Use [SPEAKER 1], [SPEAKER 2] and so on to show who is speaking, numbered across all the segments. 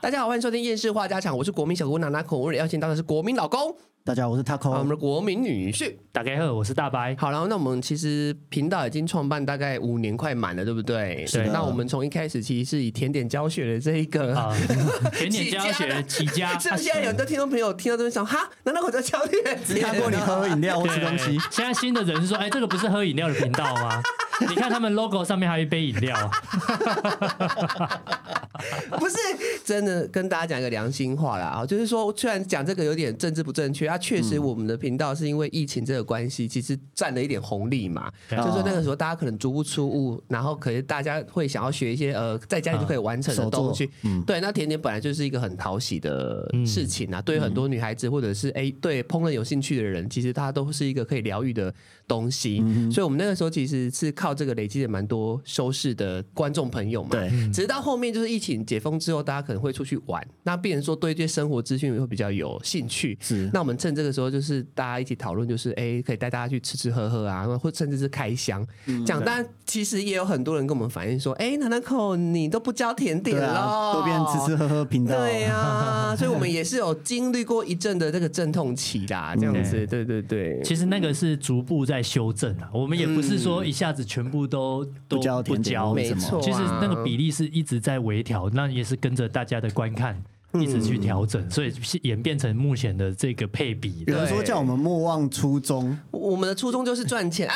[SPEAKER 1] 大家好，欢迎收听《夜市话家常》，我是国民小姑娜娜口，我们邀请到的是国民老公，
[SPEAKER 2] 大家好，我是
[SPEAKER 1] 啊，我们
[SPEAKER 2] Taco。
[SPEAKER 1] 的国民女婿。
[SPEAKER 3] 打开后，我是 大白。
[SPEAKER 1] 好了，那我们其实频道已经创办大概五年快满了，对不对？
[SPEAKER 3] 是的
[SPEAKER 1] 那我们从一开始其实是以甜点教学的这一个。
[SPEAKER 3] 啊，甜点教学起 家，
[SPEAKER 1] 是不是现在有很多听众朋友听到这边想哈？难道我在教点
[SPEAKER 2] 你看过你喝 饮料或 吃东西
[SPEAKER 3] 对，现在新的人是说，哎，这个不是喝饮料的频道 吗？你看他们 logo 上面还有一杯饮料，
[SPEAKER 1] 不是真的跟大家讲一个良心话啦啊，就是说，虽然讲这个有点政治不正确，啊，确实
[SPEAKER 2] 嗯
[SPEAKER 1] 我们的频道是因为疫情这个关系，其实占了一点红利嘛。
[SPEAKER 3] 对
[SPEAKER 2] 啊
[SPEAKER 1] 就是说那个时候大家可能足不出户，然后可是大家会想要学一些呃在家里就可以完成的
[SPEAKER 2] 手
[SPEAKER 1] 东
[SPEAKER 2] 作
[SPEAKER 1] 西。对，那甜点本来就是一个很讨喜的
[SPEAKER 2] 嗯
[SPEAKER 1] 事情啊，对于很多女孩子或者是哎、对烹饪有兴趣的人，其实它都是一个可以疗愈的东西。
[SPEAKER 2] 嗯
[SPEAKER 1] 所以我们那个时候其实是靠这个累积了蛮多收视的观众朋友嘛。
[SPEAKER 2] 对，嗯
[SPEAKER 1] 直到后面就是疫情解封之后，大家可能会出去玩，那变成说对这些生活资讯会比较有兴趣。
[SPEAKER 2] 是
[SPEAKER 1] 那我们趁这个时候，就是大家一起讨论，就是哎、诶可以带大家去吃吃喝喝啊，或甚至是开箱
[SPEAKER 2] 嗯
[SPEAKER 1] 这样。但其实也有很多人跟我们反映说，哎、南南口你都不教甜点
[SPEAKER 2] 对
[SPEAKER 1] 了，
[SPEAKER 2] 啊，都变吃吃喝喝频道。
[SPEAKER 1] 对啊呀、 所以我们也是有经历过一阵的这个阵痛期啦，
[SPEAKER 2] 嗯
[SPEAKER 1] 这样子，对对对。
[SPEAKER 3] 其实那个是逐步在修正啊。我们也不是说一下子全部都都
[SPEAKER 2] 嗯不教
[SPEAKER 3] 不
[SPEAKER 2] 甜点
[SPEAKER 3] 教，
[SPEAKER 2] 为
[SPEAKER 1] 没
[SPEAKER 2] 什么
[SPEAKER 1] 错啊，
[SPEAKER 3] 其实那个比例是一直在微调，那也是跟着大家的观看
[SPEAKER 2] 嗯
[SPEAKER 3] 一直去调整，所以是演变成目前的这个配比。
[SPEAKER 2] 有人说叫我们莫忘初衷，
[SPEAKER 1] 我们的初衷就是赚 钱，啊、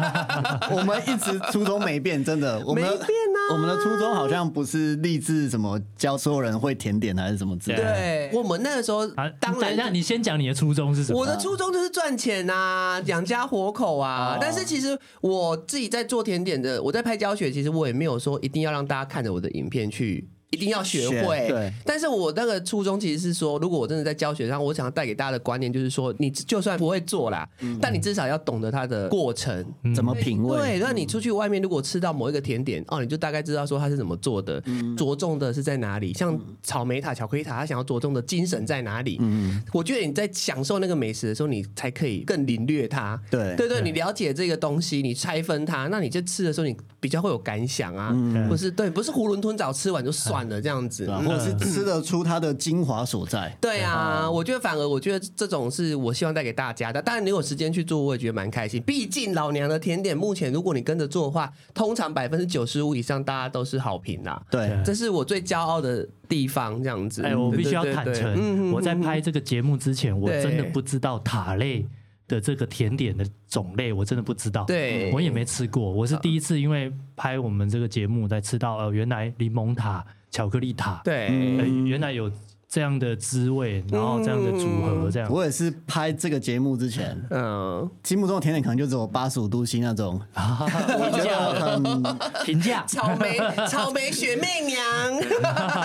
[SPEAKER 2] 我们一直初衷没变，真 的，我们的
[SPEAKER 1] 没变啊
[SPEAKER 2] 我们的初衷好像不是立志什么教所有人会甜点还是什么之类的。
[SPEAKER 1] 对，我们那个时候
[SPEAKER 3] 啊，
[SPEAKER 1] 当
[SPEAKER 3] 等
[SPEAKER 1] 然
[SPEAKER 3] 一下，你先讲你的初衷是什么？啊嗯
[SPEAKER 1] 我的初衷就是赚钱啊，养家活口
[SPEAKER 3] 哦
[SPEAKER 1] 啊。但是其实我自己在做甜点的，我在拍教学，其实我也没有说一定要让大家看着我的影片去。一定要学会，
[SPEAKER 2] 学对
[SPEAKER 1] 但是我那个初衷其实是说，如果我真的在教学上，我想要带给大家的观念就是说，你就算不会做啦，
[SPEAKER 3] 嗯
[SPEAKER 1] 但你至少要懂得它的过程，
[SPEAKER 2] 怎么品
[SPEAKER 1] 对，
[SPEAKER 2] 味？嗯
[SPEAKER 1] 那你出去外面如果吃到某一个甜点，哦，你就大概知道说它是怎么做的，
[SPEAKER 2] 嗯
[SPEAKER 1] 着重的是在哪里。像草莓塔、巧克力塔，它想要着重的精神在哪里？
[SPEAKER 2] 嗯
[SPEAKER 1] 我觉得你在享受那个美食的时候，你才可以更领略它。
[SPEAKER 2] 对
[SPEAKER 1] 对对，你了解这个东西，你拆分它，那你在吃的时候，你比较会有感想啊，不是对，不是囫囵吞枣吃完就算了这样子。
[SPEAKER 2] 嗯对吧啊
[SPEAKER 1] 嗯
[SPEAKER 2] 或者是吃得出它的精华所在。
[SPEAKER 1] 对啊，我觉得反而我觉得这种是我希望带给大家的。当然，你有时间去做，我也觉得蛮开心。毕竟老娘的甜点，目前如果你跟着做的话，通常百分之九十五以上大家都是好评啦。
[SPEAKER 2] 对，
[SPEAKER 1] 这是我最骄傲的地方，这样子。
[SPEAKER 3] 哎，我必须要
[SPEAKER 1] 对对
[SPEAKER 3] 坦
[SPEAKER 1] 对
[SPEAKER 3] 诚，
[SPEAKER 1] 嗯
[SPEAKER 3] 我在拍这个节目之前，我
[SPEAKER 1] 对
[SPEAKER 3] 真的不知道塔类的这个甜点的种类，我真的不知道。
[SPEAKER 1] 对
[SPEAKER 3] 我也没吃过，我是第一次因为拍我们这个节目才吃到，呃，原来柠檬塔、巧克力塔，
[SPEAKER 1] 对，
[SPEAKER 3] 呃，原来有这样的滋味，然后这样的组合，这样。
[SPEAKER 2] 我也是拍这个节目之前，
[SPEAKER 1] 嗯，
[SPEAKER 2] 心目中的甜点可能就只有八十五度 C 那种，我觉得很
[SPEAKER 3] 评价
[SPEAKER 1] 草莓草莓雪媚娘，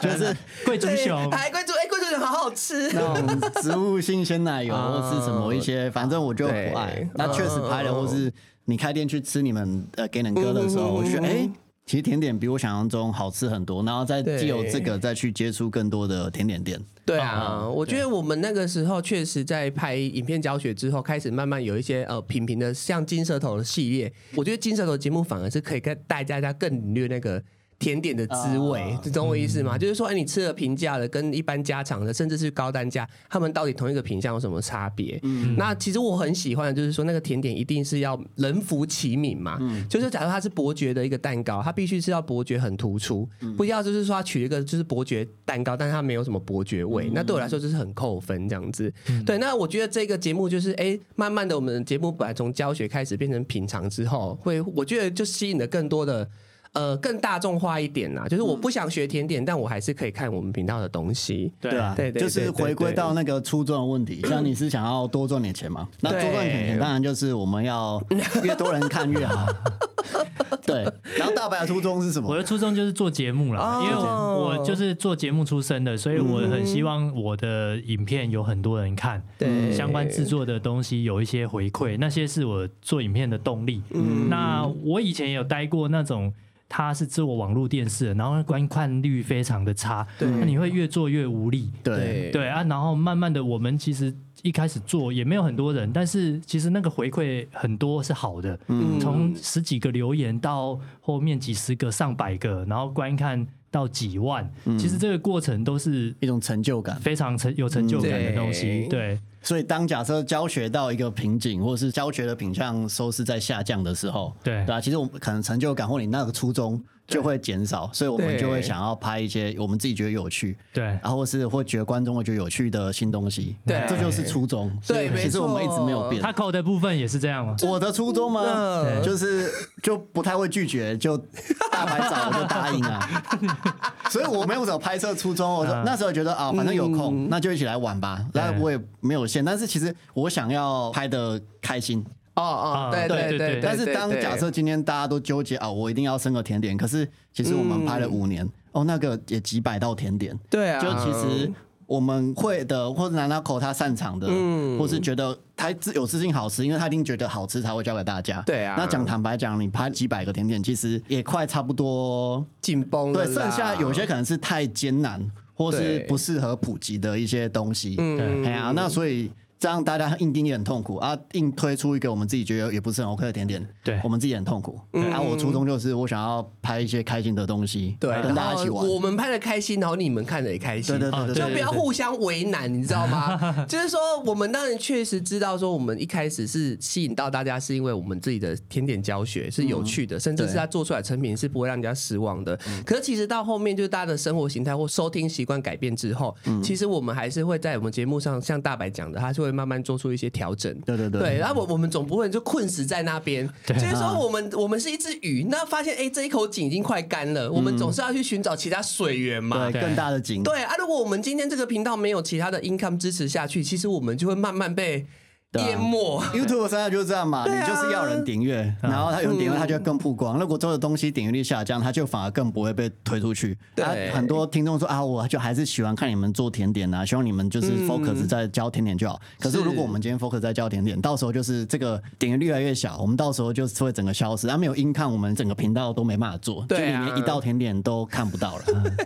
[SPEAKER 2] 就是
[SPEAKER 3] 贵族
[SPEAKER 1] 对，
[SPEAKER 3] 熊，
[SPEAKER 1] 还贵族哎，贵族熊好好吃。
[SPEAKER 2] 那种嗯植物性鲜奶 油
[SPEAKER 1] 哦
[SPEAKER 2] 或是什么一些，反正我就不爱
[SPEAKER 1] 对。哦
[SPEAKER 2] 那确实拍了，或是你开店去吃你们呃给能哥的
[SPEAKER 1] 嗯
[SPEAKER 2] 时候，我就觉得哎。诶其实甜点比我想象中好吃很多，然后再
[SPEAKER 1] 对
[SPEAKER 2] 既有这个再去接触更多的甜点店，
[SPEAKER 1] 对啊，我觉得我们那个时候确实在拍影片教学之后，开始慢慢有一些呃平平的，像金舌头的系列。我觉得金舌头的节目反而是可以跟带大家更领略那个。甜点的滋味，你懂我意思吗？就是说，哎，你吃了平价的，跟一般家常的，甚至是高单价，他们到底同一个品相有什么差别？那其实我很喜欢的就是说，那个甜点一定是要人服其名嘛。就是假如它是伯爵的一个蛋糕，它必须是要伯爵很突出，不要就是说它取一个就是伯爵蛋糕，但是它没有什么伯爵味，那对我来说就是很扣分这样子。对，那我觉得这个节目就是，哎、慢慢的我们的节目本来从教学开始变成品尝之后，会我觉得就吸引了更多的。呃，更大众化一点啊啦，就是
[SPEAKER 2] 嗯
[SPEAKER 1] 我不想学甜点，但我还是可以看我们频道的东西。
[SPEAKER 2] 对啊，
[SPEAKER 1] 对对
[SPEAKER 2] 就
[SPEAKER 1] 对
[SPEAKER 2] 是
[SPEAKER 1] 对
[SPEAKER 2] 回归到那个初衷的 问题。像你是想要多赚点钱嘛？那多赚点
[SPEAKER 1] 对
[SPEAKER 2] 钱当然就是我们要越多人看越 好。对，然后大白的初衷是什
[SPEAKER 3] 我
[SPEAKER 2] 么？哦
[SPEAKER 3] 的初衷就是做节目啦，因为我我就是做节目出身的，所以我很希望我的影片有很多人看，
[SPEAKER 1] 对
[SPEAKER 3] 相关制作的东西有一些回
[SPEAKER 2] 嗯
[SPEAKER 3] 馈，那些是我做影片的动力。那我以前也有待过那种。他是做网络电视的，然后观看率非常的差，那你会越做越无力，
[SPEAKER 2] 对，
[SPEAKER 3] 对啊，然后慢慢的，我们其实一开始做也没有很多人，但是其实那个回馈很多是好的，从十几个留言到后面几十个、上百个，然后观看到几万，其实这个过程都是
[SPEAKER 2] 一种成就感。
[SPEAKER 3] 非常成有成就感的东西
[SPEAKER 1] 对。
[SPEAKER 3] 对，
[SPEAKER 2] 所以，当假设教学到一个瓶颈，或者是教学的品相收视在下降的时候，
[SPEAKER 3] 对
[SPEAKER 2] 对啊，其实我们可能成就感或你那个初衷就会减少，所以我们
[SPEAKER 1] 对
[SPEAKER 2] 就会想要拍一些我们自己觉得有趣，
[SPEAKER 3] 对
[SPEAKER 2] 然后是或觉得观众会觉得有趣的新东西，
[SPEAKER 1] 对
[SPEAKER 2] 这就是初衷。
[SPEAKER 1] 对
[SPEAKER 2] 所以其实
[SPEAKER 1] 没错
[SPEAKER 2] 我们一直没有变。
[SPEAKER 3] 他扣的部分也是这样嘛？
[SPEAKER 2] 我的初衷吗？
[SPEAKER 1] 嗯
[SPEAKER 2] 就是就不太会拒绝，就 大牌找我就答应啊。 所以我没有什么拍摄初衷，我说
[SPEAKER 3] 嗯
[SPEAKER 2] 那时候觉得啊，反正有空，那就一起来玩吧。那我也没有限，但是其实我想要拍的开心。
[SPEAKER 1] 哦
[SPEAKER 2] 啊
[SPEAKER 1] 哦，对
[SPEAKER 3] 对
[SPEAKER 1] 对
[SPEAKER 3] 对对
[SPEAKER 2] 但是当假设今天大家都纠结啊，我一定要生个甜点，可是其实我
[SPEAKER 3] 嗯
[SPEAKER 2] 们拍了五年，哦，那个也几百道甜点，
[SPEAKER 1] 对啊，
[SPEAKER 2] 就其实我们会的，或者拿拿口他擅长的，
[SPEAKER 1] 嗯
[SPEAKER 2] 或是觉得他自有自信好吃，因为他一定觉得好吃才会教给大家。
[SPEAKER 1] 对啊
[SPEAKER 2] 那讲坦白讲，你拍几百个甜点，其实也快差不多。
[SPEAKER 1] 紧绷了
[SPEAKER 2] 对，
[SPEAKER 1] 嗯啦，
[SPEAKER 2] 剩下有些可能是太艰难，或
[SPEAKER 1] 对
[SPEAKER 2] 是不适合普及的一些东西。嗯，哎呀、那所以。这样大家硬盯也很痛苦啊，硬推出一个我们自己觉得也不是很 OK 的甜点，
[SPEAKER 3] 对
[SPEAKER 2] 我们自己也很痛苦。
[SPEAKER 1] 嗯
[SPEAKER 2] 啊，我初衷就是我想要拍一些开心的东西，
[SPEAKER 1] 对，啊
[SPEAKER 2] 跟大家一起
[SPEAKER 1] 然后
[SPEAKER 2] 玩。
[SPEAKER 1] 我们拍的开心，然后你们看的也开心，
[SPEAKER 2] 对对对对
[SPEAKER 3] 哦
[SPEAKER 2] 对，
[SPEAKER 1] 就
[SPEAKER 3] 对
[SPEAKER 1] 不要互相为难，你知道 吗？就是说，我们当然确实知道，说我们一开始是吸引到大家，是因为我们自己的甜点教学是有趣
[SPEAKER 3] 嗯
[SPEAKER 1] 的，甚至是它做出来的成品是不会让人家失望的。可是其实到后面，就是大家的生活形态或收听习惯改变之后，
[SPEAKER 3] 嗯
[SPEAKER 1] 其实我们还是会在我们节目上，像大白讲的，他是会慢慢做出一些调整。
[SPEAKER 2] 对对对
[SPEAKER 1] 对，然后我我们总不会就困死在那边，就是说我们我们是一只鱼，那发现哎这一口井已经快干了，我们总是要去寻找其他水源嘛。
[SPEAKER 2] 对
[SPEAKER 3] 对
[SPEAKER 2] 更大的景，
[SPEAKER 1] 对啊，如果我们今天这个频道没有其他的 income 支持下去，其实我们就会慢慢被
[SPEAKER 2] 对啊
[SPEAKER 1] 淹没。
[SPEAKER 2] YouTube 现在就是这样嘛，
[SPEAKER 1] 对啊嗯
[SPEAKER 2] 你就是要人订阅，然后他有人订阅，他就更曝光。如果做的东西点阅率下降，他就反而更不会被推出去。
[SPEAKER 1] 对
[SPEAKER 2] 啊，很多听众说啊，我就还是喜欢看你们做甜点啊，希望你们就是 focus 在教甜点就好。可
[SPEAKER 1] 嗯
[SPEAKER 2] 是
[SPEAKER 1] 是
[SPEAKER 2] 如果我们今天 focus 在教甜点，到时候就是这个点阅率越来越小，我们到时候就是会整个消失。啊，没有 income，我们整个频道都没办法做，
[SPEAKER 1] 对啊
[SPEAKER 2] 就你连一道甜点都看不到了。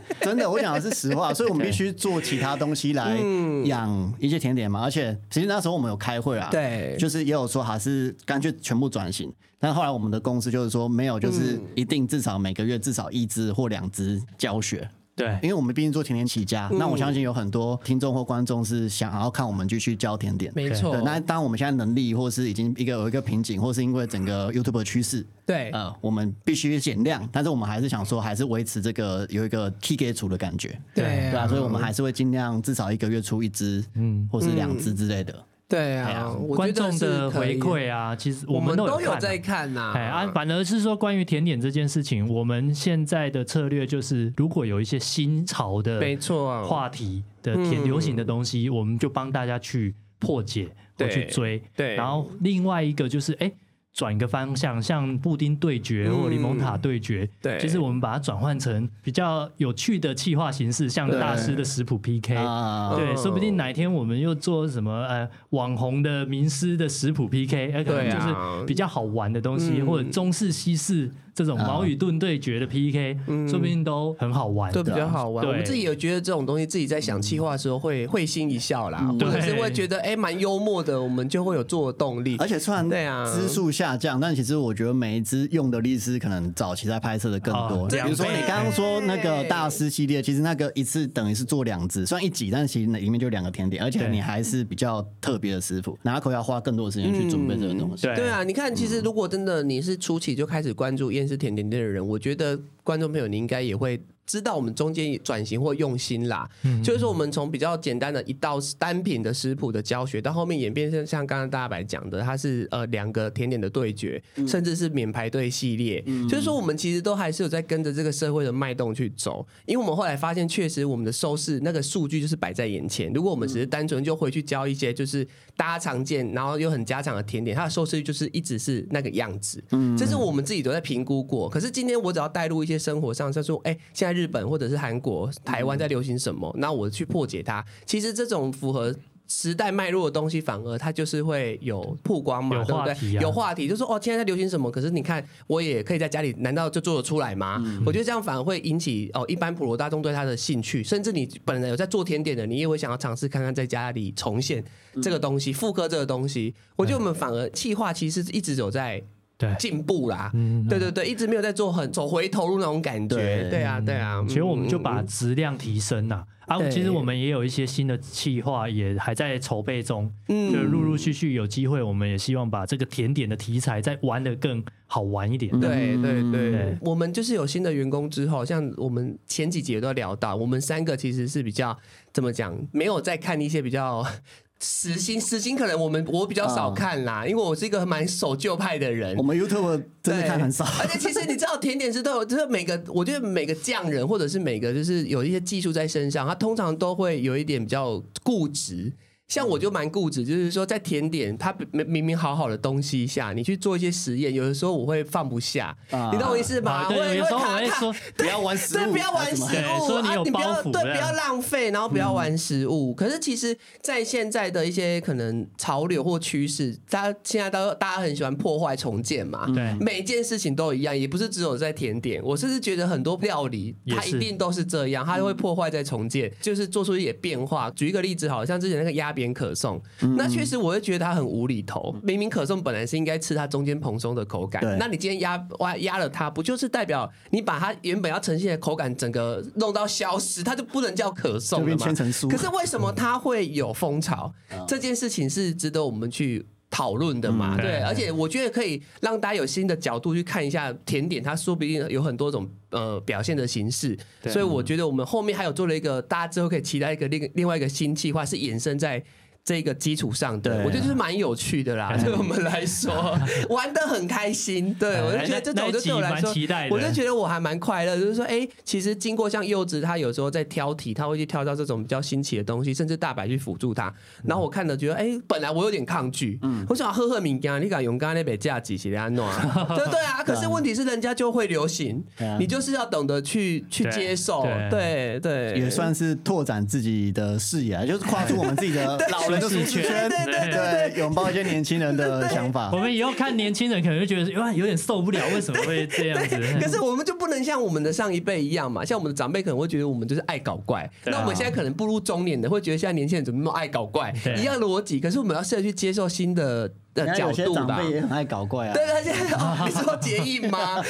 [SPEAKER 2] 真的，我讲的是实话，所以我们必须做其他东西来养一些甜点嘛。而且其实那时候我们有开会啊，
[SPEAKER 1] 对
[SPEAKER 2] 就是也有说还是干脆全部转型，但后来我们的公司就是说没有，就是一定至少每个月至少一支或两支教学。
[SPEAKER 3] 对
[SPEAKER 2] 因为我们毕竟做甜点起家，那我相信有很多听众或观众是想要看我们继续教甜点。
[SPEAKER 1] 没
[SPEAKER 3] 对
[SPEAKER 1] 错
[SPEAKER 2] 对，，那当我们现在能力或是已经一个有一个瓶颈，或是因为整个 YouTube 的趋势，
[SPEAKER 1] 对
[SPEAKER 2] 呃，我们必须减量，但是我们还是想说，还是维持这个有一个 T K 组的感觉。
[SPEAKER 1] 对
[SPEAKER 2] 对啊，所以我们还是会尽量至少一个月出一支，嗯，或是两支之类的。
[SPEAKER 1] 对
[SPEAKER 2] 哎呀
[SPEAKER 1] 啊，我
[SPEAKER 3] 观
[SPEAKER 1] 觉得
[SPEAKER 3] 众
[SPEAKER 1] 是
[SPEAKER 3] 的
[SPEAKER 1] 可以
[SPEAKER 3] 回，馈啊，其实
[SPEAKER 1] 我
[SPEAKER 3] 们
[SPEAKER 1] 都
[SPEAKER 3] 有看啊
[SPEAKER 1] 在看呐。
[SPEAKER 3] 哎啊，反而是说关于甜点这件事情，我们现在的策略就是，如果有一些新潮的
[SPEAKER 1] 没错啊
[SPEAKER 3] 话题的甜流行的东西，我们就帮大家去破解或
[SPEAKER 1] 嗯对
[SPEAKER 3] 去追。
[SPEAKER 1] 对
[SPEAKER 3] 然后另外一个就是，哎，转个方向，像布丁对决或柠檬塔对决，
[SPEAKER 1] 嗯对
[SPEAKER 3] 就是我们把它转换成比较有趣的企划形式，像大师的食谱 PK
[SPEAKER 2] 啊
[SPEAKER 3] 对，
[SPEAKER 1] 嗯
[SPEAKER 3] 说不定哪一天我们又做什么呃网红的名师的食谱 PK，呃，可能
[SPEAKER 1] 对
[SPEAKER 3] 就
[SPEAKER 1] 啊嗯
[SPEAKER 3] 是比较好玩的东西，或者中式西式这种矛与盾对决的 PK，、说不
[SPEAKER 1] 嗯
[SPEAKER 3] 定都很好玩。
[SPEAKER 1] 都比较好玩，
[SPEAKER 3] 对
[SPEAKER 1] 我们自己有觉得这种东西，自己在
[SPEAKER 2] 嗯
[SPEAKER 1] 想气话的时候会会心一笑啦，或者是
[SPEAKER 3] 对
[SPEAKER 1] 会觉得哎蛮幽默的，我们就会有做动力。
[SPEAKER 2] 而且虽然
[SPEAKER 1] 对啊
[SPEAKER 2] 支数下降，但其实我觉得每一支用的律师可能早期在拍摄的更多。
[SPEAKER 3] 哦
[SPEAKER 2] 比如说
[SPEAKER 3] 两倍
[SPEAKER 2] 你刚刚说那个大师系列，其实那个一次等于是做两支，虽然一集，但其实里面就两个甜点，而且
[SPEAKER 3] 对
[SPEAKER 2] 你还是比较特别的食谱，拿口要花更多的时间去准备这个东西。
[SPEAKER 3] 对
[SPEAKER 1] 对啊，你看，其实如果真的你是初期就开始关注厌世甜点店的人，我觉得观众朋友你应该也会知道我们中间转型或用心啦。
[SPEAKER 3] 嗯
[SPEAKER 1] 就是说，我们从比较简单的一道单品的食谱的教学，到后面演变成像刚刚大白讲的，它是呃两个甜点的对决，
[SPEAKER 2] 嗯
[SPEAKER 1] 甚至是免排队系列。就是说，我们其实都还是有在跟着这个社会的脉动去走，因为我们后来发现，确实我们的收视那个数据就是摆在眼前。如果我们只是单纯就回去教一些就是大家常见，然后又很家常的甜点，它的收视率就是一直是那个样子。嗯，这是我们自己都在评估过。可是今天我只要带入一些生活上，像说，哎、现在日本或者是韩国、台湾在流行什么，那我去破解它。其实这种符合。时代脉络的东西，反而它就是会有曝光嘛，
[SPEAKER 3] 有
[SPEAKER 1] 对不
[SPEAKER 3] 话题
[SPEAKER 1] 对？
[SPEAKER 3] 啊
[SPEAKER 1] 有话题，就说哦，现在在流行什么？可是你看，我也可以在家里，难道就做得出来吗？
[SPEAKER 3] 嗯
[SPEAKER 1] 我觉得这样反而会引起哦一般普罗大众对它的兴趣，甚至你本来有在做甜点的，你也会想要尝试看看在家里
[SPEAKER 3] 嗯
[SPEAKER 1] 重现这个东西，复刻这个东西。我觉得我们反而气化其实一直有在
[SPEAKER 3] 对
[SPEAKER 1] 进步啦。
[SPEAKER 3] 嗯
[SPEAKER 1] 对对对，一直没有在做很走回头路那种感觉。
[SPEAKER 2] 对
[SPEAKER 1] 对啊，对啊。
[SPEAKER 3] 其实我们就把
[SPEAKER 1] 嗯
[SPEAKER 3] 质量提升呐、啊，
[SPEAKER 1] 对
[SPEAKER 3] 其实我们也有一些新的计划，也还在筹备中，
[SPEAKER 1] 嗯
[SPEAKER 3] 就陆陆续续有机会，我们也希望把这个甜点的题材再玩的更好玩一点。
[SPEAKER 1] 对对
[SPEAKER 2] 嗯
[SPEAKER 1] 对
[SPEAKER 3] 对，
[SPEAKER 1] 我们就是有新的员工之后，像我们前几集也都聊到，我们三个其实是比较怎么讲，没有在看一些比较 时薪，时薪可能我们我比较
[SPEAKER 2] 啊
[SPEAKER 1] 少看啦，因为我是一个蛮守旧派的人
[SPEAKER 2] 我。们 YouTube 真的看很少，
[SPEAKER 1] 而且其实你知道，甜点师都有，就是每个，我觉得每个匠人或者是每个就是有一些技术在身上，他通常都会有一点比较固执。像我
[SPEAKER 2] 嗯
[SPEAKER 1] 就蛮固执，就是说在甜点它明明明好好的东西下，你去做一些实验，有的时候我会放不下，
[SPEAKER 2] 啊
[SPEAKER 1] 你懂我意思吗？
[SPEAKER 3] 啊，
[SPEAKER 1] 我
[SPEAKER 3] 对，
[SPEAKER 1] 也
[SPEAKER 3] 有时候我
[SPEAKER 1] 卡
[SPEAKER 3] 会
[SPEAKER 1] 卡
[SPEAKER 3] 说，
[SPEAKER 2] 不要玩食
[SPEAKER 1] 对，
[SPEAKER 2] 物，
[SPEAKER 1] 不要玩食
[SPEAKER 2] 还是什么嗯
[SPEAKER 3] 对
[SPEAKER 1] 物
[SPEAKER 3] 说你
[SPEAKER 1] 啊，
[SPEAKER 3] 有
[SPEAKER 1] 你不要
[SPEAKER 3] 包
[SPEAKER 1] 对，
[SPEAKER 3] 袱这
[SPEAKER 1] 不
[SPEAKER 3] 样
[SPEAKER 1] 要浪费，然后不要玩食物。可是其实，在现在的一些可能潮流或趋势，大家现在都大家很喜欢破坏重建嘛，
[SPEAKER 3] 对
[SPEAKER 1] 每件事情都一样，也不是只有在甜点。我甚至觉得很多料理，
[SPEAKER 3] 也
[SPEAKER 1] 它
[SPEAKER 3] 是嗯
[SPEAKER 1] 一定都是这样，它会破坏再重建，就是做出一些变化。举一个例子好了，像之前那个压扁可颂，
[SPEAKER 2] 嗯
[SPEAKER 1] 那确实我会觉得它很无厘头。明明可颂本来是应该吃它中间蓬松的口感
[SPEAKER 2] 对，
[SPEAKER 1] 那你今天压挖压了它，不就是代表你把它原本要呈现的口感整个弄到消失，它就不能叫可
[SPEAKER 2] 就
[SPEAKER 1] 颂了
[SPEAKER 2] 变
[SPEAKER 1] 吗
[SPEAKER 2] 千？层酥
[SPEAKER 1] 可。是为什么它会有风潮？这件事情是值得我们去讨论的嘛？
[SPEAKER 3] 嗯
[SPEAKER 1] 对，
[SPEAKER 3] 对
[SPEAKER 1] 而且我觉得可以让大家有新的角度去看一下甜点，它说不定有很多种呃表现的形式。
[SPEAKER 3] 对
[SPEAKER 1] 所以我觉得我们后面还有做了一个，大家之后可以期待一个另另外一个新计划，是延伸在。这个基础上的，
[SPEAKER 2] 对
[SPEAKER 1] 我觉得就是蛮有趣的 啦，对我们来说玩的很开心。对
[SPEAKER 3] 哎
[SPEAKER 1] 我就觉得这
[SPEAKER 3] 那
[SPEAKER 1] 种就对我来
[SPEAKER 3] 那一
[SPEAKER 1] 说
[SPEAKER 3] 集蛮期待，的
[SPEAKER 1] 我就觉得我还蛮快乐，就是说，哎、其实经过像柚子，他有时候在挑题，他会去挑到这种比较新奇的东西，甚至大白去辅助他。然后我看了觉得，哎、本来我有点抗拒，我想喝喝敏感，你敢勇敢那北架几起来弄 啊？对对啊，可是问题是人家就会流行，
[SPEAKER 2] 对啊
[SPEAKER 1] 你就是要懂得去去
[SPEAKER 3] 对
[SPEAKER 1] 接受，对对，
[SPEAKER 2] 也算是拓展自己的视野啊，就是跨出我们自己的老人的舒适
[SPEAKER 3] 对
[SPEAKER 2] 圈，
[SPEAKER 1] 对对
[SPEAKER 2] 对，拥抱一些年轻人的想法
[SPEAKER 3] 我。们以后看年轻人可能就觉得哇有点受不了，为什么会这样子？
[SPEAKER 2] 嗯
[SPEAKER 1] 可 是我们就不能像我们的上一辈一样嘛，像我们的长辈可能会觉得我们就是爱搞怪，
[SPEAKER 3] 对啊
[SPEAKER 1] 那我们现在可能步入中年的会觉得现在年轻人怎么那么爱搞怪，
[SPEAKER 3] 对
[SPEAKER 1] 一样逻辑。可是我们要试着去接受新的呃
[SPEAKER 2] 人家
[SPEAKER 1] 角
[SPEAKER 2] 有些
[SPEAKER 1] 度
[SPEAKER 2] 长
[SPEAKER 1] 吧。
[SPEAKER 2] 辈也很爱搞怪啊，
[SPEAKER 1] 对，他现在、哦、 你说结印吗？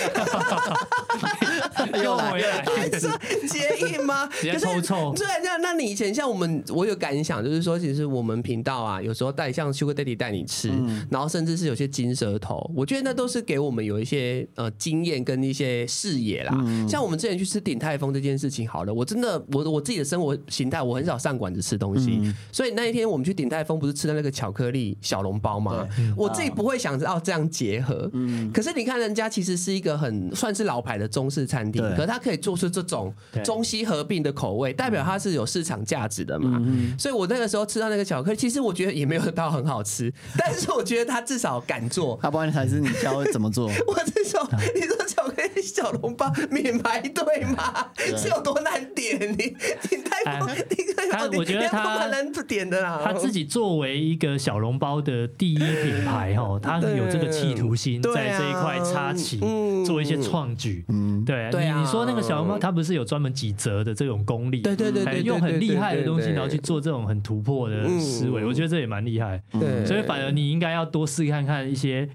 [SPEAKER 3] 又
[SPEAKER 2] 又来
[SPEAKER 3] 回来，
[SPEAKER 1] 你说结印吗？
[SPEAKER 3] 接
[SPEAKER 1] 可是
[SPEAKER 3] 抽抽
[SPEAKER 1] 对，那那你以前像我们，我有感想，就是说，其实我们频道啊，有时候带像 Sugar Daddy 带你吃，然后甚至是有些金舌头，我觉得那都是给我们有一些呃经验跟一些视野啦。像我们之前去吃鼎泰丰这件事情，好了，我真的我我自己的生活形态，我很少上馆子吃东西，所以那一天我们去鼎泰丰不是吃的那个巧克力小笼包吗？我自己不会想着要这样结合，可是你看人家其实是一个很算是老牌的中式餐厅，
[SPEAKER 2] 对
[SPEAKER 1] 可是它可以做出这种
[SPEAKER 3] 对嗯
[SPEAKER 1] 中西合并的口味，代表它是有市场价值的嘛。所以我那个时候吃到那个巧克力，其实我觉得也没有到很好吃， 但是我觉得它至少敢 做。
[SPEAKER 2] 要不然才是你教怎么做。
[SPEAKER 1] 我是说，你说巧克力小笼包免排队吗？是有多难点？你你太不
[SPEAKER 3] 哎
[SPEAKER 1] 你太
[SPEAKER 3] 他我觉得他
[SPEAKER 1] 蛮难点的啦。
[SPEAKER 3] 他自己作为一个小笼包的第一品 牌哦，他有这个企图心，
[SPEAKER 1] 对啊嗯
[SPEAKER 3] 在这一块插旗、做一些创举。嗯，对，
[SPEAKER 1] 对啊
[SPEAKER 3] 你你说那个小笼包，它不是有专门几折的这种功力？
[SPEAKER 1] 对对对对
[SPEAKER 3] 哎
[SPEAKER 1] 对对
[SPEAKER 3] 用很厉害的东
[SPEAKER 1] 对
[SPEAKER 3] 西，
[SPEAKER 1] 对对
[SPEAKER 3] 然后去做这种很突破的思维，
[SPEAKER 1] 嗯
[SPEAKER 3] 我觉得这也蛮厉害。
[SPEAKER 1] 对
[SPEAKER 3] 所以反而你应该要多试看看一些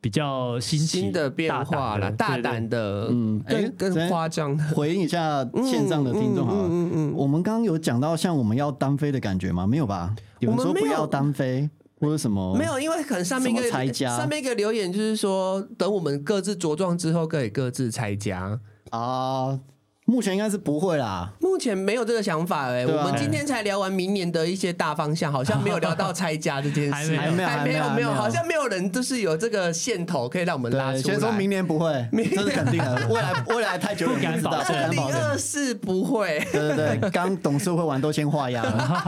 [SPEAKER 3] 比较新奇
[SPEAKER 1] 新的变化啦，
[SPEAKER 3] 大
[SPEAKER 1] 大
[SPEAKER 3] 的
[SPEAKER 1] 胆的，嗯
[SPEAKER 2] 嗯，
[SPEAKER 1] 更
[SPEAKER 2] 哎
[SPEAKER 1] 更
[SPEAKER 2] 真
[SPEAKER 1] 夸张的。
[SPEAKER 2] 回应一下线上的听众好了，
[SPEAKER 1] 嗯嗯嗯
[SPEAKER 2] 我们刚刚有讲到像我们要单飞的感觉吗？没有吧？有人
[SPEAKER 1] 我
[SPEAKER 2] 说
[SPEAKER 1] 们
[SPEAKER 2] 不
[SPEAKER 1] 没有
[SPEAKER 2] 要单飞或者什么？
[SPEAKER 1] 没，有，因为可能上面一
[SPEAKER 2] 哦什么拆
[SPEAKER 1] 个
[SPEAKER 2] 家
[SPEAKER 1] 上面一个留言就是说，等我们各自茁壮之后，可以各自拆家。
[SPEAKER 2] 啊，目前应该是不会啦。
[SPEAKER 1] 目前没有这个想法哎、
[SPEAKER 2] 对啊
[SPEAKER 1] 我们今天才聊完明年的一些大方向，好像没有聊到拆家这件事，
[SPEAKER 3] 还
[SPEAKER 2] 没有
[SPEAKER 1] 还
[SPEAKER 2] 还没有
[SPEAKER 1] 有，
[SPEAKER 2] 还
[SPEAKER 1] 没
[SPEAKER 2] 没有
[SPEAKER 1] 有，好像没有人就是有这个线头可以让我们拉
[SPEAKER 2] 对，
[SPEAKER 1] 出来。
[SPEAKER 2] 先说明年 不会，这是肯定的。未来未来太久
[SPEAKER 3] 不敢
[SPEAKER 2] 远知道，
[SPEAKER 3] 保
[SPEAKER 2] 不
[SPEAKER 3] 证
[SPEAKER 1] 二
[SPEAKER 2] 敢
[SPEAKER 1] 零
[SPEAKER 2] 保证。
[SPEAKER 1] 二四不会，
[SPEAKER 2] 对对对，刚董事会完都先画押 了。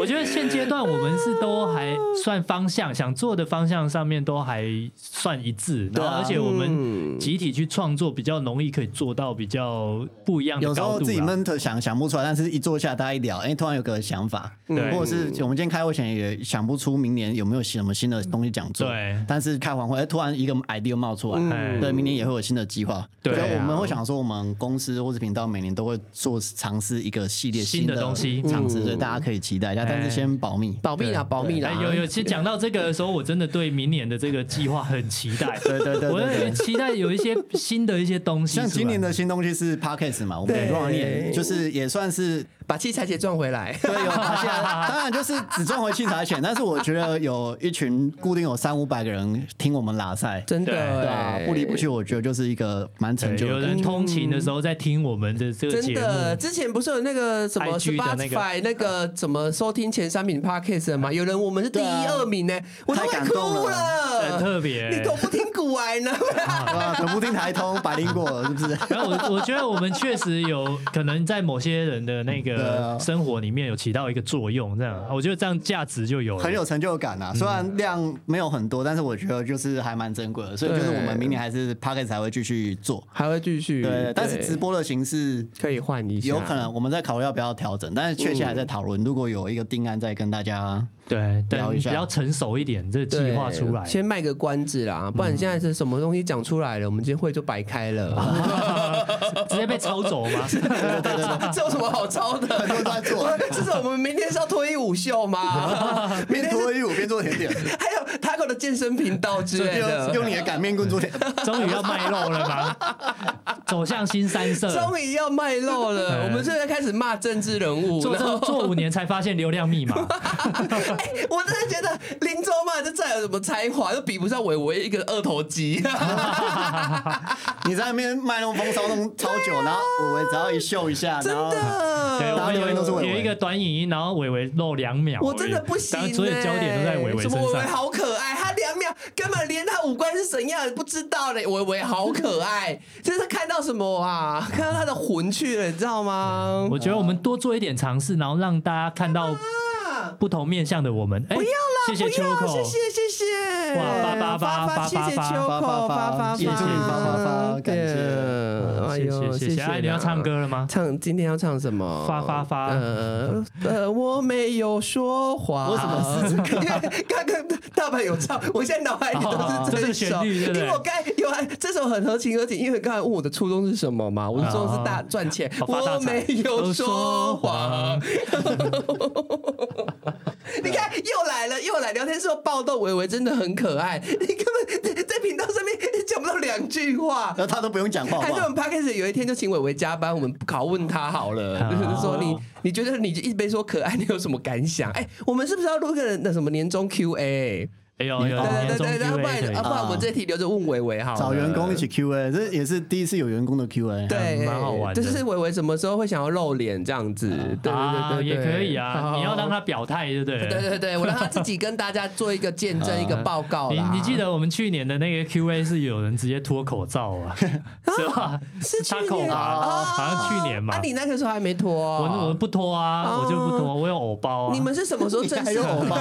[SPEAKER 3] 我觉得现阶段我们是都还算方向，想做的方向上面都还算一致，
[SPEAKER 2] 对
[SPEAKER 3] 然
[SPEAKER 2] 啊
[SPEAKER 3] 后而且我们集体去创作比较容易可以做到比较不一样的
[SPEAKER 2] 有时
[SPEAKER 3] 高
[SPEAKER 2] 候
[SPEAKER 3] 度
[SPEAKER 2] 自己
[SPEAKER 3] 啦。
[SPEAKER 2] 闷头想想不出来，但是一坐下大家一聊，哎，突然有个想法，
[SPEAKER 3] 对
[SPEAKER 2] 或者是我们今天开会前也想不出明年有没有什么新的东西讲座，
[SPEAKER 3] 对
[SPEAKER 2] 但是开完会，哎，突然一个 idea 冒出
[SPEAKER 3] 嗯
[SPEAKER 2] 来，对，明年也会有新的计划。
[SPEAKER 3] 对啊
[SPEAKER 2] 所以我们会想说，我们公司或者频道每年都会做尝试一个系列
[SPEAKER 3] 新的
[SPEAKER 2] 的
[SPEAKER 3] 东西嗯
[SPEAKER 2] 尝试，所以大家可以期待一下。但是先保密。
[SPEAKER 1] 保密啦，保密啦
[SPEAKER 2] 啊
[SPEAKER 3] 哎，，有有，其实讲到这个的时候，我真的对明年的这个计划很期待。
[SPEAKER 2] 对对对
[SPEAKER 3] 我
[SPEAKER 2] 对
[SPEAKER 3] 很
[SPEAKER 2] 对。
[SPEAKER 3] 期待有一些新的一些东西出来。
[SPEAKER 2] 像今年的新东西是 podcast 嘛，我们
[SPEAKER 1] 对
[SPEAKER 2] 也忘也就是也算是
[SPEAKER 1] 把器材钱赚回来。
[SPEAKER 2] 对有发现啊，当然就是只赚回器材钱，但是我觉得有一群固定有三五百个人听我们拉赛，
[SPEAKER 1] 真的
[SPEAKER 3] 对
[SPEAKER 1] 欸，
[SPEAKER 2] 对啊，不离不弃，我觉得就是一个蛮成
[SPEAKER 3] 对
[SPEAKER 2] 就
[SPEAKER 3] 有
[SPEAKER 2] 的感
[SPEAKER 3] 人
[SPEAKER 2] 觉。
[SPEAKER 3] 通勤的时候在听我们的这个
[SPEAKER 1] 真
[SPEAKER 3] 节
[SPEAKER 1] 的，
[SPEAKER 3] 目，
[SPEAKER 1] 之前不是有那个什么
[SPEAKER 3] IG 的那个啊
[SPEAKER 1] Spotify 那个什么收听前三名 podcast 的吗？有人我们是第一、
[SPEAKER 2] 对啊
[SPEAKER 1] 二名呢，我都
[SPEAKER 2] 太
[SPEAKER 1] 快
[SPEAKER 2] 感动
[SPEAKER 1] 哭
[SPEAKER 3] 很
[SPEAKER 1] 了。
[SPEAKER 3] 哎特别。
[SPEAKER 1] 你都不听古玩 呢？
[SPEAKER 2] 哇，可不听台通百灵果了是不是？
[SPEAKER 3] 然后我我觉得我们确实有可能在某些人的那个
[SPEAKER 2] 啊
[SPEAKER 3] 生活里面有起到一个作用，这样啊我觉得这样价值就有了。
[SPEAKER 2] 很有成就感啊，虽然量没有很多，但是我觉得就是还蛮珍贵的，所以就是我们明年还是 p a c k e t 才会继续做。
[SPEAKER 1] 还会继续，
[SPEAKER 2] 对，但是直播的形式
[SPEAKER 1] 可以换一下，
[SPEAKER 2] 有可能我们在考虑要不要调整，但是确切还在讨论。如果有一个定案，再跟大家
[SPEAKER 3] 对，但
[SPEAKER 2] 聊
[SPEAKER 3] 比
[SPEAKER 2] 一下
[SPEAKER 3] 较成熟一点，这
[SPEAKER 1] 对
[SPEAKER 3] 计划出来。
[SPEAKER 1] 先卖个关子啦，不然现在是什么东西讲出来了，我们今天会就白开了，
[SPEAKER 2] 嗯
[SPEAKER 3] 直接被抄走 吗？
[SPEAKER 1] 这有什么好抄的？
[SPEAKER 2] 很多都在做
[SPEAKER 1] 这是我们明天是要脱衣舞秀吗？ 明
[SPEAKER 2] 边
[SPEAKER 1] 天
[SPEAKER 2] 脱
[SPEAKER 1] 是
[SPEAKER 2] 衣舞边做甜点，
[SPEAKER 1] 还有 Taco 的健身频道之类的
[SPEAKER 2] 用，用你的擀面棍做甜点。
[SPEAKER 3] 终于要卖肉了吗？走向新三 色，
[SPEAKER 1] 终于要卖肉了，
[SPEAKER 3] 对
[SPEAKER 1] 我们现在开始骂政治人 物。
[SPEAKER 3] 做
[SPEAKER 1] 然后
[SPEAKER 3] 这做五年才发现流量密码，
[SPEAKER 1] 哎我真的觉得林州骂这再有什么才华，都比不上伟伟一个二头 肌。
[SPEAKER 2] 你在那边卖弄风骚弄超久，然后我我只要一秀一下，然后
[SPEAKER 3] 对，我
[SPEAKER 2] 大家
[SPEAKER 3] 们
[SPEAKER 2] 留言都是
[SPEAKER 3] 有
[SPEAKER 2] 伟伟
[SPEAKER 3] 有一个短影音，然后伟伟露两秒而已，
[SPEAKER 1] 我真的不行、
[SPEAKER 3] 然
[SPEAKER 1] 欸，
[SPEAKER 3] 后所有焦点都在伟伟
[SPEAKER 1] 什么
[SPEAKER 3] 身
[SPEAKER 1] 伟伟
[SPEAKER 3] 上。
[SPEAKER 1] 好可爱，他两秒根本连他五官是怎样不知道嘞。伟伟好可爱，真是看到什么啊？看到他的魂去了，你知道吗？
[SPEAKER 3] 我觉得我们多做一点尝试，然后让大家看到
[SPEAKER 1] 啊
[SPEAKER 3] 不同面向的我们。哎，不要
[SPEAKER 1] 啦
[SPEAKER 3] 谢谢
[SPEAKER 1] 不要
[SPEAKER 3] Choco，
[SPEAKER 1] 谢谢谢谢，
[SPEAKER 3] 哇八八
[SPEAKER 1] 发
[SPEAKER 3] 八
[SPEAKER 1] 发
[SPEAKER 3] 八
[SPEAKER 1] 谢谢
[SPEAKER 3] 八
[SPEAKER 1] Choco，
[SPEAKER 2] 八
[SPEAKER 1] 发
[SPEAKER 2] 八
[SPEAKER 1] 发发，
[SPEAKER 2] 谢谢八八八感谢
[SPEAKER 1] 对哎
[SPEAKER 3] 谢
[SPEAKER 1] 呦
[SPEAKER 3] 谢谢谢。哎，你要
[SPEAKER 1] 啦
[SPEAKER 3] 唱歌了吗？
[SPEAKER 1] 唱今天要唱什么？
[SPEAKER 3] 发发发
[SPEAKER 1] 呃呃，我没有说谎。
[SPEAKER 2] 为什么
[SPEAKER 1] 是这个？因为 刚刚大阪有唱，我现在脑海里都
[SPEAKER 3] 哦
[SPEAKER 1] 是
[SPEAKER 3] 这
[SPEAKER 1] 一
[SPEAKER 3] 是
[SPEAKER 1] 首。
[SPEAKER 3] 旋律对不对
[SPEAKER 1] 因为我刚有啊这首很合情合理，因为刚才问我的初衷是什么嘛，我的初衷是大赚钱。
[SPEAKER 3] 哦发大
[SPEAKER 1] 我
[SPEAKER 3] 财
[SPEAKER 1] 没有说谎。 你看，又来了，又来。聊天室暴动，维维真的很可爱。你根本在频道上面讲不到两句话。
[SPEAKER 2] 然后他都不用讲话，好
[SPEAKER 1] 还
[SPEAKER 2] 不
[SPEAKER 1] 是我
[SPEAKER 2] 好
[SPEAKER 1] 们 p a c a s t 有一天就请伟伟加班，我们拷问他好了，
[SPEAKER 3] 好
[SPEAKER 1] 就是说你你觉得你一直被说可爱，你有什么感想？哎、我们是不是要录个那什么年终 Q&A？
[SPEAKER 3] 哎呦，有
[SPEAKER 1] 对
[SPEAKER 3] 年
[SPEAKER 1] 对
[SPEAKER 3] 终
[SPEAKER 1] 对对，要不
[SPEAKER 3] Q&A 可
[SPEAKER 1] 然
[SPEAKER 3] 以
[SPEAKER 1] 要不然我们这题留着问伟伟好了
[SPEAKER 2] 找员工一。起 Q A，这也是第一次有员工的 Q A。
[SPEAKER 1] 对，
[SPEAKER 3] 嗯蛮好玩的
[SPEAKER 1] 就是伟伟什么时候会想要露脸这样子？对
[SPEAKER 3] 啊
[SPEAKER 1] 对对对，
[SPEAKER 3] 也
[SPEAKER 1] 对
[SPEAKER 3] 可以啊。你要
[SPEAKER 1] 好
[SPEAKER 3] 让。他表态，对不对？
[SPEAKER 1] 对对对，我让他自己跟大家做一个见证，一个报告
[SPEAKER 3] 你
[SPEAKER 1] 啦。
[SPEAKER 3] 你记得我们去年的那个 Q&A 是有人直接脱口罩 啊，是吧？
[SPEAKER 1] 啊是去
[SPEAKER 3] Taco
[SPEAKER 1] 年哦
[SPEAKER 3] 吧好像去年嘛
[SPEAKER 1] 啊，你那个时候还没脱
[SPEAKER 3] 我
[SPEAKER 1] 哦。
[SPEAKER 3] 我不脱啊，
[SPEAKER 1] 哦
[SPEAKER 3] 我就不脱，我有偶包啊
[SPEAKER 1] 你。们是什么时候正
[SPEAKER 2] 还
[SPEAKER 1] 式
[SPEAKER 2] 有偶包？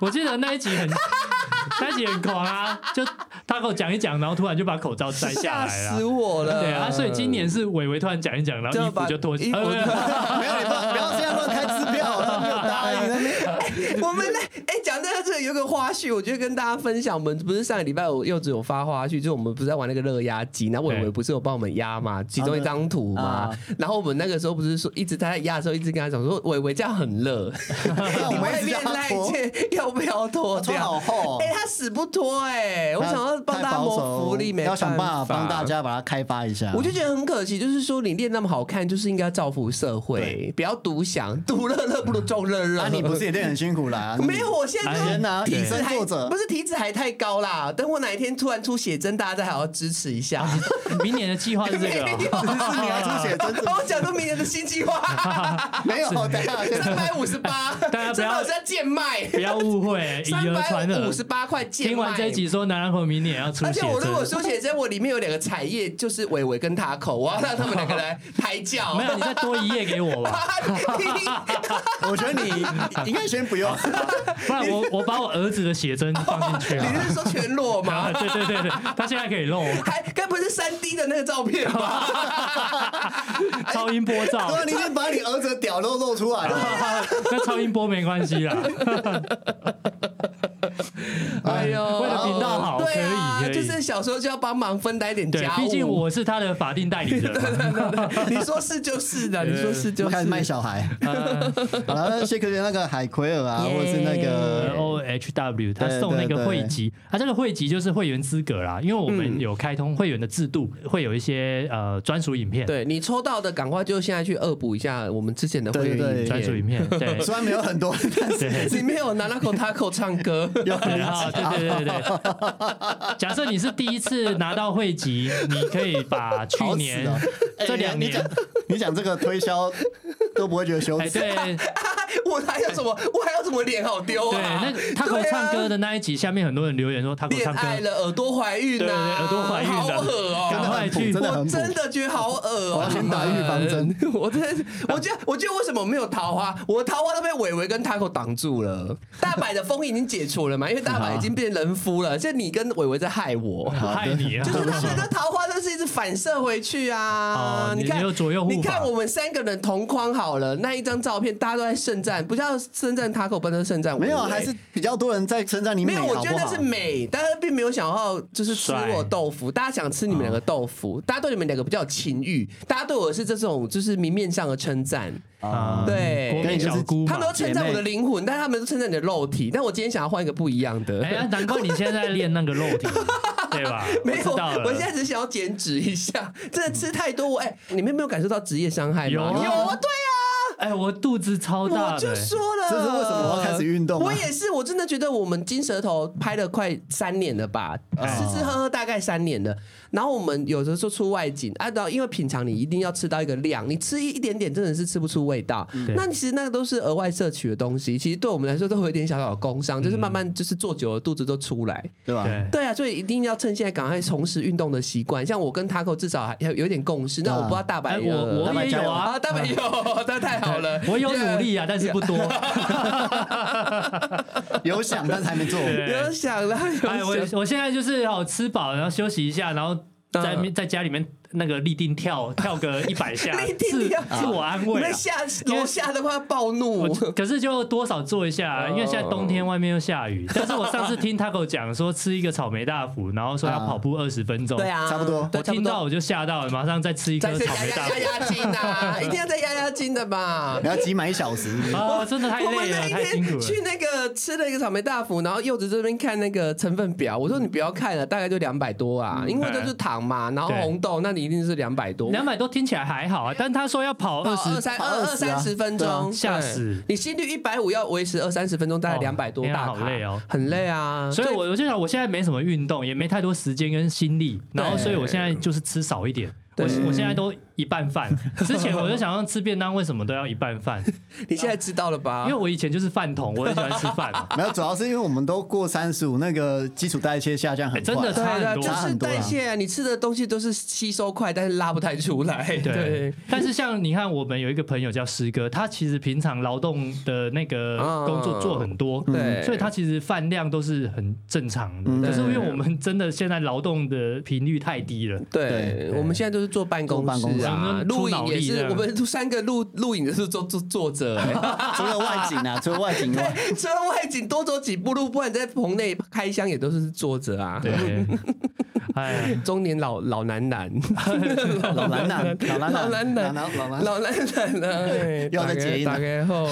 [SPEAKER 3] 我记得那一集很 那一集很狂啊，就他给我讲一讲，然后突然就把口罩摘下
[SPEAKER 1] 吓
[SPEAKER 3] 来
[SPEAKER 1] 死
[SPEAKER 3] 了。
[SPEAKER 1] 我了！
[SPEAKER 3] 对啊，所以今年是伟伟突然讲一讲，然后衣服就脱，
[SPEAKER 1] 就把衣服
[SPEAKER 3] 呃
[SPEAKER 1] 脱
[SPEAKER 2] 没有，你不要不要这样乱开支票，没有答应那 边。
[SPEAKER 1] 我们呢，哎，讲到这个有个花絮，我觉得跟大家分享，我们不是上个礼拜我柚子有发花絮，就是我们不是在玩那个热压机，然后伟
[SPEAKER 3] 对
[SPEAKER 1] 伟不是有帮我们压嘛，其中一张图嘛
[SPEAKER 2] 啊，
[SPEAKER 1] 然后我们那个时候不是说一直他在压的时候，一直跟他讲说伟伟这样很热，
[SPEAKER 2] 我
[SPEAKER 1] 你
[SPEAKER 2] 们
[SPEAKER 1] 外
[SPEAKER 2] 一直
[SPEAKER 1] 面
[SPEAKER 2] 叫
[SPEAKER 1] 那
[SPEAKER 2] 他
[SPEAKER 1] 一
[SPEAKER 2] 脱，
[SPEAKER 1] 件要不要脱
[SPEAKER 2] 脱
[SPEAKER 1] 掉
[SPEAKER 2] 好？厚哦
[SPEAKER 1] 哎，。他死不脱哎，我想要帮大家谋福利，没
[SPEAKER 2] 要想
[SPEAKER 1] 办
[SPEAKER 2] 办法帮大。家把它开发一下。
[SPEAKER 1] 我就觉得很可惜，就是说你练那么好看，就是应该造福社会
[SPEAKER 2] 对，
[SPEAKER 1] 不要独享，独乐乐不如众乐乐。
[SPEAKER 2] 啊，你不是也练很辛苦啦？
[SPEAKER 1] 没有，我现在
[SPEAKER 3] 哎
[SPEAKER 2] 先拿
[SPEAKER 1] 体
[SPEAKER 2] 以
[SPEAKER 1] 脂
[SPEAKER 2] 身
[SPEAKER 1] 还
[SPEAKER 2] 作则
[SPEAKER 1] 不是体脂还太高啦。等我哪一天突然出血针，大家再好好支持一下。
[SPEAKER 3] 明年的计划是啊 这
[SPEAKER 1] 没有，
[SPEAKER 3] 个哦、
[SPEAKER 2] 是 你还出血真的
[SPEAKER 1] 我讲出明年的新计 划，
[SPEAKER 2] 没有，等一下先
[SPEAKER 1] 三百五十八，
[SPEAKER 3] 大家不
[SPEAKER 1] 真的
[SPEAKER 3] 要
[SPEAKER 1] 我在贱卖，
[SPEAKER 3] 不要误会，以
[SPEAKER 1] 三
[SPEAKER 3] 讹传
[SPEAKER 1] 百
[SPEAKER 3] 讹
[SPEAKER 1] 五。十八块贱
[SPEAKER 3] 听完
[SPEAKER 1] 卖
[SPEAKER 3] 这。一集说南安红明年要出
[SPEAKER 1] 而
[SPEAKER 3] 写
[SPEAKER 1] 且我如果
[SPEAKER 3] 真，
[SPEAKER 1] 出血针，我里面有两个产业，就是伟伟跟塔口，我要让他们两个 来抬轿。
[SPEAKER 3] 没有，你再多一页 给我吧，
[SPEAKER 2] 我觉得你应该先不用，
[SPEAKER 3] 不然我我把我儿子的写真放进去
[SPEAKER 1] 你
[SPEAKER 3] 啊。
[SPEAKER 1] 是说全裸吗？
[SPEAKER 3] 对啊对对对，他现在可以露
[SPEAKER 1] 还该不是三 D 的那个照片 吧？
[SPEAKER 3] 超音波 照
[SPEAKER 2] 对，啊，你先把你儿子的屌都露出来了。
[SPEAKER 3] 那超音波没关系啦。
[SPEAKER 1] 哎呦，
[SPEAKER 3] 为了频道好
[SPEAKER 1] 对啊
[SPEAKER 3] 可以可以
[SPEAKER 1] 就是小时候就要帮忙分担一点
[SPEAKER 3] 对，
[SPEAKER 1] 家务。
[SPEAKER 3] 毕竟我是他的法定代理人嘛。
[SPEAKER 1] 你说是就是的，你说是
[SPEAKER 2] 就
[SPEAKER 1] 就
[SPEAKER 2] 开
[SPEAKER 1] 是
[SPEAKER 2] 始卖小孩。
[SPEAKER 3] 呃
[SPEAKER 2] 好了，那谢克的那个海奎尔啊，或者是那
[SPEAKER 3] 呃
[SPEAKER 2] 个
[SPEAKER 3] O H W，他
[SPEAKER 2] 对
[SPEAKER 3] 送那
[SPEAKER 2] 对
[SPEAKER 3] 个
[SPEAKER 2] 对
[SPEAKER 3] 会籍，他这个会籍就是会员资格啦，因为我们有开通会员的制度，会有一些呃专属影片，
[SPEAKER 1] 嗯对你抽到的，赶快就现在去恶补一下我们之前的会员
[SPEAKER 2] 对对
[SPEAKER 1] 影
[SPEAKER 3] 专属
[SPEAKER 1] 片
[SPEAKER 3] 影片， 对
[SPEAKER 2] 虽然没有很多， 但是
[SPEAKER 3] 对。
[SPEAKER 1] 里面有 Nanako Taco 唱歌，
[SPEAKER 2] 有很
[SPEAKER 3] 然后对对对对，假设你是第一次拿到会籍，你可以把去
[SPEAKER 2] 好死
[SPEAKER 3] 年
[SPEAKER 2] 哦哎
[SPEAKER 3] 这两
[SPEAKER 2] 你
[SPEAKER 3] 年
[SPEAKER 2] 讲，你讲这个推销都不会觉得羞
[SPEAKER 3] 哎
[SPEAKER 2] 耻。
[SPEAKER 3] 对对，
[SPEAKER 1] 我还有什么？我还有什么脸好丢啊？
[SPEAKER 3] 那个他可以
[SPEAKER 1] 对啊
[SPEAKER 3] 唱歌的那一集，下面很多人留言说他可以
[SPEAKER 1] 恋
[SPEAKER 3] 唱歌，
[SPEAKER 1] 爱了，耳朵怀孕
[SPEAKER 3] 对对对
[SPEAKER 1] 啊，
[SPEAKER 3] 耳朵怀孕
[SPEAKER 1] 好
[SPEAKER 3] 的
[SPEAKER 1] 恶哦、
[SPEAKER 2] 真的很
[SPEAKER 3] 赶快去
[SPEAKER 2] 补，真的
[SPEAKER 1] 我
[SPEAKER 2] 很补。
[SPEAKER 1] 真的觉得好恶
[SPEAKER 2] 我
[SPEAKER 1] 哦、
[SPEAKER 2] 要先打预防针。
[SPEAKER 1] 我真的 是，我觉得，我觉得为什么没有桃花？我桃花都被伟伟跟 Taco 挡住了。大阪的封印已经解除了 嘛，因为大阪已经变人夫了。现在你跟伟伟在害我。
[SPEAKER 3] 害你啊！
[SPEAKER 1] 就是他们的桃花，真是一直反射回去啊！
[SPEAKER 3] 哦
[SPEAKER 1] 你看
[SPEAKER 3] 你有左右护法
[SPEAKER 1] 你看我们三个人同框好了，那一张照片大家都在盛赞，不叫盛赞 Taco，不是盛赞伟
[SPEAKER 2] 没
[SPEAKER 1] 伟
[SPEAKER 2] 有，啊还是比较多人在称赞你
[SPEAKER 1] 没
[SPEAKER 2] 美，
[SPEAKER 1] 有，我
[SPEAKER 2] 好
[SPEAKER 1] 觉
[SPEAKER 2] 不
[SPEAKER 1] 得那
[SPEAKER 2] 好
[SPEAKER 1] 是？美，但是并没有想要就是吃
[SPEAKER 3] 帅啊
[SPEAKER 1] 我豆腐。大家想吃你们两个豆腐，大家对你们两个比较有情欲，大家对我是这种就是明面上的称赞，
[SPEAKER 3] 啊，嗯
[SPEAKER 1] 对
[SPEAKER 3] 国
[SPEAKER 2] 跟
[SPEAKER 3] 民
[SPEAKER 2] 你就是
[SPEAKER 3] 小姑嘛，
[SPEAKER 1] 他们都称赞
[SPEAKER 2] 姐妹
[SPEAKER 1] 我的灵魂，但他们都称赞你的肉体。但我今天想要换一个不一样的，
[SPEAKER 3] 哎、呀，难怪你现在在练那个肉体，对吧？
[SPEAKER 1] 没有，
[SPEAKER 3] 我知道了
[SPEAKER 1] 我现在只想要减脂一下，真的吃太多。我哎，你们有没有感受到职业伤害吗？
[SPEAKER 3] 有啊
[SPEAKER 1] 有啊，对
[SPEAKER 3] 哎、我肚子超
[SPEAKER 1] 啊，
[SPEAKER 3] 大
[SPEAKER 1] 我
[SPEAKER 3] 的、
[SPEAKER 1] 就
[SPEAKER 3] 哎
[SPEAKER 1] 说了，
[SPEAKER 2] 这是为什么我要开始运动啊
[SPEAKER 1] 我也是，我真的觉得我们金舌头拍了快三年了吧，
[SPEAKER 3] 哦
[SPEAKER 1] 吃吃喝喝大概三年了。然后我们有的时候出外景，啊，然后因为品尝你一定要吃到一个量，你吃一一点点真的是吃不出味道。
[SPEAKER 3] 嗯
[SPEAKER 1] 那其实那个都是额外摄取的东西，其实对我们来说都会有一点小小的工
[SPEAKER 3] 嗯
[SPEAKER 1] 伤，就是慢慢就是做久了肚子都出来。
[SPEAKER 2] 对吧？
[SPEAKER 3] 对。
[SPEAKER 1] 对啊，所以一定要趁现在赶快重拾运动的习惯。像我跟 Taco 至少还有有一点共识，那我不知道大白
[SPEAKER 3] 哎
[SPEAKER 1] 有
[SPEAKER 3] 我我
[SPEAKER 1] 大白
[SPEAKER 3] 也有啊
[SPEAKER 1] 啊，大白有， 那太好了，
[SPEAKER 3] 我有努力啊，但是不多。
[SPEAKER 2] 有想，但是还没做。
[SPEAKER 3] 对
[SPEAKER 1] 有想了，
[SPEAKER 3] 哎，我
[SPEAKER 1] 有想
[SPEAKER 3] 我现在就是哦，吃饱，然后休息一下，然后在
[SPEAKER 1] 嗯
[SPEAKER 3] 面在家里面那个立定跳跳个一百下，
[SPEAKER 1] 立定
[SPEAKER 3] 自
[SPEAKER 1] 跳
[SPEAKER 3] 自我安慰
[SPEAKER 1] 那
[SPEAKER 3] 啊。
[SPEAKER 1] 下楼下都快要暴怒
[SPEAKER 3] 我。可是就多少做一下，啊
[SPEAKER 1] 哦
[SPEAKER 3] 因为现在冬天外面又下 雨。但是我上次听 Taco 讲说吃一个草莓大福，然后说要
[SPEAKER 2] 啊
[SPEAKER 3] 跑步二十分 钟，
[SPEAKER 1] 对啊，
[SPEAKER 2] 差不多
[SPEAKER 1] 对
[SPEAKER 3] 我听到。我就吓到了，马上再吃一
[SPEAKER 1] 差
[SPEAKER 3] 颗
[SPEAKER 1] 不多再压
[SPEAKER 3] 草
[SPEAKER 1] 压
[SPEAKER 3] 莓大福
[SPEAKER 1] 压。压惊啊！一定要再压压惊的吧
[SPEAKER 2] 你。要挤满一小 时，
[SPEAKER 3] 啊，真的太
[SPEAKER 1] 我
[SPEAKER 3] 累
[SPEAKER 1] 们
[SPEAKER 3] 了，
[SPEAKER 1] 那
[SPEAKER 3] 太
[SPEAKER 1] 一
[SPEAKER 3] 辛
[SPEAKER 1] 天
[SPEAKER 3] 苦了。
[SPEAKER 1] 去那个吃了一个草莓大福，然后柚子这边看那个成分表，我说你不要看了，大概就两百多啊，因为就是糖嘛，然后
[SPEAKER 3] 嗯对
[SPEAKER 1] 红豆，那你一定是两百多。哦
[SPEAKER 3] 两百多听起来还好啊，但他说要跑二
[SPEAKER 1] 二
[SPEAKER 3] 十，
[SPEAKER 1] 三
[SPEAKER 2] 跑
[SPEAKER 1] 二二
[SPEAKER 2] 20
[SPEAKER 1] 三
[SPEAKER 2] 啊
[SPEAKER 1] 十分
[SPEAKER 2] 对啊
[SPEAKER 1] 钟，
[SPEAKER 3] 吓
[SPEAKER 1] 对
[SPEAKER 3] 死！
[SPEAKER 1] 你心率一百五要维持二三十分钟，大概
[SPEAKER 3] 哦
[SPEAKER 1] 两百多
[SPEAKER 3] 天啊
[SPEAKER 1] 大卡，
[SPEAKER 3] 好累哦
[SPEAKER 1] 很累啊。
[SPEAKER 3] 所以我我就想我现在没什么运动，也没太多时间跟心力，然后所以我现在就是吃少一点。我
[SPEAKER 1] 对
[SPEAKER 3] 我现在都一半饭，之前我就想要吃便当，为什么都要一半 饭？
[SPEAKER 1] 你现在知道了吧？
[SPEAKER 3] 因为我以前就是饭桶，我很喜欢吃饭啊嘛。
[SPEAKER 2] 没有，主要是因为我们都过三十五，那个基础代谢下降很
[SPEAKER 3] 哎
[SPEAKER 2] 快。
[SPEAKER 3] 真的
[SPEAKER 1] 对
[SPEAKER 3] 差很
[SPEAKER 1] 啊，
[SPEAKER 3] 多
[SPEAKER 1] 就
[SPEAKER 3] 差
[SPEAKER 1] 是
[SPEAKER 2] 很多啊
[SPEAKER 1] 代谢啊，你吃的东西都是吸收快，但是拉不太出来。对
[SPEAKER 3] 对，，但是像你看，我们有一个朋友叫师哥，他其实平常劳动的那个
[SPEAKER 1] 嗯
[SPEAKER 3] 工作做很多，
[SPEAKER 1] 对
[SPEAKER 3] 所以他其实饭量都是很正常的。
[SPEAKER 2] 嗯
[SPEAKER 3] 可是因为
[SPEAKER 1] 对
[SPEAKER 3] 我们真的现在劳动的频率太低了，
[SPEAKER 1] 对，
[SPEAKER 2] 对
[SPEAKER 1] 我们现在都是坐办公
[SPEAKER 2] 坐办公
[SPEAKER 1] 室
[SPEAKER 2] 室
[SPEAKER 1] 啊
[SPEAKER 3] 嗯，
[SPEAKER 1] 录
[SPEAKER 3] 出
[SPEAKER 1] 影
[SPEAKER 3] 脑
[SPEAKER 1] 也
[SPEAKER 3] 力这
[SPEAKER 1] 是，
[SPEAKER 3] 样
[SPEAKER 1] 我们三个录录影的是坐坐坐着欸。
[SPEAKER 2] 除了外景啊，除了外景以外，
[SPEAKER 1] 除了外景多走几步路，不然在棚内开箱也都是坐着啊。
[SPEAKER 3] 对，哎，
[SPEAKER 1] 中年老老男男，
[SPEAKER 2] 老男男， 老男
[SPEAKER 1] 老男男
[SPEAKER 2] 男，老男男，
[SPEAKER 1] 老男人了，哎
[SPEAKER 2] 要再结一
[SPEAKER 1] 打
[SPEAKER 2] 打
[SPEAKER 1] 开后，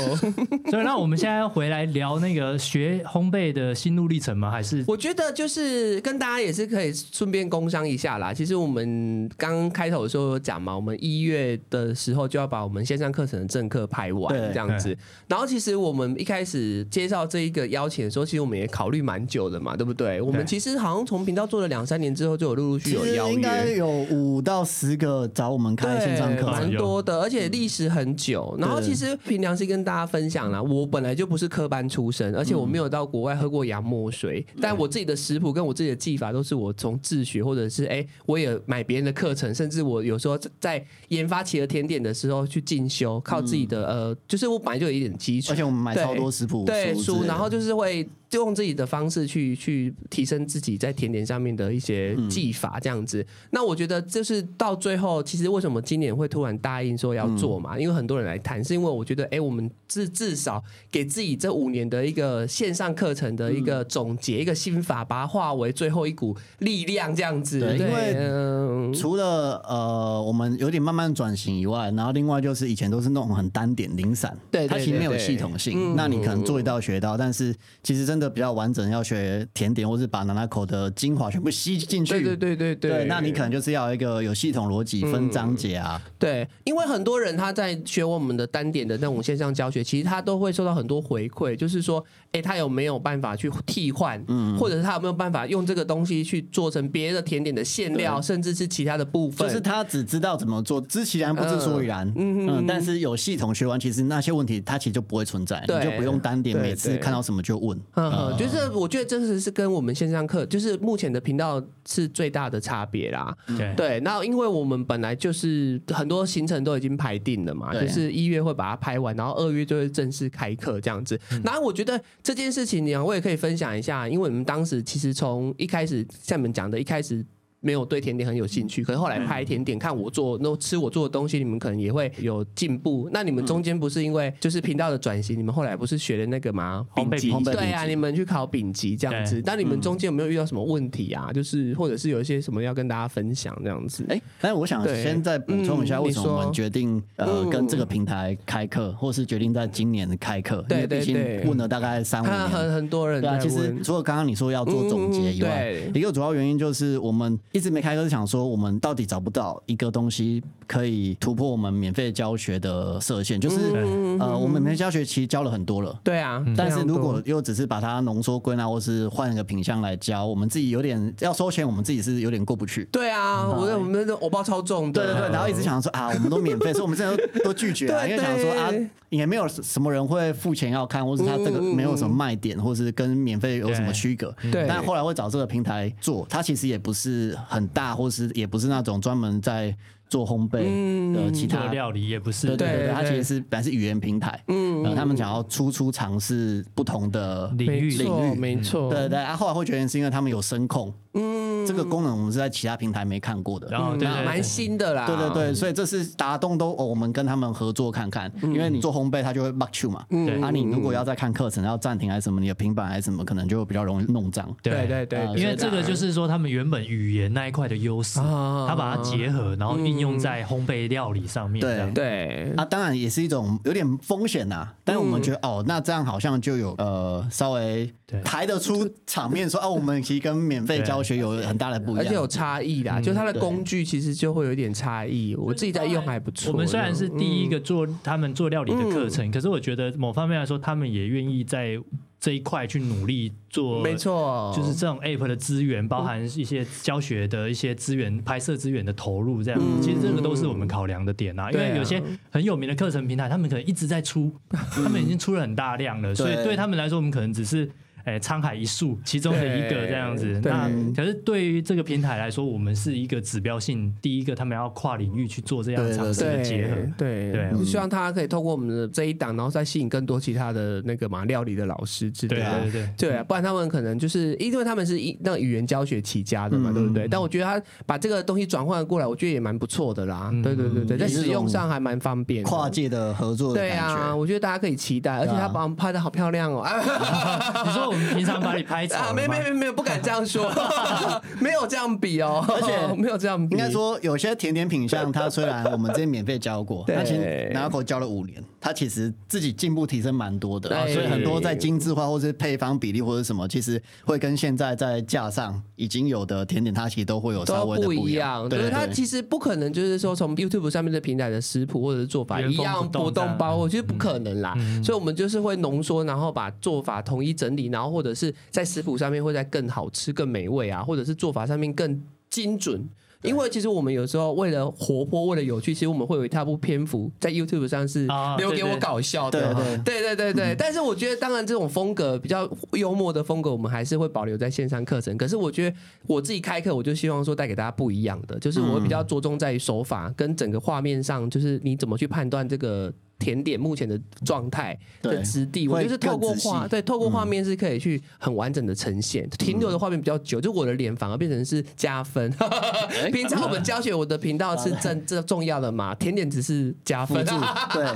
[SPEAKER 3] 所以那我们现在要回来聊那个学烘焙的心路历程吗？还是
[SPEAKER 1] 我觉得就是跟大家也是可以顺便工商一下啦。其实我们刚开头的时候有讲嘛，我们一月的时候就要把我们线上课程的正课拍完
[SPEAKER 2] 对
[SPEAKER 1] 这样子。然后其实我们一开始介绍这一个邀请的时候，其实我们也考虑蛮久的嘛，对不对？我们
[SPEAKER 3] 对
[SPEAKER 1] 其实好像从频道做了两三年之后，就有陆陆续
[SPEAKER 2] 其
[SPEAKER 1] 续有
[SPEAKER 2] 实
[SPEAKER 1] 邀
[SPEAKER 2] 应该
[SPEAKER 1] 约。
[SPEAKER 2] 有五到十个找我们开线上课嗯
[SPEAKER 1] 对蛮
[SPEAKER 2] 程，
[SPEAKER 1] 多的，而且历史很久。然后
[SPEAKER 2] 对
[SPEAKER 1] 其实凭良心跟大家分享啦，我本来就不是科班出身，而且我没有到国外喝过洋墨水，
[SPEAKER 2] 嗯
[SPEAKER 1] 但我自己的食谱跟我自己的技法都是我从自学，或者是哎、我也买别人的课程，甚至我有时候在研发企鹅甜点的时候去进
[SPEAKER 2] 嗯
[SPEAKER 1] 修，靠自己的、呃，就是我本来就有一点基础
[SPEAKER 2] 而。且我们买
[SPEAKER 1] 对
[SPEAKER 2] 超多食谱
[SPEAKER 1] 对
[SPEAKER 2] 之类
[SPEAKER 1] 书，
[SPEAKER 2] 的
[SPEAKER 1] 然后就是会就用自己的方式去去提升自己在甜点上面的一些
[SPEAKER 2] 嗯
[SPEAKER 1] 技法，这样子。那我觉得就是到最后，其实为什么今年会突然答应说要做
[SPEAKER 2] 嗯
[SPEAKER 1] 嘛？因为很多人来谈，是因为我觉得，哎、我们至至少给自己这五年的一个线上课程的一
[SPEAKER 2] 嗯
[SPEAKER 1] 个总结，一个心法，把它化为最后一股力量，这样子。
[SPEAKER 2] 对因为
[SPEAKER 1] 嗯
[SPEAKER 2] 除了呃，我们有点慢慢转型以外，然后另外就是以前都是那种很单点零散，
[SPEAKER 1] 对对
[SPEAKER 2] 它其实
[SPEAKER 1] 对
[SPEAKER 2] 没有
[SPEAKER 1] 对
[SPEAKER 2] 系统性。
[SPEAKER 1] 嗯
[SPEAKER 2] 那你可能做一道学一道，但是其实真的比较完整，要学甜点或是把 Nanako 的精华全部吸进去。
[SPEAKER 1] 对对对对嗯
[SPEAKER 2] 对那你可能就是要有一个有系统逻辑分章节啊，
[SPEAKER 1] 对，因为很多人他在学我们的单点的那种线上教学，其实他都会受到很多回馈，就是说，哎，他有没有办法去替换，
[SPEAKER 2] 嗯
[SPEAKER 1] 或者是他有没有办法用这个东西去做成别的甜点的馅料，甚至是其他的部分。
[SPEAKER 2] 嗯就是他只知道怎么做，知其然不知所以然。嗯嗯但是有系统学完，其实那些问题它其实就不会存在，
[SPEAKER 1] 对
[SPEAKER 2] 你就不用单点
[SPEAKER 1] 对
[SPEAKER 2] 每次
[SPEAKER 1] 对
[SPEAKER 2] 看到什么就问。
[SPEAKER 1] 呵
[SPEAKER 2] 嗯
[SPEAKER 1] 呵，嗯就是我觉得这是是跟我们线上课，就是目前的频道是最大的差别啦。
[SPEAKER 3] 对
[SPEAKER 1] 对，那因为我们本来就是很多行程都已经排定了嘛，
[SPEAKER 2] 对
[SPEAKER 1] 就是一月会把它拍完，然后二月就会正式开课这样子。
[SPEAKER 3] 嗯
[SPEAKER 1] 然后我觉得这件事情，两位可以分享一下，因为你们当时其实从一开始像你们讲的，一开始。没有对甜点很有兴
[SPEAKER 3] 嗯
[SPEAKER 1] 趣，可是后来拍甜点，看我做，那吃我做的东西，你们可能也会有进步。那你们中
[SPEAKER 3] 嗯
[SPEAKER 1] 间不是因为就是频道的转型，你们后来不是学了那个吗？
[SPEAKER 3] 烘焙
[SPEAKER 2] 丙级
[SPEAKER 3] 烘焙
[SPEAKER 1] 对啊，
[SPEAKER 2] 丙级
[SPEAKER 1] 你们去考丙级这样子，那你们中
[SPEAKER 2] 嗯
[SPEAKER 1] 间有没有遇到什么问题啊？就是或者是有一些什么要跟大家分享这样子？
[SPEAKER 2] 哎、但是我想
[SPEAKER 1] 对
[SPEAKER 2] 先再补充一下，
[SPEAKER 1] 嗯
[SPEAKER 2] 为什么我
[SPEAKER 1] 你
[SPEAKER 2] 们
[SPEAKER 1] 说
[SPEAKER 2] 决定呃
[SPEAKER 1] 嗯
[SPEAKER 2] 跟这个平台开课，或是决定在今年开课？因
[SPEAKER 1] 对
[SPEAKER 2] 为毕
[SPEAKER 1] 对
[SPEAKER 2] 竟
[SPEAKER 1] 对
[SPEAKER 2] 问了大概三五
[SPEAKER 1] 他
[SPEAKER 2] 年。
[SPEAKER 1] 很很多人
[SPEAKER 2] 对啊，
[SPEAKER 1] 在
[SPEAKER 2] 其实
[SPEAKER 1] 问，
[SPEAKER 2] 除了刚刚你说要做总结以外
[SPEAKER 1] 嗯嗯嗯，
[SPEAKER 2] 一个主要原因就是我们一直没开课，是想说我们到底找不到一个东西可以突破我们免费教学的设限，就是呃，我们免费教学其实教了很多了，
[SPEAKER 1] 对啊，
[SPEAKER 2] 嗯但是
[SPEAKER 1] 非常多
[SPEAKER 2] 如果又只是把它浓缩归纳，或是换一个品相来教，我们自己有点要收钱，我们自己是有点过不去。
[SPEAKER 1] 对啊，我我们的欧包超重的，
[SPEAKER 2] 嗯对对对，然后一直想说啊，我们都免费，所以我们真的都都拒绝了，因
[SPEAKER 1] 对
[SPEAKER 2] 为想说啊
[SPEAKER 1] 对，
[SPEAKER 2] 也没有什么人会付钱要看，或是他这个没有什么卖点，或是跟免费有什么区隔。
[SPEAKER 1] 对
[SPEAKER 2] 但后来会找这个平台做，它其实也不是很大，或是也不是那种专门在做烘焙的其
[SPEAKER 3] 做
[SPEAKER 2] 他。
[SPEAKER 3] 料理也不是
[SPEAKER 2] 对嗯对对
[SPEAKER 1] 对
[SPEAKER 2] 对，它其
[SPEAKER 1] 对
[SPEAKER 2] 实是本来是语言平台，嗯，他们想要出出尝试不同的
[SPEAKER 3] 领
[SPEAKER 1] 没
[SPEAKER 3] 域
[SPEAKER 1] 错没错，
[SPEAKER 2] 对对对，啊，后来会觉得是因为他们有声控，嗯，这个功能我们是在其他平台没看过的。
[SPEAKER 3] 然后
[SPEAKER 1] 嗯
[SPEAKER 3] 对对
[SPEAKER 1] 蛮
[SPEAKER 3] 对
[SPEAKER 1] 新的啦，
[SPEAKER 2] 对对对，所以这是打动都、哦我们跟他们合作看看，因为你做烘焙，它就会 bug you 嘛。
[SPEAKER 3] 对
[SPEAKER 2] 啊，你如果要再看课程，要暂停还是什么，你的平板还是什么，可能就比较容易弄脏。
[SPEAKER 1] 对对对，
[SPEAKER 2] 啊
[SPEAKER 1] 对
[SPEAKER 3] 因为这个就
[SPEAKER 1] 对
[SPEAKER 3] 是说，他们原本语言那一块的优势，
[SPEAKER 1] 啊嗯
[SPEAKER 3] 他把它结合，然后应用在烘焙料理上面。
[SPEAKER 2] 对
[SPEAKER 3] 这样
[SPEAKER 1] 对
[SPEAKER 2] 啊，当然也是一种有点风险呐、但是我们觉得、哦，那这样好像就有呃稍微
[SPEAKER 3] 对
[SPEAKER 2] 排得出场面说，哦，我们其实跟免费教学有很大的不一
[SPEAKER 1] 而
[SPEAKER 2] 样，
[SPEAKER 1] 且有差异啦，就它的
[SPEAKER 2] 嗯对
[SPEAKER 1] 工具其实就会有点差异。我自己在用还不错。嗯
[SPEAKER 3] 我们虽然是第一个做他们做料理的课程，可是我觉得某方面来说，他们也愿意在这一块去努力做，
[SPEAKER 1] 没，错，
[SPEAKER 3] 就是这种 app 的资源，包含一些教学的一些资源、拍摄资源的投入，这样、其实这个都是我们考量的点啊。因
[SPEAKER 1] 嗯对啊
[SPEAKER 3] 为有些很有名的课程平台，他们可能一直在出，他们已经出了很大量了，所以对他们来说，我们可能只是。哎，沧海一粟，其中的一个
[SPEAKER 1] 对
[SPEAKER 3] 这样子。
[SPEAKER 1] 对
[SPEAKER 3] 那可是对于这个平台来说，我们是一个指标性，第一个他们要跨领域去做这样的
[SPEAKER 2] 对对嗯
[SPEAKER 3] 尝试
[SPEAKER 1] 对
[SPEAKER 3] 的结合。
[SPEAKER 1] 对
[SPEAKER 3] 对
[SPEAKER 1] 就希望他可以透过我们的这一档，然后再吸引更多其他的那个嘛料理的老师之类
[SPEAKER 3] 对
[SPEAKER 1] 的。
[SPEAKER 3] 对对
[SPEAKER 1] 对
[SPEAKER 2] 嗯
[SPEAKER 1] 啊，不然他们可能就是因为他们是一那语言教学起家的
[SPEAKER 2] 嗯
[SPEAKER 1] 嘛，对不对？但我觉得他把这个东西转换过来，我觉得也蛮不错的啦。对对对对，在
[SPEAKER 2] 嗯也是
[SPEAKER 1] 使用
[SPEAKER 2] 种
[SPEAKER 1] 上还蛮方便的。
[SPEAKER 2] 跨界的合作的
[SPEAKER 1] 对
[SPEAKER 2] 感觉。
[SPEAKER 1] 啊，我觉得大家可以期待，而且
[SPEAKER 2] 对啊
[SPEAKER 1] 他把我们拍的好漂亮哦。
[SPEAKER 3] 你说我们平常把 你拍
[SPEAKER 1] 啊，
[SPEAKER 3] 草了
[SPEAKER 1] 没
[SPEAKER 3] 吗
[SPEAKER 1] 没没没有，不敢这样 说，没有这样比哦，而
[SPEAKER 2] 且
[SPEAKER 1] 没有这样比，
[SPEAKER 2] 应该说，有些甜点品相，它虽然我们之前免费教过，
[SPEAKER 1] 对
[SPEAKER 2] 但其实拿口教了五年，它其实自己进步提升蛮多的，
[SPEAKER 1] 对
[SPEAKER 2] 所以很多在精致化或是配方比例或者什么，其实会跟现在在架上已经有的甜点，它其实都会有稍
[SPEAKER 1] 都
[SPEAKER 2] 微的
[SPEAKER 1] 不一
[SPEAKER 2] 一
[SPEAKER 1] 样，
[SPEAKER 2] 对
[SPEAKER 1] 就是
[SPEAKER 2] 对
[SPEAKER 1] 它
[SPEAKER 2] 对
[SPEAKER 1] 其实不可能，就是说从 YouTube 上面的平台的食谱或者是做法
[SPEAKER 3] 原
[SPEAKER 1] 一
[SPEAKER 3] 封
[SPEAKER 1] 样
[SPEAKER 3] 不动
[SPEAKER 1] 不
[SPEAKER 3] 这
[SPEAKER 1] 动
[SPEAKER 3] 样嗯
[SPEAKER 1] 包括，其实不可能啦。所以我们就是会浓缩，然后把做法统一整理，然后或者是在食谱上面会再更好吃、更美味啊，或者是做法上面更精准。因为其实我们有时候为了活泼，为了有趣，其实我们会有一大部篇幅在 YouTube 上是
[SPEAKER 3] 啊
[SPEAKER 1] 留
[SPEAKER 3] 对
[SPEAKER 1] 给我
[SPEAKER 3] 对
[SPEAKER 1] 搞笑的，
[SPEAKER 2] 对
[SPEAKER 1] 对对对
[SPEAKER 2] 嗯
[SPEAKER 1] 对，但是我觉得，当然这种风格比较幽默的风格，我们还是会保留在线上课程。可是我觉得我自己开课，我就希望说带给大家不一样的，就是我会比较着重在于手法跟整个画面上，就是你怎么去判断这个甜点目前的状态的
[SPEAKER 2] 对
[SPEAKER 1] 质地，我
[SPEAKER 2] 会
[SPEAKER 1] 觉得是透过
[SPEAKER 2] 更仔细嗯
[SPEAKER 1] 画，对，透过画面是可以去很完整的呈现。停留的画面比较久，就我的脸反而变成是加分。
[SPEAKER 2] 哎
[SPEAKER 1] 平常我们教学我的频道是正这重要的嘛，甜点只是加
[SPEAKER 2] 辅
[SPEAKER 1] 分
[SPEAKER 2] 助，对，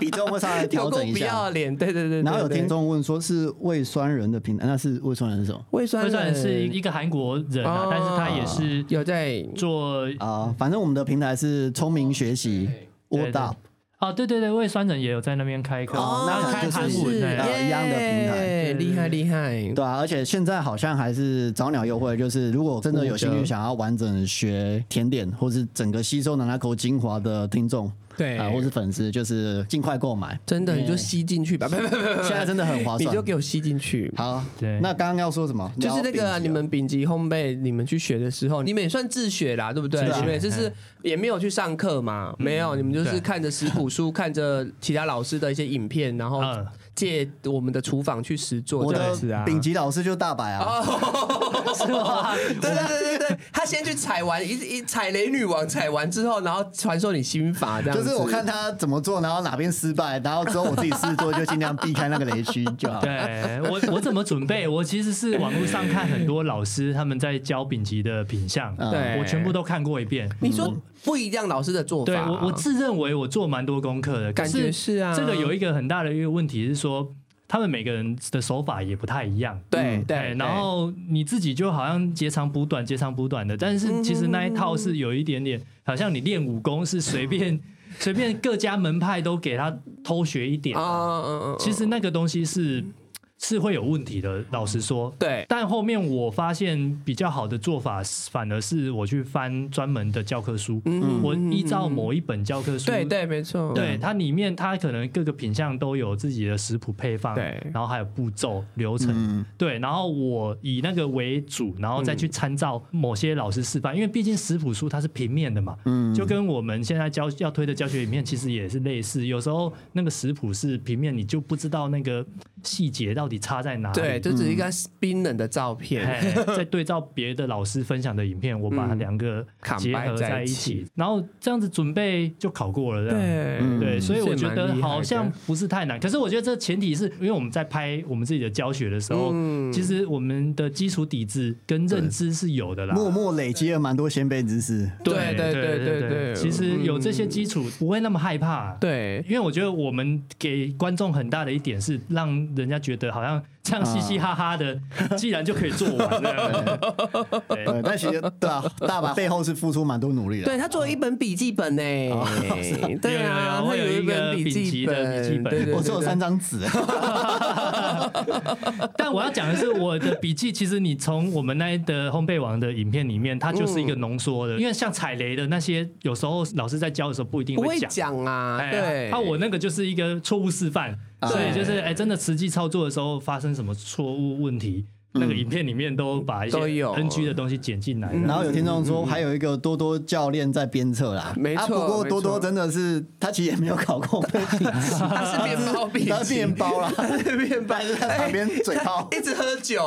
[SPEAKER 2] 比重会稍微
[SPEAKER 1] 透
[SPEAKER 2] 调
[SPEAKER 1] 过
[SPEAKER 2] 整一
[SPEAKER 1] 不要
[SPEAKER 2] 下。
[SPEAKER 1] 脸，对对对对。
[SPEAKER 2] 然后有
[SPEAKER 1] 对
[SPEAKER 2] 听众问说，是胃酸人的平台，那是胃酸人是什么？
[SPEAKER 1] 胃酸
[SPEAKER 3] 虽然
[SPEAKER 1] 人
[SPEAKER 3] 是一个韩国人
[SPEAKER 1] 哦
[SPEAKER 3] 啊，但是他也是
[SPEAKER 1] 有在
[SPEAKER 3] 做
[SPEAKER 2] 啊、反正我们的平台是聪明学习
[SPEAKER 3] 对
[SPEAKER 2] w 大，
[SPEAKER 3] 啊，对对对，魏酸人也有在那边开课，
[SPEAKER 2] 哦
[SPEAKER 3] 然后
[SPEAKER 2] 那
[SPEAKER 3] 开
[SPEAKER 2] 就是
[SPEAKER 3] 韩文
[SPEAKER 2] 啊
[SPEAKER 3] 哎
[SPEAKER 2] 耶一样的平台
[SPEAKER 1] 耶厉害厉害。
[SPEAKER 2] 对啊，而且现在好像还是早鸟优惠，就是如果真的有兴
[SPEAKER 1] 五折
[SPEAKER 2] 趣想要完整学甜点，或是整个吸收南大口精华的听众，
[SPEAKER 1] 对
[SPEAKER 2] 啊、嗯或是粉丝，就是尽快购买，
[SPEAKER 1] 真的，你就吸进去吧，不不不不，
[SPEAKER 2] 现在真的很划
[SPEAKER 1] 你
[SPEAKER 2] 算
[SPEAKER 1] 就。给我吸进去。
[SPEAKER 2] 好，
[SPEAKER 3] 对
[SPEAKER 2] 那刚刚要说什么？
[SPEAKER 1] 就是那
[SPEAKER 2] 聊饼
[SPEAKER 1] 个
[SPEAKER 2] 子
[SPEAKER 1] 啊
[SPEAKER 2] 哦
[SPEAKER 1] 你们丙级烘焙，你们去学的时候，你们也算自学啦，对不对？
[SPEAKER 2] 是啊嗯
[SPEAKER 1] 你们也就是也没有去上课嘛，没有，你们就是
[SPEAKER 3] 嗯对
[SPEAKER 1] 看着食谱书，看着其他老师的一些影片，然后
[SPEAKER 3] 嗯
[SPEAKER 1] 借我们的厨房去实做
[SPEAKER 2] 我
[SPEAKER 1] 这样
[SPEAKER 2] 的
[SPEAKER 1] 子啊。
[SPEAKER 2] 顶级老师就大白啊，
[SPEAKER 1] 哦对对对对对，他先去踩完一一踩雷女王，踩完之后，然后传授你心法这样
[SPEAKER 2] 就
[SPEAKER 1] 子。
[SPEAKER 2] 是我看他怎么做，然后哪边失败，然后之后我自己试做，就尽量避开那个雷区就好。
[SPEAKER 3] 对啊我我怎么准备？我其实是网络上看很多老师他们在教丙级的品相，
[SPEAKER 2] 嗯
[SPEAKER 1] 对
[SPEAKER 3] 我全部都看过一遍。
[SPEAKER 1] 你说不一样老师的做法，
[SPEAKER 3] 对我
[SPEAKER 2] 啊
[SPEAKER 3] 我自认为我做蛮多功课的，可
[SPEAKER 1] 感觉
[SPEAKER 3] 是
[SPEAKER 1] 是啊，
[SPEAKER 3] 这个有一个很大的一个问题是说，他们每个人的手法也不太一样。
[SPEAKER 1] 对
[SPEAKER 2] 嗯
[SPEAKER 1] 对，
[SPEAKER 3] 哎然后你自己就好像截长补短，截长补短的，但是其实那一套是有一点点，好像你练武功是随 便随便各家门派都给他偷学一点
[SPEAKER 1] 啊，嗯嗯嗯，
[SPEAKER 3] 其实那个东西是是会有问题的，老实说。
[SPEAKER 1] 对
[SPEAKER 3] 但后面我发现比较好的做法，反而是我去翻专门的教科书，我依照某一本教科书，
[SPEAKER 1] 嗯对对，没错，
[SPEAKER 3] 对它里面它可能各个品相都有自己的食谱配方，
[SPEAKER 1] 对
[SPEAKER 3] 然后还有步骤流程，
[SPEAKER 2] 嗯
[SPEAKER 3] 对，然后我以那个为主，然后再
[SPEAKER 1] 嗯
[SPEAKER 3] 去参照某些老师示范，因为毕竟食谱书它是平面的嘛，
[SPEAKER 2] 嗯，
[SPEAKER 3] 就跟我们现在教要推的教学里面其实也是类似，有时候那个食谱是平面，你就不知道那个细节到底差在哪里。
[SPEAKER 1] 对，这只是一张冰冷的照片，
[SPEAKER 3] 哎，再对照别的老师分享的影片，我把
[SPEAKER 1] 嗯
[SPEAKER 3] 两个
[SPEAKER 1] 砍
[SPEAKER 3] 结
[SPEAKER 1] 掰
[SPEAKER 3] 合
[SPEAKER 1] 在
[SPEAKER 3] 在
[SPEAKER 1] 一
[SPEAKER 3] 一
[SPEAKER 1] 起
[SPEAKER 3] 起，然后这样子准备就考过了。这样
[SPEAKER 1] 对
[SPEAKER 2] 嗯
[SPEAKER 3] 对，所以我
[SPEAKER 1] 是
[SPEAKER 3] 觉
[SPEAKER 1] 蛮
[SPEAKER 3] 得
[SPEAKER 1] 厉害
[SPEAKER 3] 好
[SPEAKER 1] 的
[SPEAKER 3] 像不是太难。可是我觉得这前提是因为我们在拍我们自己的教学的时候，
[SPEAKER 1] 嗯
[SPEAKER 3] 其实我们的基础底子跟认知是有的啦。
[SPEAKER 2] 默默累积了蛮多先辈知识。
[SPEAKER 1] 对对对对
[SPEAKER 3] 对
[SPEAKER 1] 对
[SPEAKER 3] 其实有这些
[SPEAKER 1] 嗯
[SPEAKER 3] 基础，不会那么害怕。。
[SPEAKER 1] 对
[SPEAKER 3] 因为我觉得我们给观众很大的一点是，让人家觉得好像这样嘻嘻哈 哈的，既然就可以做完了。对
[SPEAKER 2] 对，但其实对啊，大白背后是付出蛮多努力的。
[SPEAKER 1] 对，他做了一本笔记本呢，对啊，
[SPEAKER 3] 有有
[SPEAKER 1] 他
[SPEAKER 3] 有我有
[SPEAKER 1] 一
[SPEAKER 3] 一个
[SPEAKER 1] 本笔
[SPEAKER 3] 丙
[SPEAKER 1] 记
[SPEAKER 3] 级的笔记本
[SPEAKER 1] 对对对，
[SPEAKER 2] 我只有
[SPEAKER 1] 对
[SPEAKER 2] 三张纸，
[SPEAKER 3] 但我要讲的是，我的笔记其实你从我们那一的烘焙网的影片里面，它就是一
[SPEAKER 1] 嗯
[SPEAKER 3] 个浓缩的，因为像踩雷的那些，有时候老师在教的时候不一定
[SPEAKER 1] 不会
[SPEAKER 3] 讲。
[SPEAKER 1] 讲啊，
[SPEAKER 3] 哎
[SPEAKER 1] 对，
[SPEAKER 3] 啊，我那个就是一个错误示范，所以就是哎，真的实际操作的时候发生什么错误问题，那个影片里面都把一些
[SPEAKER 1] 嗯都有嗯
[SPEAKER 3] NG 的东西剪进来。
[SPEAKER 2] 然后有听众说还有一个多多教练在鞭策啦，
[SPEAKER 1] 嗯没错
[SPEAKER 2] 啊不过多多真的是他其实也没有 考过背景，
[SPEAKER 1] 他 是面包笔
[SPEAKER 2] 他
[SPEAKER 1] 记，
[SPEAKER 2] 面 包啦，
[SPEAKER 1] 面包哎
[SPEAKER 2] 但 是他旁边嘴炮。
[SPEAKER 1] 一直喝酒，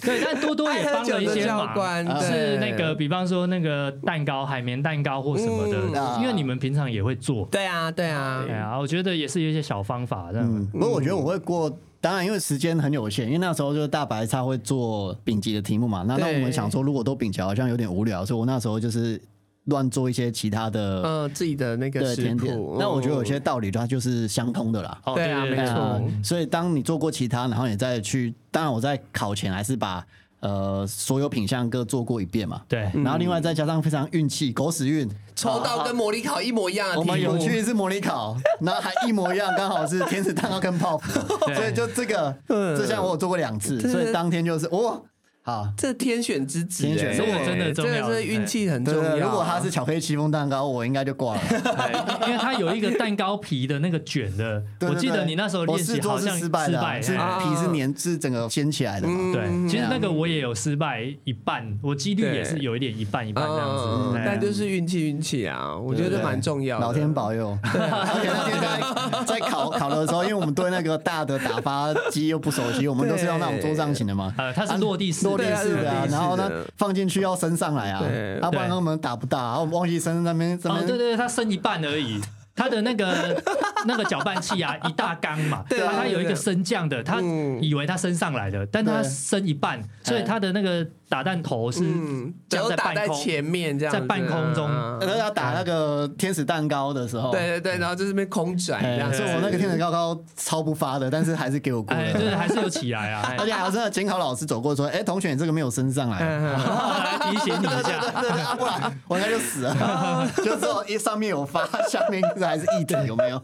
[SPEAKER 3] 对，但多多也
[SPEAKER 1] 爱喝
[SPEAKER 3] 帮
[SPEAKER 1] 酒
[SPEAKER 3] 了一
[SPEAKER 1] 的
[SPEAKER 3] 些
[SPEAKER 1] 教
[SPEAKER 3] 忙。
[SPEAKER 1] 官
[SPEAKER 3] 是
[SPEAKER 1] 对
[SPEAKER 3] 那个，比方说那个蛋糕、海绵蛋糕或什么的，
[SPEAKER 2] 嗯
[SPEAKER 3] 因为你们平常也会做，
[SPEAKER 1] 对啊对啊
[SPEAKER 3] 对，啊，我觉得也是有一些小方法这样。
[SPEAKER 2] 嗯，不过我觉得我会过，当然因为时间很有限，因为那时候就是大白他会做丙级的题目嘛，那那
[SPEAKER 1] 对
[SPEAKER 2] 我们想说如果都丙级好像有点无聊，所以我那时候就是乱做一些其他的、
[SPEAKER 1] 嗯，自己的那个
[SPEAKER 2] 的
[SPEAKER 1] 食
[SPEAKER 2] 甜点
[SPEAKER 1] 谱，。
[SPEAKER 2] 那我觉得有些
[SPEAKER 1] 嗯
[SPEAKER 2] 道理它就是相通的啦。
[SPEAKER 3] 哦
[SPEAKER 1] 对啊没错
[SPEAKER 2] 啊
[SPEAKER 3] 对
[SPEAKER 2] 所以当你做过其他，然后你再去，当然我在考前还是把呃所有品相各做过一遍嘛。
[SPEAKER 1] 嗯
[SPEAKER 3] 对，
[SPEAKER 2] 然后另外再加上非常运气、狗屎运，
[SPEAKER 1] 抽到
[SPEAKER 3] 哦
[SPEAKER 1] 跟模拟考一模一样的
[SPEAKER 2] 我
[SPEAKER 3] Oh
[SPEAKER 1] 题目
[SPEAKER 2] 们，有去一次模拟 考，然后还一模一样，刚好是天使蛋糕跟泡芙，
[SPEAKER 3] 对嗯
[SPEAKER 2] 所以就这个这项我有做过两次，
[SPEAKER 1] 这
[SPEAKER 2] 所以当天就是哦，好，
[SPEAKER 1] 这天选之子，
[SPEAKER 2] 天选
[SPEAKER 1] 哎
[SPEAKER 2] 这
[SPEAKER 3] 个真的
[SPEAKER 1] 这
[SPEAKER 3] 重要
[SPEAKER 1] 个是运气很
[SPEAKER 2] 对
[SPEAKER 1] 重要。
[SPEAKER 3] 啊
[SPEAKER 2] 对，如果它是巧克力戚风蛋糕，我应该就挂了。
[SPEAKER 3] 对 因为它有一个蛋糕皮的那个卷 的，
[SPEAKER 2] 对
[SPEAKER 3] 我
[SPEAKER 2] 对
[SPEAKER 3] 记得
[SPEAKER 2] 对
[SPEAKER 3] 你那时候
[SPEAKER 2] 我
[SPEAKER 3] 练
[SPEAKER 2] 试
[SPEAKER 3] 习
[SPEAKER 2] 做
[SPEAKER 3] 好
[SPEAKER 2] 是
[SPEAKER 3] 像
[SPEAKER 2] 失败的啊，是
[SPEAKER 3] 失败
[SPEAKER 1] 啊
[SPEAKER 2] 皮是粘是整个掀起来的嘛。
[SPEAKER 3] 对，其实那个
[SPEAKER 1] 嗯
[SPEAKER 3] 我也有失败一半，我几率
[SPEAKER 1] 对
[SPEAKER 3] 也是有一点一半一半这样
[SPEAKER 1] 嗯
[SPEAKER 3] 子，对
[SPEAKER 1] 但就是运气运气啊，我觉
[SPEAKER 2] 对
[SPEAKER 1] 得
[SPEAKER 2] 对
[SPEAKER 1] 蛮重要的。
[SPEAKER 2] 老天保佑！啊 而且那天在在考考的时候，因为我们对那个大的打发机又不熟悉，我们都是用那种桌上型的嘛，
[SPEAKER 3] 呃，它是落地式
[SPEAKER 2] 落地
[SPEAKER 1] 对啊
[SPEAKER 2] 式的
[SPEAKER 1] 落
[SPEAKER 2] 啊
[SPEAKER 1] 地，式
[SPEAKER 2] 然后呢
[SPEAKER 1] 的
[SPEAKER 2] 放进去要升上来啊
[SPEAKER 1] 对，
[SPEAKER 2] 啊不然哦
[SPEAKER 3] 对
[SPEAKER 2] 我们打不大，然后我们忘记升那边这
[SPEAKER 3] 哦，对
[SPEAKER 2] 边
[SPEAKER 3] 对，对它剩一半而已。它的 那个那个搅拌器啊，一大缸嘛，
[SPEAKER 1] 对啊
[SPEAKER 3] 它有一
[SPEAKER 1] 对
[SPEAKER 3] 个
[SPEAKER 1] 啊
[SPEAKER 3] 升降的，它
[SPEAKER 1] 嗯
[SPEAKER 3] 以为它升上来的，但它
[SPEAKER 2] 对
[SPEAKER 3] 升一半，所以它的那个打弹头是
[SPEAKER 1] 嗯，只
[SPEAKER 3] 降
[SPEAKER 1] 要
[SPEAKER 3] 在
[SPEAKER 1] 打
[SPEAKER 3] 半
[SPEAKER 1] 在
[SPEAKER 3] 空，
[SPEAKER 1] 前面这样子，
[SPEAKER 3] 在半空中
[SPEAKER 1] 啊
[SPEAKER 2] 那要打那个天使蛋糕的时候，
[SPEAKER 1] 对对对，然后就是被空转
[SPEAKER 2] 哎，
[SPEAKER 1] 这样子，
[SPEAKER 2] 所以我那个天使蛋糕超不发的，但是还是给我过
[SPEAKER 3] 哎，就是
[SPEAKER 2] 了。
[SPEAKER 3] 还是有起来 啊，哎
[SPEAKER 2] 而且还有真的监考老师走过说：“哎，同学，你这个没有升上来。”
[SPEAKER 1] 嗯
[SPEAKER 3] 来提醒你一下。
[SPEAKER 2] 对啊，不然我应该就死了。 就只有一上面有发，下面还是一体，有没有？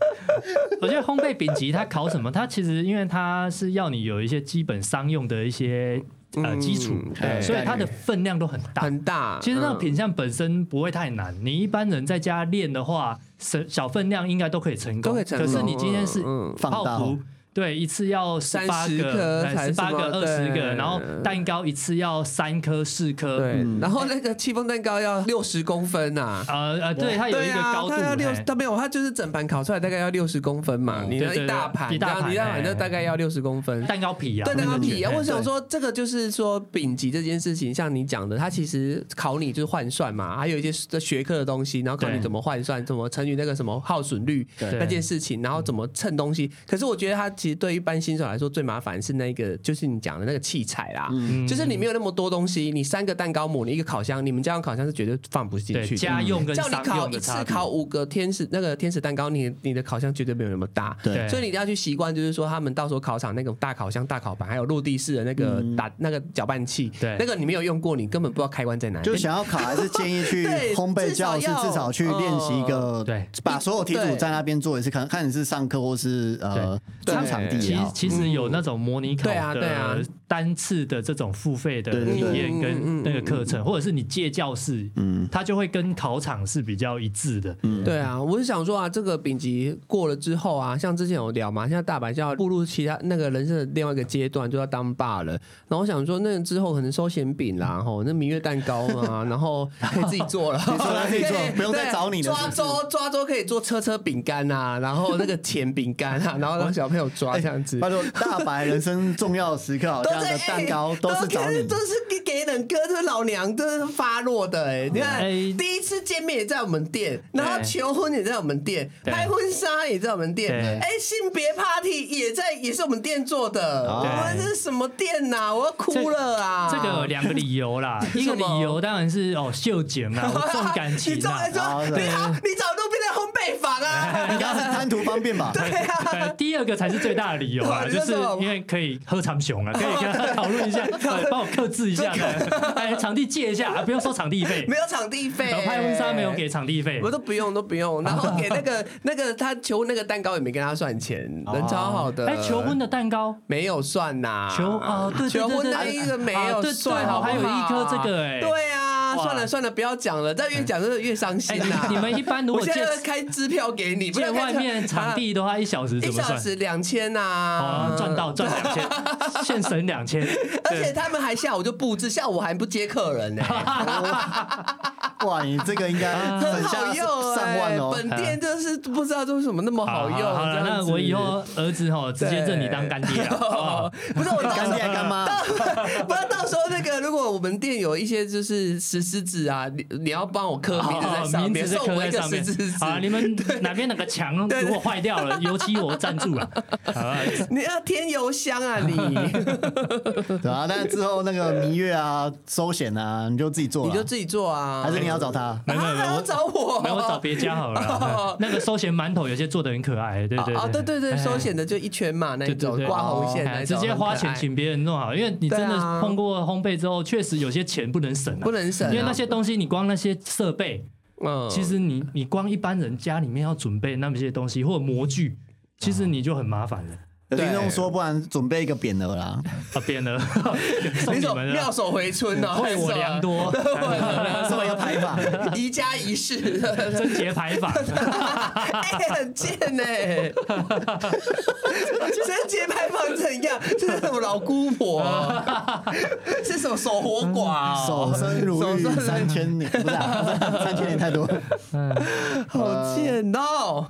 [SPEAKER 3] 我觉得烘焙丙级它考什么？它其实因为它是要你有一些基本商用的一些呃
[SPEAKER 1] 嗯
[SPEAKER 3] 基础，
[SPEAKER 1] 对
[SPEAKER 3] 所以它的分量都很大。
[SPEAKER 1] 很大。
[SPEAKER 3] 其实那
[SPEAKER 1] 嗯
[SPEAKER 3] 个品相本身不会太难，你一般人在家练的话，小小分量应该都可以成
[SPEAKER 1] 都
[SPEAKER 3] 功。
[SPEAKER 1] 可以成功
[SPEAKER 3] 是你今天是
[SPEAKER 1] 嗯嗯
[SPEAKER 2] 放大
[SPEAKER 3] 泡芙
[SPEAKER 2] 哦，
[SPEAKER 3] 对，一次要十八
[SPEAKER 1] 30颗
[SPEAKER 3] 个、
[SPEAKER 1] 才
[SPEAKER 3] 十八
[SPEAKER 1] 什么
[SPEAKER 3] 个、二十
[SPEAKER 1] 对嗯
[SPEAKER 3] 个，然后蛋糕一次要三颗、四颗。
[SPEAKER 1] 对，然后那个戚风蛋糕要六十公分啊呐。
[SPEAKER 3] 呃呃，对，它有一
[SPEAKER 1] 对
[SPEAKER 3] 个
[SPEAKER 1] 啊，
[SPEAKER 3] 高度。
[SPEAKER 1] 它要六
[SPEAKER 3] 嘿，哦
[SPEAKER 1] 它没有，它就是整盘烤出来大概要六十公分嘛。你那
[SPEAKER 3] 对对
[SPEAKER 1] 一大盘，
[SPEAKER 3] 对一大盘
[SPEAKER 1] 你那盘
[SPEAKER 3] 哎
[SPEAKER 1] 就大概要六十公分。
[SPEAKER 3] 蛋糕皮啊，
[SPEAKER 1] 对蛋糕皮啊，
[SPEAKER 3] 那个
[SPEAKER 1] 我想说，这个就是说丙级这件事情，像你讲的，它其实考你就是换算嘛，还有一些学科的东西，然后考你
[SPEAKER 3] 对
[SPEAKER 1] 怎么换算，怎么乘以那个什么耗损率
[SPEAKER 2] 对
[SPEAKER 1] 那件事情，然后怎么称东西。可是我觉得它其实对一般新手来说最麻烦是那个，就是你讲的那个器材啦，
[SPEAKER 3] 嗯
[SPEAKER 1] 就是你没有那么多东西，你三个蛋糕模，你一个烤箱，你们家用烤箱是绝对放不进
[SPEAKER 3] 对
[SPEAKER 1] 去的。
[SPEAKER 3] 家用跟
[SPEAKER 1] 叫你
[SPEAKER 3] 商
[SPEAKER 1] 烤
[SPEAKER 3] 用
[SPEAKER 1] 一
[SPEAKER 3] 的
[SPEAKER 1] 次
[SPEAKER 3] 差别。
[SPEAKER 1] 烤五个天使那个天使蛋糕，你你的烤箱绝对没有那么大，
[SPEAKER 3] 对
[SPEAKER 1] 所以你一定要去习惯，就是说他们到时候烤场那种大烤箱、大烤盘，还有落地式的那个打、那个搅拌器，
[SPEAKER 3] 对
[SPEAKER 1] 那个你没有用过，你根本不知道开关在哪里。
[SPEAKER 2] 就想要考，还是建议去
[SPEAKER 1] 对
[SPEAKER 2] 烘焙教室，
[SPEAKER 1] 至少要呃
[SPEAKER 2] 至少去练习一个，
[SPEAKER 3] 对
[SPEAKER 2] 把所有题组在那边做一次，看看你是上课或是呃
[SPEAKER 1] 对
[SPEAKER 2] 租场地
[SPEAKER 3] 其
[SPEAKER 2] 也
[SPEAKER 3] 实
[SPEAKER 2] 好。
[SPEAKER 3] 其
[SPEAKER 1] 嗯
[SPEAKER 3] 实有那种模拟考
[SPEAKER 1] 对啊对啊
[SPEAKER 3] 的单次的这种付费的
[SPEAKER 2] 对
[SPEAKER 3] 体
[SPEAKER 2] 对对
[SPEAKER 3] 验
[SPEAKER 1] 嗯嗯嗯嗯
[SPEAKER 3] 跟那个课程，或者是你借教室，它就会跟考场是比较一致的。
[SPEAKER 1] 对啊，我是想说啊，这个丙级过了之后啊，像之前有聊嘛，现在大白就要步入其他那个人生的另外一个阶段，就要当爸了。然后我想说，那之后可能收咸饼啦，吼，那明月蛋糕嘛，然后可以自己做了，
[SPEAKER 2] 说他自己做不用再找
[SPEAKER 1] 对
[SPEAKER 2] 你了
[SPEAKER 1] 抓
[SPEAKER 2] 是不
[SPEAKER 1] 周抓周可以做车车饼干啊，然后那个甜饼干啊，然后让小朋友抓这样子。
[SPEAKER 2] 拜托，大白人生重要的时刻，好
[SPEAKER 1] 都
[SPEAKER 2] 像
[SPEAKER 1] 在
[SPEAKER 2] 的蛋糕都是找
[SPEAKER 1] 哎
[SPEAKER 2] 你
[SPEAKER 1] 都。是给给人哥，这老娘这是发落的哎、你看、
[SPEAKER 3] 哎
[SPEAKER 1] 第一次见面也在我们店，然后
[SPEAKER 3] 对
[SPEAKER 1] 求婚也在我们店，
[SPEAKER 3] 对
[SPEAKER 1] 拍婚纱也在我们店，
[SPEAKER 3] 对
[SPEAKER 1] 哎、性别 party 也在也是我们店做的，我
[SPEAKER 2] 对
[SPEAKER 1] 们这是什么店呐、我要哭了啊！
[SPEAKER 3] 哦这个有两个理 由啦，一个理由当然是哦秀景啊，我重感情
[SPEAKER 1] 你
[SPEAKER 3] 啊
[SPEAKER 1] 来。说，
[SPEAKER 2] 好对
[SPEAKER 1] 你好，你找路边的烘焙坊 啊！
[SPEAKER 2] 你刚刚是贪图方便吧？
[SPEAKER 1] 对啊，
[SPEAKER 3] 对，第二个才是最大的理 由啊，
[SPEAKER 1] 你
[SPEAKER 3] 就
[SPEAKER 1] 说
[SPEAKER 3] 是
[SPEAKER 1] 什么
[SPEAKER 3] 因为可以喝 长熊啊，可以跟他讨论一下，呃帮我克制一下，哎，场地借一下，啊不用收场地费，
[SPEAKER 1] 没有场地费，
[SPEAKER 3] 然后拍婚纱没有给场地费
[SPEAKER 1] 我，都不用，都不 用。然后给那个那个他求那个蛋糕也没跟他算钱，人超好的。
[SPEAKER 3] 哎，求婚的蛋糕
[SPEAKER 1] 没有算呐，
[SPEAKER 3] 求哦对对对
[SPEAKER 1] 求婚
[SPEAKER 3] 对
[SPEAKER 1] 那一个没
[SPEAKER 3] 啊
[SPEAKER 1] 有
[SPEAKER 3] 对对
[SPEAKER 1] 算，好
[SPEAKER 3] 好
[SPEAKER 1] 不
[SPEAKER 3] 还有一颗这个哎
[SPEAKER 1] 对啊，
[SPEAKER 3] 哇
[SPEAKER 1] 算了算了，不要讲了，但越讲真的越伤心呐
[SPEAKER 3] 哎。你你们一般如果
[SPEAKER 1] 我现在
[SPEAKER 3] 借
[SPEAKER 1] 要开支票给你，不
[SPEAKER 3] 借
[SPEAKER 1] 要开
[SPEAKER 3] 外面场地的话，一小时
[SPEAKER 1] 啊
[SPEAKER 3] 怎
[SPEAKER 1] 一
[SPEAKER 3] 么
[SPEAKER 1] 小
[SPEAKER 3] 算？
[SPEAKER 1] 时两千呐
[SPEAKER 3] 哦，，赚到赚两千，现省两千。
[SPEAKER 1] 而且他们还下午就布置，下午还不接客人呢、
[SPEAKER 2] 哦哇，你这个应该
[SPEAKER 1] 很
[SPEAKER 2] 省
[SPEAKER 1] 好
[SPEAKER 2] 下
[SPEAKER 1] 用、欸，
[SPEAKER 2] 上万哦。
[SPEAKER 1] 本店就是不知道为什么那么好用。
[SPEAKER 3] 好了，
[SPEAKER 1] 这样
[SPEAKER 3] 那
[SPEAKER 1] 子哦
[SPEAKER 3] 我以后儿子吼直接认你当干爹了，好 不好？
[SPEAKER 1] 不是我
[SPEAKER 3] 哦
[SPEAKER 1] 到时
[SPEAKER 2] 干
[SPEAKER 1] 候
[SPEAKER 2] 爹 干妈，
[SPEAKER 1] 不然到时候那个，如果我们店有一些就是石狮子啊，你你要帮我刻名字在
[SPEAKER 3] 哦
[SPEAKER 1] 上
[SPEAKER 3] 名
[SPEAKER 1] 面，
[SPEAKER 3] 字是
[SPEAKER 1] 送
[SPEAKER 3] 刻
[SPEAKER 1] 我
[SPEAKER 3] 在
[SPEAKER 1] 一个
[SPEAKER 3] 上
[SPEAKER 1] 石
[SPEAKER 3] 面
[SPEAKER 1] 狮子。
[SPEAKER 3] 啊！你们哪边哪个墙如果坏掉 了，油漆我赞助了。好啊
[SPEAKER 1] 你要添油箱啊 你，
[SPEAKER 2] 对啊，但是之后那个蜜月啊、收险啊，你就自己做
[SPEAKER 1] 你就
[SPEAKER 2] 了，
[SPEAKER 1] 自己做啊。
[SPEAKER 2] 还是你要找他？
[SPEAKER 3] 没有没
[SPEAKER 1] 啊
[SPEAKER 3] 有没
[SPEAKER 1] 还
[SPEAKER 3] 有，
[SPEAKER 1] 要
[SPEAKER 3] 我
[SPEAKER 1] 找我？
[SPEAKER 3] 没有我找别家好了
[SPEAKER 1] 哦。
[SPEAKER 3] 那个收钱馒头有些做的很可爱，对对
[SPEAKER 1] 哦，对对对，收
[SPEAKER 3] 哎
[SPEAKER 1] 钱的就一圈嘛，那一
[SPEAKER 3] 对对
[SPEAKER 1] 种
[SPEAKER 3] 对
[SPEAKER 1] 挂红线
[SPEAKER 3] 哎
[SPEAKER 1] 那一
[SPEAKER 3] 直
[SPEAKER 1] 种，
[SPEAKER 3] 接花
[SPEAKER 1] 很可
[SPEAKER 3] 钱
[SPEAKER 1] 爱
[SPEAKER 3] 请别人弄好，因为你真
[SPEAKER 1] 对
[SPEAKER 3] 的
[SPEAKER 1] 啊
[SPEAKER 3] 碰过烘焙之后，确实有些钱不能省啊，
[SPEAKER 1] 不能省啊，
[SPEAKER 3] 因为那些东西你光那些设备，
[SPEAKER 1] 嗯
[SPEAKER 3] 其实你你光一般人家里面要准备那么些东西或者模具，其实你就很麻烦了
[SPEAKER 2] 有
[SPEAKER 1] 对
[SPEAKER 2] 听众说，不然准备一个匾额啦。
[SPEAKER 3] 啊，变了，送
[SPEAKER 1] 那
[SPEAKER 3] 你
[SPEAKER 1] 种
[SPEAKER 3] 们
[SPEAKER 1] 妙
[SPEAKER 3] 了，
[SPEAKER 1] 手回春哦，
[SPEAKER 3] 惠我良多，
[SPEAKER 2] 做一个拍法，
[SPEAKER 1] 宜家宜室，
[SPEAKER 3] 贞节牌坊，
[SPEAKER 1] 哎，很贱呢、欸！贞节牌坊怎样？这是什么老姑婆、啊是什么守活寡、哦？
[SPEAKER 2] 守身如玉
[SPEAKER 1] 守身如玉
[SPEAKER 2] 三千年，不是 啊，三千年太多。呃
[SPEAKER 1] 好贱哦！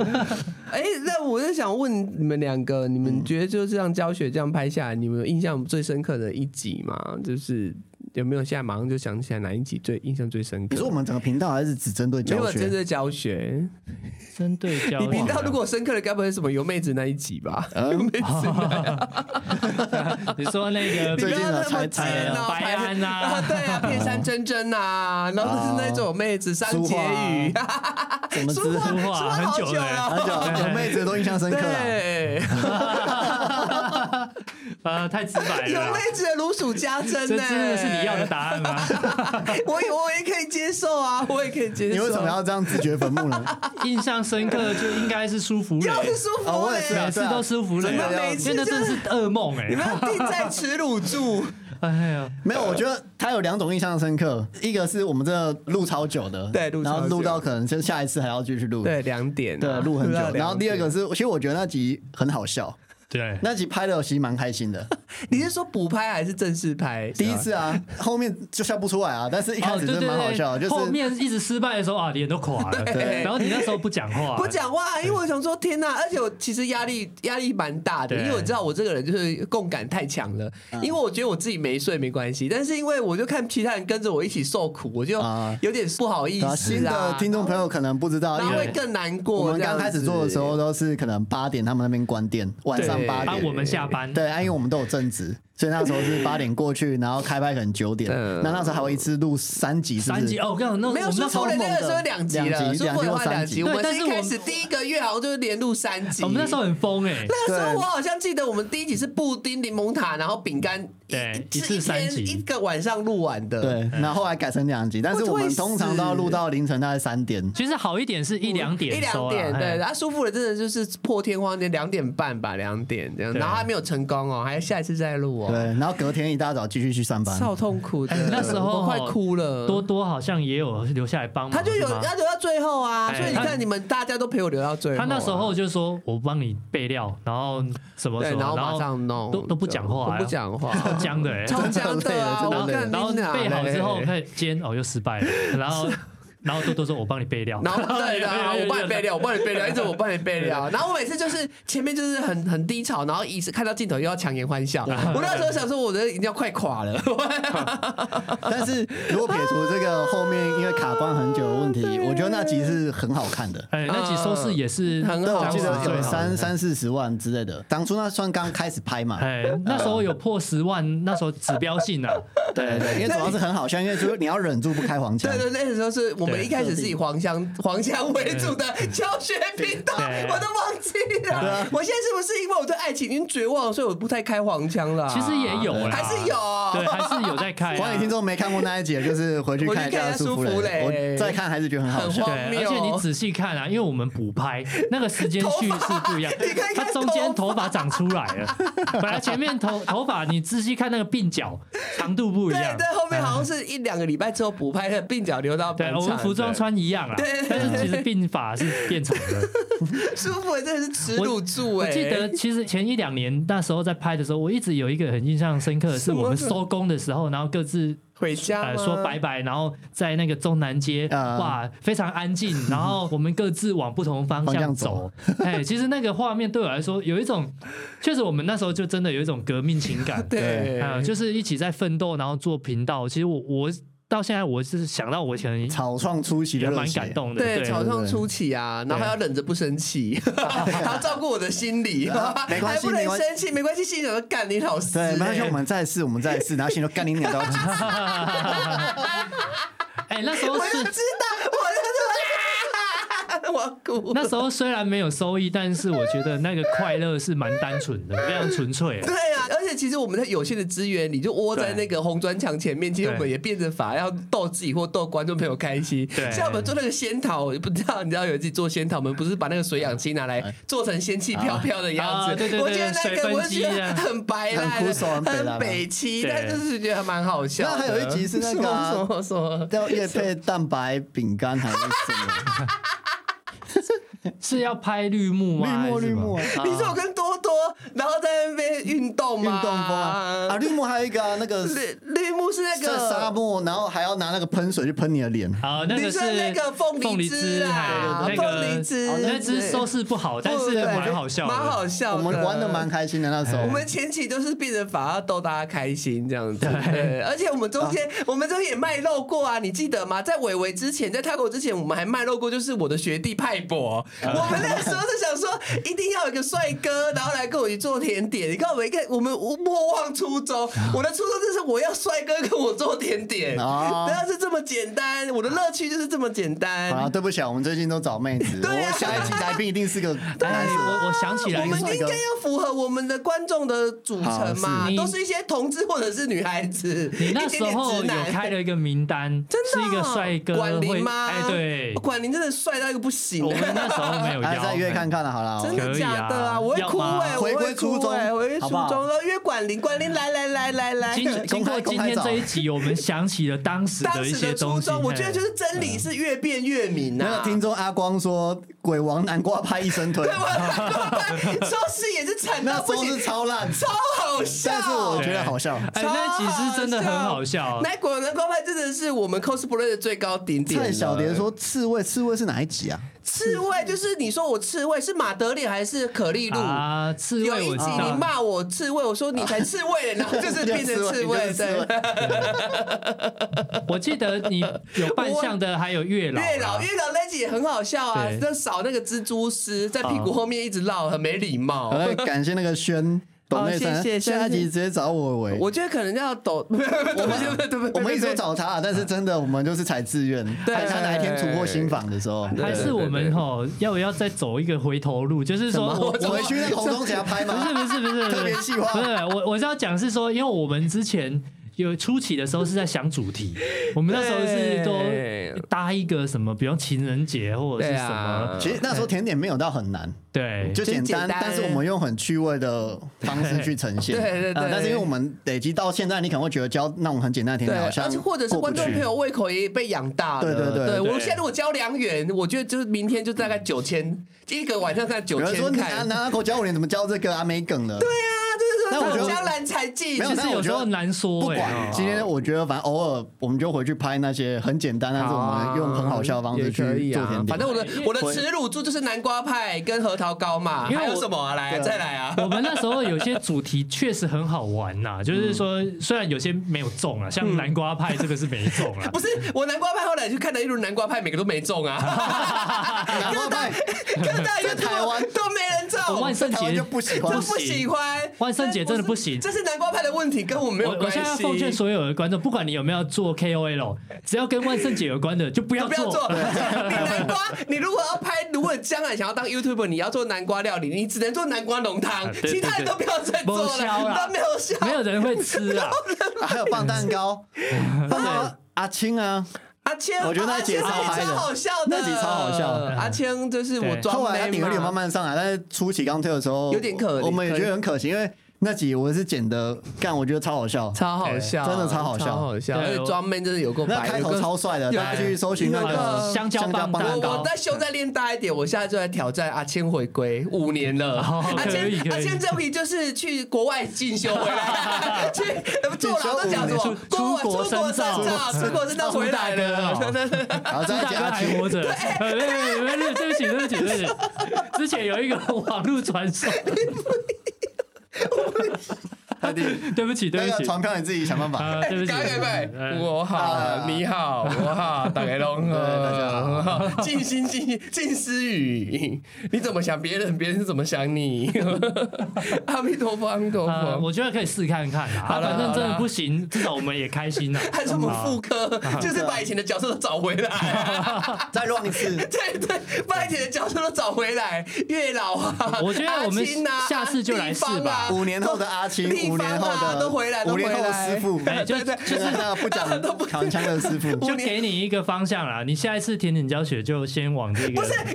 [SPEAKER 1] 哎、那我就想问你们两个，你们觉得就这样教学这样拍下来，你们有印象最深刻的一集吗？就是有没有现在马上就想起来哪一集最印象最深刻？
[SPEAKER 2] 你说我们整个频道还是只针对
[SPEAKER 1] 没
[SPEAKER 2] 教
[SPEAKER 1] 有
[SPEAKER 2] 学？
[SPEAKER 1] 针对教学，
[SPEAKER 3] 针对教
[SPEAKER 1] 你
[SPEAKER 3] 学
[SPEAKER 1] 频道如果深刻的，该不会是什么油妹子那一集吧？
[SPEAKER 2] 呃
[SPEAKER 3] 你说那
[SPEAKER 1] 你
[SPEAKER 3] 个
[SPEAKER 1] 不
[SPEAKER 2] 最近
[SPEAKER 1] 要
[SPEAKER 2] 的
[SPEAKER 1] 那么
[SPEAKER 2] 才
[SPEAKER 1] 尖
[SPEAKER 2] 才
[SPEAKER 1] 哦，
[SPEAKER 3] 白安啊
[SPEAKER 1] 对 啊，片山真真呐，然后就是那种妹子三
[SPEAKER 2] 书
[SPEAKER 1] 节
[SPEAKER 2] 画啊
[SPEAKER 1] 语，
[SPEAKER 2] 什么之
[SPEAKER 1] 说话
[SPEAKER 3] 书
[SPEAKER 1] 说
[SPEAKER 3] 画
[SPEAKER 1] 话
[SPEAKER 3] 很
[SPEAKER 1] 好
[SPEAKER 3] 久
[SPEAKER 1] 久
[SPEAKER 3] 了
[SPEAKER 1] 了，
[SPEAKER 2] 很久有啊妹子都印象深刻啊了。
[SPEAKER 1] 对，
[SPEAKER 3] 呃太直白
[SPEAKER 1] 有
[SPEAKER 3] 了啦，
[SPEAKER 1] 妹子的如数家珍
[SPEAKER 3] 这
[SPEAKER 1] 呢，
[SPEAKER 3] 真的是你要的答案吗？
[SPEAKER 1] 我也我也可以接受啊，我也可以接受。
[SPEAKER 2] 你为什么要这样自掘坟 墓呢？
[SPEAKER 3] 印象深刻就应该是舒芙蕾，
[SPEAKER 1] 又是舒服、
[SPEAKER 2] 啊我也是
[SPEAKER 1] 欸
[SPEAKER 2] 啊
[SPEAKER 3] 每次都舒芙蕾，
[SPEAKER 1] 真
[SPEAKER 3] 因
[SPEAKER 1] 的
[SPEAKER 2] 要
[SPEAKER 3] 为那真的是噩梦哎
[SPEAKER 1] 你。们要定在耻辱 柱，
[SPEAKER 3] 哎呀，
[SPEAKER 2] 没有，我觉得他有两种印象深刻，一个是我们这录超久的，
[SPEAKER 1] 对录超
[SPEAKER 2] 然
[SPEAKER 1] 久
[SPEAKER 2] 后录到可能就下一次还要继续录，
[SPEAKER 1] 对，两点、啊
[SPEAKER 2] 对，录很久
[SPEAKER 1] 到两。点
[SPEAKER 2] 然后第二个，是，其实我觉得那集很好笑，
[SPEAKER 3] 对，
[SPEAKER 2] 那集拍的其实蛮开心的，
[SPEAKER 1] 你是说补拍 还是正式拍？
[SPEAKER 2] 第一次啊，后面就笑不出来啊，但是一开
[SPEAKER 3] 哦
[SPEAKER 2] 始
[SPEAKER 3] 对
[SPEAKER 2] 真
[SPEAKER 3] 对
[SPEAKER 2] 的蛮好笑的，
[SPEAKER 3] 对，后
[SPEAKER 2] 就是
[SPEAKER 3] 面一直失败的时候啊，脸都 垮了。
[SPEAKER 2] 对
[SPEAKER 3] 然后你那时候不讲话，
[SPEAKER 1] 不讲话，
[SPEAKER 3] 哎
[SPEAKER 1] 因为我想说，天呐！而且我其实压力压力蛮大的，
[SPEAKER 3] 对嗯
[SPEAKER 1] 因为我知道我这个人就是共感太强了。因为我觉得我自己没睡没关系，但是因为我就看其他人跟着我一起受苦，我就
[SPEAKER 2] 啊
[SPEAKER 1] 有点不好意
[SPEAKER 2] 对啊
[SPEAKER 1] 思
[SPEAKER 2] 新的
[SPEAKER 1] 啦。
[SPEAKER 2] 听众朋友可能不知道，
[SPEAKER 1] 然
[SPEAKER 2] 因
[SPEAKER 1] 后会
[SPEAKER 2] 为
[SPEAKER 1] 更难过。
[SPEAKER 2] 我们刚开始做的时候
[SPEAKER 1] 这样子，
[SPEAKER 2] 都是可能八点他们那边关店，晚上
[SPEAKER 1] 对
[SPEAKER 2] 八
[SPEAKER 1] 啊
[SPEAKER 3] 啊，
[SPEAKER 2] 点，
[SPEAKER 3] 我们下班，
[SPEAKER 2] 对，啊，因为我们都有正职，所以那时候是八点过去，然后开拍可能九点，
[SPEAKER 1] 嗯
[SPEAKER 2] 那那时候还会一次录三集，是不
[SPEAKER 3] 三
[SPEAKER 2] 是？
[SPEAKER 3] 集哦，我跟你讲，那
[SPEAKER 1] 没有
[SPEAKER 3] 我们
[SPEAKER 1] 说
[SPEAKER 3] 那时候
[SPEAKER 1] 错了，那个时候两集了，
[SPEAKER 2] 两集
[SPEAKER 1] 说错的话两集。
[SPEAKER 2] 两集
[SPEAKER 1] 我
[SPEAKER 3] 或
[SPEAKER 1] 们
[SPEAKER 3] 三
[SPEAKER 1] 是
[SPEAKER 3] 集
[SPEAKER 1] 一开
[SPEAKER 3] 对但是
[SPEAKER 1] 始
[SPEAKER 3] 我
[SPEAKER 1] 第一个月好像就是连录三集。
[SPEAKER 3] 我们那时候很疯哎，
[SPEAKER 1] 那个时候
[SPEAKER 2] 对
[SPEAKER 1] 我好像记得我们第一集是布丁柠檬塔，然后饼干，
[SPEAKER 3] 对
[SPEAKER 1] 一
[SPEAKER 3] 一次
[SPEAKER 1] 是一
[SPEAKER 3] 三
[SPEAKER 1] 天
[SPEAKER 3] 集
[SPEAKER 1] 一个晚上录完的。
[SPEAKER 2] 对，然后后来改成两集，但是我
[SPEAKER 1] 我就
[SPEAKER 2] 们
[SPEAKER 1] 会
[SPEAKER 2] 通常都要
[SPEAKER 1] 死
[SPEAKER 2] 录到凌晨大概三点。
[SPEAKER 3] 其实好一点是一两
[SPEAKER 1] 嗯
[SPEAKER 3] 点
[SPEAKER 1] 一
[SPEAKER 3] 收啊
[SPEAKER 1] 两
[SPEAKER 3] 啦，哎
[SPEAKER 1] 点，
[SPEAKER 3] 嘿
[SPEAKER 1] 对，然后舒服的真的就是破天荒，就两点半吧，两点这样，
[SPEAKER 3] 对啊
[SPEAKER 1] 然后还没有成功哦，还下一次再录
[SPEAKER 2] 对啊
[SPEAKER 1] 哦，，
[SPEAKER 2] 然后隔天一大早继续去上班。
[SPEAKER 1] 超痛苦的
[SPEAKER 3] 哎，那时候
[SPEAKER 1] 我快哭了，
[SPEAKER 3] 多多好像也有留下来帮忙，
[SPEAKER 1] 他就有
[SPEAKER 3] 是吗
[SPEAKER 1] 要留到最后啊，
[SPEAKER 3] 哎
[SPEAKER 1] 所以你
[SPEAKER 3] 他
[SPEAKER 1] 看你们大家都陪我留到最后啊，
[SPEAKER 3] 他那时候就说我帮你备料，然后什么
[SPEAKER 1] 对，
[SPEAKER 3] 什么，
[SPEAKER 1] 然后
[SPEAKER 3] 然
[SPEAKER 1] 马
[SPEAKER 3] 后
[SPEAKER 1] 上弄，
[SPEAKER 3] 都都不讲话啊
[SPEAKER 1] 都不讲话，
[SPEAKER 3] 超僵的哎，
[SPEAKER 1] 超僵的哎啊，我
[SPEAKER 2] 真的很累
[SPEAKER 1] 看
[SPEAKER 3] 然后
[SPEAKER 1] 你俩
[SPEAKER 3] 备好之后
[SPEAKER 1] 嘞
[SPEAKER 3] 看煎哦又失败了，然后 然后多多说我帮你备料，哎
[SPEAKER 1] 然 后对的，然后我帮你备料，我帮你备料，一直我帮你备料。然后我每次就是前面就是很很低潮，然后一直看到镜头又要强颜欢笑。我那时候想说，我的已经要快垮了。
[SPEAKER 2] 但是如果撇除这个后面因为卡关很久的问题，
[SPEAKER 1] 啊
[SPEAKER 2] 我觉得那集是很好看的。
[SPEAKER 3] 哎，那集收视也是
[SPEAKER 1] 嗯很
[SPEAKER 2] 对，
[SPEAKER 1] 好
[SPEAKER 2] 我
[SPEAKER 1] 看
[SPEAKER 2] 记得
[SPEAKER 3] 最
[SPEAKER 2] 有
[SPEAKER 3] 好
[SPEAKER 2] 三三四十万之类的。当初那算刚开始拍嘛，
[SPEAKER 3] 哎，那时候有破十万，那时候指标 性啊，
[SPEAKER 2] 对
[SPEAKER 3] 对
[SPEAKER 2] 对，因为主要是很好笑，因为就是你要忍住不开黄腔
[SPEAKER 1] 对。对，那时候是我们一开始是以黄香黄香为主的教学频道，
[SPEAKER 3] 对
[SPEAKER 1] 我都忘记了
[SPEAKER 2] 啊。
[SPEAKER 1] 我现在是不是因为我对爱情已经绝望，所以我不太开黄腔了啊？
[SPEAKER 3] 其实也有啦，
[SPEAKER 1] 还是有。
[SPEAKER 3] 对，还是有在
[SPEAKER 1] 哎
[SPEAKER 3] 看啊，
[SPEAKER 2] 欢迎听众没看过那一集，就是回去
[SPEAKER 1] 我去
[SPEAKER 2] 看一下
[SPEAKER 1] 看一下
[SPEAKER 2] 舒
[SPEAKER 1] 舒
[SPEAKER 2] 芙
[SPEAKER 1] 芙
[SPEAKER 2] 蕾，
[SPEAKER 1] 蕾
[SPEAKER 2] 我再看还是觉得很好
[SPEAKER 1] 很
[SPEAKER 2] 笑。
[SPEAKER 1] 荒
[SPEAKER 3] 对，
[SPEAKER 1] 谬
[SPEAKER 3] 而且你仔细看啊，因为我们补拍，那个时间序是不一样
[SPEAKER 1] 你看。看
[SPEAKER 3] 它中间头发长出来了，本来前面头头发你仔细看那个鬓角长度不一
[SPEAKER 1] 对
[SPEAKER 3] 样。
[SPEAKER 1] 对，后面好像是一两个礼拜之后补拍的鬓角留到本
[SPEAKER 3] 对，我们
[SPEAKER 1] 场
[SPEAKER 3] 服装
[SPEAKER 1] 对
[SPEAKER 3] 穿一样啦，
[SPEAKER 1] 对对
[SPEAKER 3] 但是其实鬓发是变长的。
[SPEAKER 1] 舒服，真的是耻
[SPEAKER 3] 我
[SPEAKER 1] 辱柱
[SPEAKER 3] 我
[SPEAKER 1] 哎！
[SPEAKER 3] 记得其实前一两年那时候在拍的时候，我一直有一个很印象深刻的是，
[SPEAKER 1] 什么
[SPEAKER 3] 我们收工的时候，然后各自
[SPEAKER 1] 回家
[SPEAKER 3] 呃
[SPEAKER 1] 吗，
[SPEAKER 3] 说拜拜，然后在那个中南街，
[SPEAKER 2] 啊
[SPEAKER 3] 哇，非常安静，然后我们各自往不同方
[SPEAKER 2] 方
[SPEAKER 3] 向
[SPEAKER 2] 向
[SPEAKER 3] 走。哎，其实那个画面对我来说有一种，确实我们那时候就真的有一种革命情感
[SPEAKER 1] 对，
[SPEAKER 3] 啊，就是一起在奋斗，然后做频道。其实我我到现在我是想到我可能
[SPEAKER 2] 草创初期
[SPEAKER 3] 也
[SPEAKER 2] 的热
[SPEAKER 3] 蛮
[SPEAKER 2] 血
[SPEAKER 3] 感，动的，
[SPEAKER 1] 对
[SPEAKER 3] 对。
[SPEAKER 1] 草创初期啊，然后还要忍着不生气， 还要照顾我的心 理，
[SPEAKER 2] 啊 没关
[SPEAKER 1] 还
[SPEAKER 2] 系
[SPEAKER 1] 不能
[SPEAKER 2] 没关系
[SPEAKER 1] 生气，没关系，心里想说干你老师
[SPEAKER 2] 对，
[SPEAKER 1] 欸，
[SPEAKER 2] 没 关系，我们再试，我们再试，然后心里说干你娘都要 急死
[SPEAKER 3] 哎，那时候
[SPEAKER 1] 我就是 知道，我 就知道，我要 哭，
[SPEAKER 3] 那时候虽然没有收益，但是我觉得那个快乐是蛮单纯的，非常 纯粹。
[SPEAKER 1] 对啊，而且其实我们在有限的资源里，就窝在那个红砖墙前面。其实
[SPEAKER 3] 对
[SPEAKER 1] 我们也变着法要逗自己或逗观众朋友开心。
[SPEAKER 3] 对
[SPEAKER 1] 像我们做那个仙桃，不知道你知道有一次做仙桃，我们不是把那个水氧机拿 来做成仙气飘飘的样
[SPEAKER 3] 啊
[SPEAKER 1] 子？
[SPEAKER 3] 对对对
[SPEAKER 1] 我觉得那
[SPEAKER 3] 水
[SPEAKER 1] 个
[SPEAKER 3] 分
[SPEAKER 1] 我就觉
[SPEAKER 3] 机啊
[SPEAKER 1] 得很白烂
[SPEAKER 2] 很枯手很北烂
[SPEAKER 1] 很
[SPEAKER 2] 啊
[SPEAKER 1] 北七，
[SPEAKER 3] 对
[SPEAKER 1] 但就是觉得还蛮好笑的。
[SPEAKER 2] 那还有一集是那个啊
[SPEAKER 1] 什么什么什么
[SPEAKER 2] 叫叶配蛋白饼干还是什么？
[SPEAKER 3] 是要拍绿幕吗？
[SPEAKER 2] 绿幕
[SPEAKER 3] 还是什
[SPEAKER 2] 绿幕啊，
[SPEAKER 3] 么
[SPEAKER 1] 你说我跟多多，然后在那边运运动
[SPEAKER 2] 运
[SPEAKER 1] 嘛，
[SPEAKER 2] 动风啊，啊绿幕还有一个啊那个
[SPEAKER 1] 绿绿幕是那
[SPEAKER 2] 在沙
[SPEAKER 1] 个
[SPEAKER 2] 漠，然后还要拿那个喷水去喷你的脸。
[SPEAKER 3] 好，那
[SPEAKER 1] 你
[SPEAKER 3] 个
[SPEAKER 1] 是
[SPEAKER 3] 是
[SPEAKER 1] 那个凤梨汁
[SPEAKER 3] 枝，
[SPEAKER 1] 啊
[SPEAKER 3] 哎那
[SPEAKER 1] 凤梨
[SPEAKER 3] 个
[SPEAKER 1] 汁
[SPEAKER 3] 哦那
[SPEAKER 1] 对
[SPEAKER 3] 只收视不好，但是
[SPEAKER 1] 对
[SPEAKER 3] 蛮好笑的，哎
[SPEAKER 1] 蛮好笑的，
[SPEAKER 2] 我们玩的蛮。开心的那时候
[SPEAKER 1] 我。们前期都是变成反而逗大家开心这样子，对，而且我们中间、我们中间也卖肉过啊，你记得吗？在伟伟之前，在 Taco 之前，我们还卖肉过，就是我的学弟派博，我们那个时候就想说，一定要有一个帅哥，然后来跟我去做甜点。你看我们一个，我们莫忘初衷，我的初衷就是我要帅哥跟我做甜点，
[SPEAKER 2] 哦
[SPEAKER 1] 然后是这么简单，我的乐趣就是这么简单。
[SPEAKER 2] 好了，对不起啊，我们最近都找妹子。
[SPEAKER 1] 对啊
[SPEAKER 2] 我下一集来宾一定是个
[SPEAKER 3] 哎
[SPEAKER 2] 男生。
[SPEAKER 3] 我我想起来
[SPEAKER 1] 我
[SPEAKER 3] 一个
[SPEAKER 1] 们
[SPEAKER 2] 帅
[SPEAKER 1] 应
[SPEAKER 2] 哥
[SPEAKER 1] 该要符合我们的观众的组成嘛
[SPEAKER 3] 好，是
[SPEAKER 1] 都是一些同志或者是女孩子，
[SPEAKER 3] 你
[SPEAKER 1] 一
[SPEAKER 3] 那时
[SPEAKER 1] 点点
[SPEAKER 3] 候
[SPEAKER 1] 直
[SPEAKER 3] 有
[SPEAKER 1] 男
[SPEAKER 3] 开了一个名单，
[SPEAKER 1] 真的哦
[SPEAKER 3] 是一个帅哥
[SPEAKER 1] 管
[SPEAKER 3] 会
[SPEAKER 1] 林吗？
[SPEAKER 3] 哎，对，哦
[SPEAKER 1] 管林真的帅到一个不行
[SPEAKER 3] 我，们那 时候 没有
[SPEAKER 2] 哎，
[SPEAKER 3] 邀，
[SPEAKER 2] 再约看看了，好了。
[SPEAKER 1] 真的
[SPEAKER 3] 可以
[SPEAKER 1] 假
[SPEAKER 3] 啊
[SPEAKER 1] 的啊？我会哭
[SPEAKER 3] 要吗
[SPEAKER 1] 哎，我
[SPEAKER 2] 回
[SPEAKER 1] 会
[SPEAKER 2] 归
[SPEAKER 1] 哭
[SPEAKER 2] 初衷
[SPEAKER 1] 哎，我会初
[SPEAKER 2] 好不好
[SPEAKER 1] 衷了，约管林，管林来来来来来，
[SPEAKER 3] 经经
[SPEAKER 2] 公开
[SPEAKER 3] 过今天这一集，我们想起了当时
[SPEAKER 1] 当
[SPEAKER 3] 的一
[SPEAKER 1] 时
[SPEAKER 3] 些
[SPEAKER 1] 的初
[SPEAKER 3] 东西。
[SPEAKER 1] 衷，我觉得就
[SPEAKER 3] 嘿
[SPEAKER 1] 是真理是越辩越明
[SPEAKER 2] 那
[SPEAKER 1] 啊
[SPEAKER 2] 个。听众阿光说，鬼王南瓜拍一身腿
[SPEAKER 1] 对，， 啊我收视也是惨
[SPEAKER 2] 那
[SPEAKER 1] 到
[SPEAKER 2] 时
[SPEAKER 1] 不
[SPEAKER 2] 候
[SPEAKER 1] 行
[SPEAKER 2] 是，超烂，
[SPEAKER 1] 超好笑。
[SPEAKER 2] 但是我觉得好笑。
[SPEAKER 3] 哎，那集是真的很好笑。
[SPEAKER 1] 奶果南瓜派真的是我们 cosplay 的最高顶点了。
[SPEAKER 2] 蔡小蝶说：“刺猬，刺猬是哪一集啊？
[SPEAKER 1] 刺猬就是你说我刺猬是马德里还是可丽露？
[SPEAKER 3] 啊，刺
[SPEAKER 1] 有
[SPEAKER 3] 猬
[SPEAKER 1] 一
[SPEAKER 3] 我知
[SPEAKER 1] 集你
[SPEAKER 3] 道，
[SPEAKER 1] 骂我刺猬，我说你才刺猬，然 后就是变成刺
[SPEAKER 2] 你就
[SPEAKER 1] 猬，
[SPEAKER 2] 啊是刺
[SPEAKER 1] 对
[SPEAKER 2] 猬。
[SPEAKER 3] 我记得你有扮相的，还有月老啊，
[SPEAKER 1] 月老，月老那集也很好笑啊
[SPEAKER 3] 对，嗯
[SPEAKER 1] 那扫那个蜘蛛丝在屁股后面一直绕，很没礼貌。
[SPEAKER 2] 好了感谢那个轩，董内
[SPEAKER 1] 哦
[SPEAKER 2] 山，
[SPEAKER 1] 谢谢
[SPEAKER 2] 下一集直接找我喂。
[SPEAKER 1] 我觉得可能要 抖，对不起，对不起对不起，
[SPEAKER 2] 我们一直都
[SPEAKER 1] 找。
[SPEAKER 2] 找他，但是真的我们就是踩自愿，
[SPEAKER 1] 对
[SPEAKER 2] 看他哪一天突破新房的时候，
[SPEAKER 3] 还是我
[SPEAKER 1] 对对对
[SPEAKER 3] 们吼要不要再走一个回头路？就是
[SPEAKER 2] 什
[SPEAKER 3] 说
[SPEAKER 2] 么？
[SPEAKER 3] 我
[SPEAKER 2] 我回去那个红中给他拍
[SPEAKER 3] 不
[SPEAKER 2] 吗？
[SPEAKER 3] 是不是不是
[SPEAKER 2] 特别计划
[SPEAKER 3] 不是我我是要讲是说，因为我们之前有初期的时候是在想主题，我们那时候是
[SPEAKER 1] 对
[SPEAKER 3] 都搭一个什么，比方情人节或者是
[SPEAKER 1] 对
[SPEAKER 3] 什么
[SPEAKER 1] 啊，，
[SPEAKER 2] 其实那时候甜点没有到很难，
[SPEAKER 3] 对，
[SPEAKER 2] 就简
[SPEAKER 1] 简
[SPEAKER 2] 单，
[SPEAKER 1] 单
[SPEAKER 2] 但是我们用很趣味的方式去呈现。
[SPEAKER 1] 对对对
[SPEAKER 2] 呃但是因为我们累积到现在，你可能会觉得教那种很简单的甜
[SPEAKER 1] 对，
[SPEAKER 2] 点好
[SPEAKER 1] 而
[SPEAKER 2] 像
[SPEAKER 1] 且或者是
[SPEAKER 2] 过
[SPEAKER 1] 观
[SPEAKER 2] 不去
[SPEAKER 1] 众朋友胃口也被养大了。
[SPEAKER 2] 对对对
[SPEAKER 1] 我
[SPEAKER 3] 对
[SPEAKER 1] 现在如果交两元，我觉得就是明天就大概九 千，一个晚上看九
[SPEAKER 2] 有人说
[SPEAKER 1] 千
[SPEAKER 2] 你拿
[SPEAKER 1] 看。
[SPEAKER 2] 拿口教我脸怎么教这个啊，没梗了。对
[SPEAKER 1] 对啊，这
[SPEAKER 2] 但我
[SPEAKER 1] 是
[SPEAKER 2] 觉
[SPEAKER 1] 说
[SPEAKER 2] 得
[SPEAKER 1] 江南才尽。
[SPEAKER 2] 没有
[SPEAKER 3] 其
[SPEAKER 2] 但
[SPEAKER 3] 实
[SPEAKER 2] 我
[SPEAKER 3] 有时
[SPEAKER 2] 觉得
[SPEAKER 3] 候很难说，
[SPEAKER 2] 不
[SPEAKER 3] 哎
[SPEAKER 2] 管，今天我觉得反正偶尔我们就回去拍那些很简单，但是我们用很好笑的方式去做
[SPEAKER 1] 啊也可以啊
[SPEAKER 2] 甜点。
[SPEAKER 1] 反正我
[SPEAKER 3] 哎
[SPEAKER 1] 的我的耻辱柱就是南瓜派跟核桃糕嘛，
[SPEAKER 3] 因为
[SPEAKER 1] 还有
[SPEAKER 3] 我
[SPEAKER 1] 什么啊？来啊
[SPEAKER 2] 对啊
[SPEAKER 1] 再来啊！
[SPEAKER 3] 我们那时候有些主题确实很好玩呐、就是说
[SPEAKER 2] 嗯
[SPEAKER 3] 虽然有些没有中啊，像南瓜派这个是没中 啊。
[SPEAKER 1] 不是我南瓜派，后来去看了一轮南瓜派，每个都没中 啊，
[SPEAKER 2] 南瓜派
[SPEAKER 1] 看到一个
[SPEAKER 2] 在台湾
[SPEAKER 1] 都没人中，
[SPEAKER 3] 我万圣
[SPEAKER 2] 台湾
[SPEAKER 3] 节
[SPEAKER 2] 就不喜
[SPEAKER 1] 就
[SPEAKER 2] 欢，
[SPEAKER 1] 不喜欢。
[SPEAKER 3] 万圣节真的不行
[SPEAKER 1] 这是南瓜派的问题，跟我没有
[SPEAKER 3] 我
[SPEAKER 1] 关系。
[SPEAKER 3] 我现在要奉劝所有的观众，不管你有没有做 KOL，只要跟万圣节有关的就不要
[SPEAKER 1] 不要
[SPEAKER 3] 做。
[SPEAKER 1] 做你南瓜，你如果要拍，如果将来想要当 YouTuber，你要做南瓜料理，你只能做南瓜浓汤
[SPEAKER 3] 啊，对对
[SPEAKER 1] 其他人都不要再做
[SPEAKER 3] 没销
[SPEAKER 1] 了，
[SPEAKER 3] 啦
[SPEAKER 1] 都没有效。
[SPEAKER 3] 没有人会 吃啊！
[SPEAKER 2] 啊还有放蛋糕，放到阿青啊，
[SPEAKER 1] 阿谦，
[SPEAKER 2] 我觉得那
[SPEAKER 1] 阿
[SPEAKER 2] 集
[SPEAKER 1] 谦
[SPEAKER 2] 超
[SPEAKER 1] 那集
[SPEAKER 2] 嗨的
[SPEAKER 1] 超好笑的，
[SPEAKER 2] 那集超好笑
[SPEAKER 1] 阿谦就是我
[SPEAKER 3] 对
[SPEAKER 1] 装
[SPEAKER 2] 嗯后来他
[SPEAKER 1] 妹
[SPEAKER 2] 顶有点慢
[SPEAKER 1] 嘛，
[SPEAKER 2] 慢上来，但是初期刚推的时候
[SPEAKER 1] 有点可
[SPEAKER 2] 我们也
[SPEAKER 1] 可
[SPEAKER 2] 觉得很可惜，因为那集我是剪的，干我觉得超好笑，
[SPEAKER 1] 超好笑，
[SPEAKER 2] 真的超好笑
[SPEAKER 1] 超好笑，
[SPEAKER 3] 对
[SPEAKER 1] 而且
[SPEAKER 3] 我
[SPEAKER 1] 装妹真的有够
[SPEAKER 2] 那
[SPEAKER 1] 白，
[SPEAKER 2] 开
[SPEAKER 1] 有
[SPEAKER 2] 头
[SPEAKER 1] 够
[SPEAKER 2] 超帅的，
[SPEAKER 1] 有
[SPEAKER 2] 大家去搜寻那
[SPEAKER 1] 有
[SPEAKER 2] 个
[SPEAKER 3] 呃香蕉棒
[SPEAKER 2] 蛋
[SPEAKER 3] 蛋
[SPEAKER 1] 我
[SPEAKER 3] 糕
[SPEAKER 1] 我再修再练大一点，我现在就来挑战阿谦回归五年了。
[SPEAKER 3] 哦
[SPEAKER 1] 阿
[SPEAKER 3] 可
[SPEAKER 1] 谦
[SPEAKER 3] 以可以
[SPEAKER 1] 阿谦这回就是去国外进修回 来，去呃坐牢都讲什
[SPEAKER 2] 进修五
[SPEAKER 1] 么
[SPEAKER 2] 年？
[SPEAKER 1] 国
[SPEAKER 3] 出国
[SPEAKER 1] 出国
[SPEAKER 3] 深造
[SPEAKER 1] 照，出国深造回来了
[SPEAKER 3] 出大。
[SPEAKER 2] 然后
[SPEAKER 3] 朱
[SPEAKER 2] 再
[SPEAKER 3] 大哥
[SPEAKER 2] 加
[SPEAKER 3] 还
[SPEAKER 2] 去
[SPEAKER 3] 活着，呃没有没有没有对不起对不起对不起，之前有 一个网络传说，
[SPEAKER 2] 快点
[SPEAKER 3] 对不起
[SPEAKER 2] 那
[SPEAKER 3] 对不
[SPEAKER 2] 个
[SPEAKER 3] 起，
[SPEAKER 2] 传票你自己想办法。
[SPEAKER 3] 啊对不起，
[SPEAKER 1] 赶快赶快！
[SPEAKER 3] 呃
[SPEAKER 1] 我好
[SPEAKER 2] 啊，
[SPEAKER 1] 你好，我好，大家龙
[SPEAKER 2] 对
[SPEAKER 1] 好，静心静心静思语，你怎么想别人，别人是怎么想 你？阿弥陀佛，阿弥陀
[SPEAKER 3] 呃，
[SPEAKER 1] 佛。
[SPEAKER 3] 我觉得可以试看看啦，
[SPEAKER 1] 好
[SPEAKER 3] 啊
[SPEAKER 1] 啦
[SPEAKER 3] 反正真
[SPEAKER 1] 好啦
[SPEAKER 3] 的不行，至少我们也开心啦。 嗯
[SPEAKER 1] 还是我们复刻，
[SPEAKER 3] 啊
[SPEAKER 1] 就是把以前的角色都找回来。
[SPEAKER 2] 再乱一 次，
[SPEAKER 1] 对对，把以前的角色都找回来，月老啊，
[SPEAKER 3] 我觉得我们
[SPEAKER 1] 阿青啊
[SPEAKER 3] 下次就来试吧
[SPEAKER 1] 地方啊
[SPEAKER 2] 五年后的阿青，
[SPEAKER 1] 地
[SPEAKER 2] 五年后
[SPEAKER 1] 啦
[SPEAKER 2] 的
[SPEAKER 1] 都回来都
[SPEAKER 2] 五
[SPEAKER 1] 回
[SPEAKER 2] 年后的
[SPEAKER 1] 来
[SPEAKER 2] 师傅，
[SPEAKER 3] 哎就
[SPEAKER 1] 对对
[SPEAKER 2] 就是那个不讲
[SPEAKER 1] 都不
[SPEAKER 2] 扛枪的师傅，
[SPEAKER 3] 就给你一个方向啦。你下一次甜点教学就先往这个，
[SPEAKER 1] 不是一开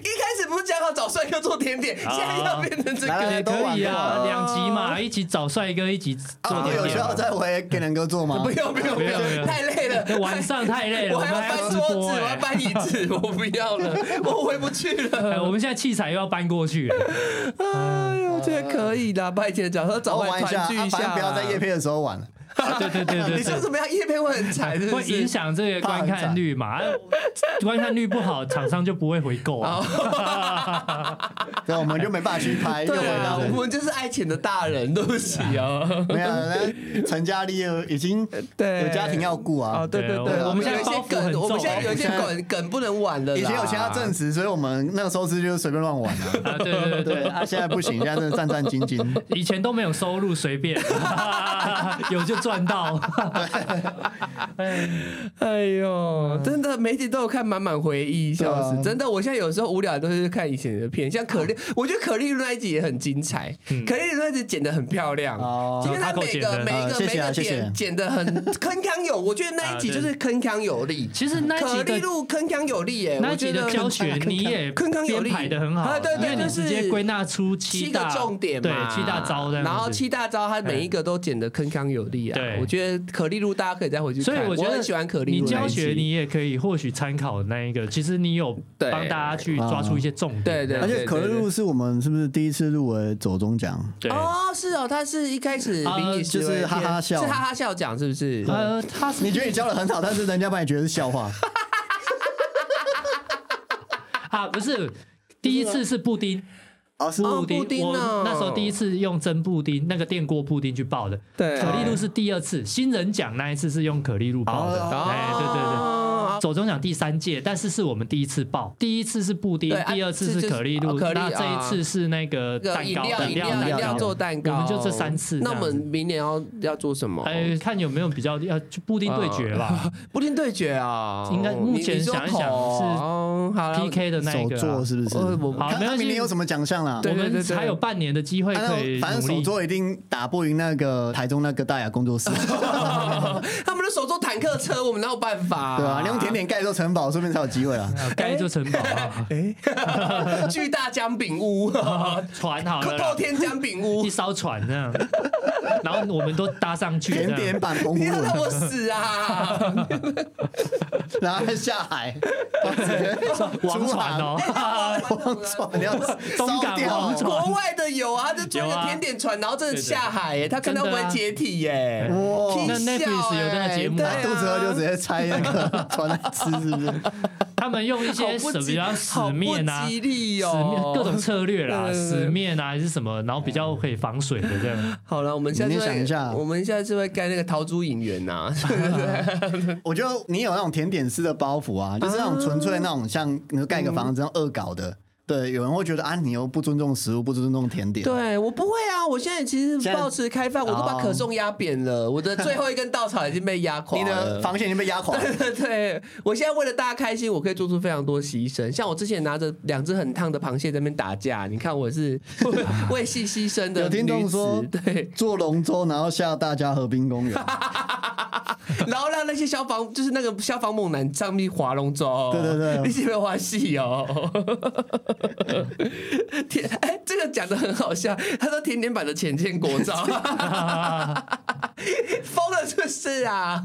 [SPEAKER 1] 始不是讲好找帅哥做甜点，
[SPEAKER 3] 啊
[SPEAKER 1] 现在要变成这
[SPEAKER 2] 来来
[SPEAKER 1] 个
[SPEAKER 2] 来
[SPEAKER 3] 也
[SPEAKER 2] 都
[SPEAKER 3] 可
[SPEAKER 2] 玩
[SPEAKER 3] 以
[SPEAKER 2] 过
[SPEAKER 3] 啊，
[SPEAKER 2] 了
[SPEAKER 3] 两集
[SPEAKER 1] 哦
[SPEAKER 3] 嘛，一集找帅哥，一集做
[SPEAKER 1] 啊
[SPEAKER 2] 我
[SPEAKER 3] 甜
[SPEAKER 2] 有需
[SPEAKER 3] 点
[SPEAKER 2] 要
[SPEAKER 3] 嘛。
[SPEAKER 2] 再回给人哥做吗
[SPEAKER 1] 不？用不用
[SPEAKER 3] 不用不用
[SPEAKER 1] 太累了，
[SPEAKER 3] 那晚上太累 了，
[SPEAKER 1] 我还
[SPEAKER 3] 们还
[SPEAKER 1] 要
[SPEAKER 3] 要
[SPEAKER 1] 搬
[SPEAKER 3] 直
[SPEAKER 1] 桌
[SPEAKER 3] 播
[SPEAKER 1] 子，我
[SPEAKER 3] 哎
[SPEAKER 1] 要搬嗯椅子，我不要了，我回不去了。
[SPEAKER 3] 哎我们现在器材又要搬过去了，
[SPEAKER 1] 哎呦，这个可以的，拜天早上
[SPEAKER 2] 然
[SPEAKER 1] 早
[SPEAKER 2] 后
[SPEAKER 1] 晚
[SPEAKER 2] 玩一下，
[SPEAKER 1] 团聚
[SPEAKER 2] 啊
[SPEAKER 1] 一
[SPEAKER 2] 反正
[SPEAKER 1] 下，
[SPEAKER 2] 不要在夜配的时候玩了。
[SPEAKER 3] 啊对对对 对
[SPEAKER 1] 你说
[SPEAKER 3] 对。
[SPEAKER 1] 什么样？叶片会很惨， 是不
[SPEAKER 3] 会影
[SPEAKER 1] 是？
[SPEAKER 3] 响这个观看率嘛？啊观看率 不好，厂商就不会回购
[SPEAKER 1] 哦
[SPEAKER 3] 啊。
[SPEAKER 2] 对，啊我们就没办法去拍，又
[SPEAKER 1] 对
[SPEAKER 2] 回
[SPEAKER 1] 啊，
[SPEAKER 2] 到
[SPEAKER 1] 我们就是爱钱的大人，对不起哦。
[SPEAKER 2] 没有，人家成家立业已经
[SPEAKER 1] 对
[SPEAKER 2] 有家庭要顾
[SPEAKER 1] 哦，
[SPEAKER 2] 啊。
[SPEAKER 1] 对对
[SPEAKER 3] 对
[SPEAKER 1] 对，
[SPEAKER 3] 我们现
[SPEAKER 1] 有
[SPEAKER 3] 在
[SPEAKER 1] 一些
[SPEAKER 3] 包袱很
[SPEAKER 1] 梗，
[SPEAKER 3] 重
[SPEAKER 1] 我们现在
[SPEAKER 3] 哎
[SPEAKER 1] 有一些
[SPEAKER 2] 我
[SPEAKER 1] 梗
[SPEAKER 2] 们
[SPEAKER 1] 梗不能玩了啦。
[SPEAKER 2] 以前有其他证实，所以我们那个时候是就是随便乱玩啊。
[SPEAKER 3] 啊，对对对
[SPEAKER 2] 对，
[SPEAKER 3] 对，
[SPEAKER 2] 啊，现在不行，现在真的战战兢兢。
[SPEAKER 3] 以前都没有收入，随便 有就 赚到。
[SPEAKER 1] 哎
[SPEAKER 3] 哦
[SPEAKER 2] 啊
[SPEAKER 1] 呦，真的每集都有看，满满回忆，笑死！
[SPEAKER 2] 对啊
[SPEAKER 1] 真的，我现在有时候无聊都是看以前的片，像可丽，
[SPEAKER 3] 啊
[SPEAKER 1] 我觉得可丽露那一集也很精彩，可丽露那一集剪的很漂亮
[SPEAKER 2] 哦，
[SPEAKER 1] 因为它
[SPEAKER 3] 嗯哦，Taco
[SPEAKER 1] 每
[SPEAKER 3] 剪
[SPEAKER 1] 个
[SPEAKER 3] 得
[SPEAKER 1] 每一
[SPEAKER 2] 呃
[SPEAKER 1] 个
[SPEAKER 2] 谢
[SPEAKER 1] 每
[SPEAKER 2] 谢
[SPEAKER 1] 一
[SPEAKER 2] 啊
[SPEAKER 1] 个
[SPEAKER 2] 谢谢
[SPEAKER 1] 点剪 的很铿锵有，我觉得那一集
[SPEAKER 3] 啊
[SPEAKER 1] 就
[SPEAKER 3] 对
[SPEAKER 1] 是铿锵有力。
[SPEAKER 3] 其啊实那一
[SPEAKER 1] 可
[SPEAKER 3] 集
[SPEAKER 1] 丽
[SPEAKER 3] 的
[SPEAKER 1] 露铿锵有力耶，
[SPEAKER 3] 那
[SPEAKER 1] 我
[SPEAKER 3] 一集
[SPEAKER 1] 觉
[SPEAKER 3] 的
[SPEAKER 1] 得
[SPEAKER 3] 教学你也
[SPEAKER 1] 铿锵有
[SPEAKER 3] 编
[SPEAKER 1] 力
[SPEAKER 3] 排的很好，
[SPEAKER 1] 啊对对
[SPEAKER 3] 因为你
[SPEAKER 1] 就是
[SPEAKER 3] 直接归纳出七
[SPEAKER 1] 七个
[SPEAKER 3] 大
[SPEAKER 1] 重点
[SPEAKER 3] 对
[SPEAKER 1] 嘛，
[SPEAKER 3] 七大招这样子。
[SPEAKER 1] 然后七大招，它每一个都剪的铿锵有力啊。
[SPEAKER 3] 对
[SPEAKER 1] 我觉得可丽露大家可以再回去看，
[SPEAKER 3] 所以我觉得
[SPEAKER 1] 很喜欢可丽
[SPEAKER 3] 你
[SPEAKER 1] 露那
[SPEAKER 3] 教
[SPEAKER 1] 一集。
[SPEAKER 3] 学你也可以或许参考那一个，其实你有
[SPEAKER 1] 对
[SPEAKER 3] 帮大家去抓出一些重点，
[SPEAKER 1] 对对
[SPEAKER 2] 而且可乐露是我们是不是第一次入围走中奖？
[SPEAKER 3] 对。
[SPEAKER 1] 哦，是哦，他是一开始
[SPEAKER 3] 啊
[SPEAKER 1] 林以
[SPEAKER 2] 呃就是哈哈笑
[SPEAKER 1] 是哈哈笑奖是不是？
[SPEAKER 3] 呃，他是
[SPEAKER 2] 你觉得你教的很好，但是人家把你觉得是笑话。
[SPEAKER 3] 啊，不是第一次是布丁，
[SPEAKER 2] 哦，是
[SPEAKER 1] 哦布丁
[SPEAKER 3] 我
[SPEAKER 1] 哦
[SPEAKER 3] 那时候第一次用真布丁，那个电锅布丁去爆的。
[SPEAKER 1] 对
[SPEAKER 3] 可丽露是第二次，新人奖那一次是用可丽露爆的。
[SPEAKER 2] 哦
[SPEAKER 3] 哎，对对对。
[SPEAKER 1] 对。
[SPEAKER 3] 走中奖第三届，但是是我们第一次报，第一次是布丁
[SPEAKER 1] 对，啊
[SPEAKER 3] 第二次
[SPEAKER 1] 这就是
[SPEAKER 3] 可丽
[SPEAKER 1] 哦
[SPEAKER 3] 露，
[SPEAKER 1] 可丽
[SPEAKER 3] 那这一次是那个
[SPEAKER 1] 那个
[SPEAKER 3] 蛋
[SPEAKER 1] 饮
[SPEAKER 3] 糕，
[SPEAKER 1] 料、饮料、
[SPEAKER 2] 蛋糕
[SPEAKER 1] 饮料
[SPEAKER 2] 蛋糕
[SPEAKER 1] 做蛋糕，
[SPEAKER 3] 我们就这三次。
[SPEAKER 1] 那我们明年要要做什么？
[SPEAKER 3] 哎，看有没有比较要就布丁对决吧
[SPEAKER 1] 布丁对决啊！
[SPEAKER 3] 应该目
[SPEAKER 1] 你
[SPEAKER 3] 前
[SPEAKER 1] 你说
[SPEAKER 3] 想一想
[SPEAKER 1] 口
[SPEAKER 3] 是
[SPEAKER 1] 哦 好了
[SPEAKER 3] ，PK 的那一
[SPEAKER 2] 手
[SPEAKER 3] 个
[SPEAKER 2] 作
[SPEAKER 3] 啊。
[SPEAKER 2] 是不是？
[SPEAKER 1] 呃我
[SPEAKER 3] 好
[SPEAKER 2] 哦看他
[SPEAKER 3] 没关系
[SPEAKER 2] 明年有什么奖项啦？
[SPEAKER 1] 对
[SPEAKER 3] 我
[SPEAKER 1] 对
[SPEAKER 3] 们
[SPEAKER 1] 对哎
[SPEAKER 3] 还有半年的机会
[SPEAKER 2] 啊
[SPEAKER 3] 可以
[SPEAKER 2] 那反正
[SPEAKER 3] 努
[SPEAKER 2] 手
[SPEAKER 3] 力。
[SPEAKER 2] 作一定打不赢那个台中那个大雅工作室，对
[SPEAKER 1] 他们的手做坦克车，我们哪有办法啊？
[SPEAKER 2] 吧？你用甜点盖座城堡，说不定才有机会啊。
[SPEAKER 1] 哎
[SPEAKER 3] 盖呃就城 堡啊，
[SPEAKER 1] 巨大姜饼屋，
[SPEAKER 3] 船 好了
[SPEAKER 1] 透
[SPEAKER 3] 啦，
[SPEAKER 1] 天姜饼 屋
[SPEAKER 3] 一，艘船这样，然后我们都搭上去，啊
[SPEAKER 2] 甜
[SPEAKER 3] 这
[SPEAKER 2] 点
[SPEAKER 3] 样
[SPEAKER 2] 版澎湖
[SPEAKER 1] 你要让
[SPEAKER 2] 人，
[SPEAKER 1] 我死啊！
[SPEAKER 2] 然后下海，
[SPEAKER 3] 王船哦，
[SPEAKER 2] 王船哎你要
[SPEAKER 3] 东港
[SPEAKER 2] 烧掉
[SPEAKER 3] 王船
[SPEAKER 1] 国外的有啊，就坐
[SPEAKER 3] 有
[SPEAKER 1] 个
[SPEAKER 3] 啊
[SPEAKER 1] 甜点船，然后真的下海耶，他看到
[SPEAKER 3] 真
[SPEAKER 1] 不
[SPEAKER 3] 的啊
[SPEAKER 1] 会解体耶。
[SPEAKER 2] 哇
[SPEAKER 1] 踢
[SPEAKER 3] 那
[SPEAKER 1] 笑欸
[SPEAKER 3] Netflix 有那个节目
[SPEAKER 1] 对
[SPEAKER 3] 啊
[SPEAKER 1] 啊，
[SPEAKER 2] 肚子饿就直接拆那个船来吃，是不是？
[SPEAKER 3] 他们用一些
[SPEAKER 1] 好
[SPEAKER 3] 什
[SPEAKER 1] 不
[SPEAKER 3] 么
[SPEAKER 1] 吉
[SPEAKER 3] 比较死面啊
[SPEAKER 1] 好不。吉利
[SPEAKER 3] 死面
[SPEAKER 1] 哦，
[SPEAKER 3] 各种策略啦，
[SPEAKER 1] 对对对
[SPEAKER 3] 死面啊还是什么，然后比较可以防水的这样。
[SPEAKER 1] 好了，我们下次
[SPEAKER 2] 你
[SPEAKER 1] 会
[SPEAKER 2] 想一下
[SPEAKER 1] 我们下次会盖那个桃珠影啊园 呐。
[SPEAKER 2] 我觉得你有那种甜点师的包袱啊，就是那种纯粹那种像你盖个房子那种恶搞的，对，有人会觉得啊，你又不尊重食物，不尊重甜 点，
[SPEAKER 1] 对我不会啊，我现在其实
[SPEAKER 2] 现在
[SPEAKER 1] 保持开放，我都把可颂压扁了，我的最后一根稻草已经被压垮
[SPEAKER 2] 你的
[SPEAKER 1] 了。
[SPEAKER 2] 防线已经被压垮了。
[SPEAKER 1] 对，我现在为了大家开心，我可以做出非常多牺牲。像我之前拿着两只很烫的螃蟹在那边打架，你看我是 为戏牺牲的
[SPEAKER 2] 有听众
[SPEAKER 1] 女子
[SPEAKER 2] 说
[SPEAKER 1] 对，
[SPEAKER 2] 坐龙舟，然后下大家河滨公园。
[SPEAKER 1] 然后让那些消防，就是那个消防猛男上面划龙舟，
[SPEAKER 2] 对对对
[SPEAKER 1] 你喜不喜欢划戏哦？ 甜，哎、这个讲的很好笑，他说甜点版的浅见国 照，疯了就是啊，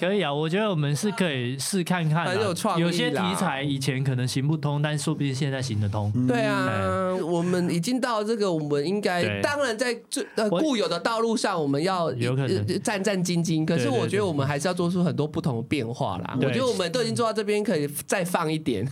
[SPEAKER 3] 可以啊，我觉得我们是可以试看看啊，
[SPEAKER 1] 很有创意啦
[SPEAKER 3] 有些题材以前可能行不通，但说不定现在行得通。
[SPEAKER 1] 对啊，我们已经到这个，我们应该
[SPEAKER 3] 哎对
[SPEAKER 1] 当然在最呃
[SPEAKER 3] 我
[SPEAKER 1] 固有的道路上，我们要
[SPEAKER 3] 有可能
[SPEAKER 1] 呃战战兢兢，可是
[SPEAKER 3] 对对
[SPEAKER 1] 我觉得我们还是要做出很多不同的变化啦。我
[SPEAKER 3] 对
[SPEAKER 1] 觉得我们都已经做到这边，可以再放一 点，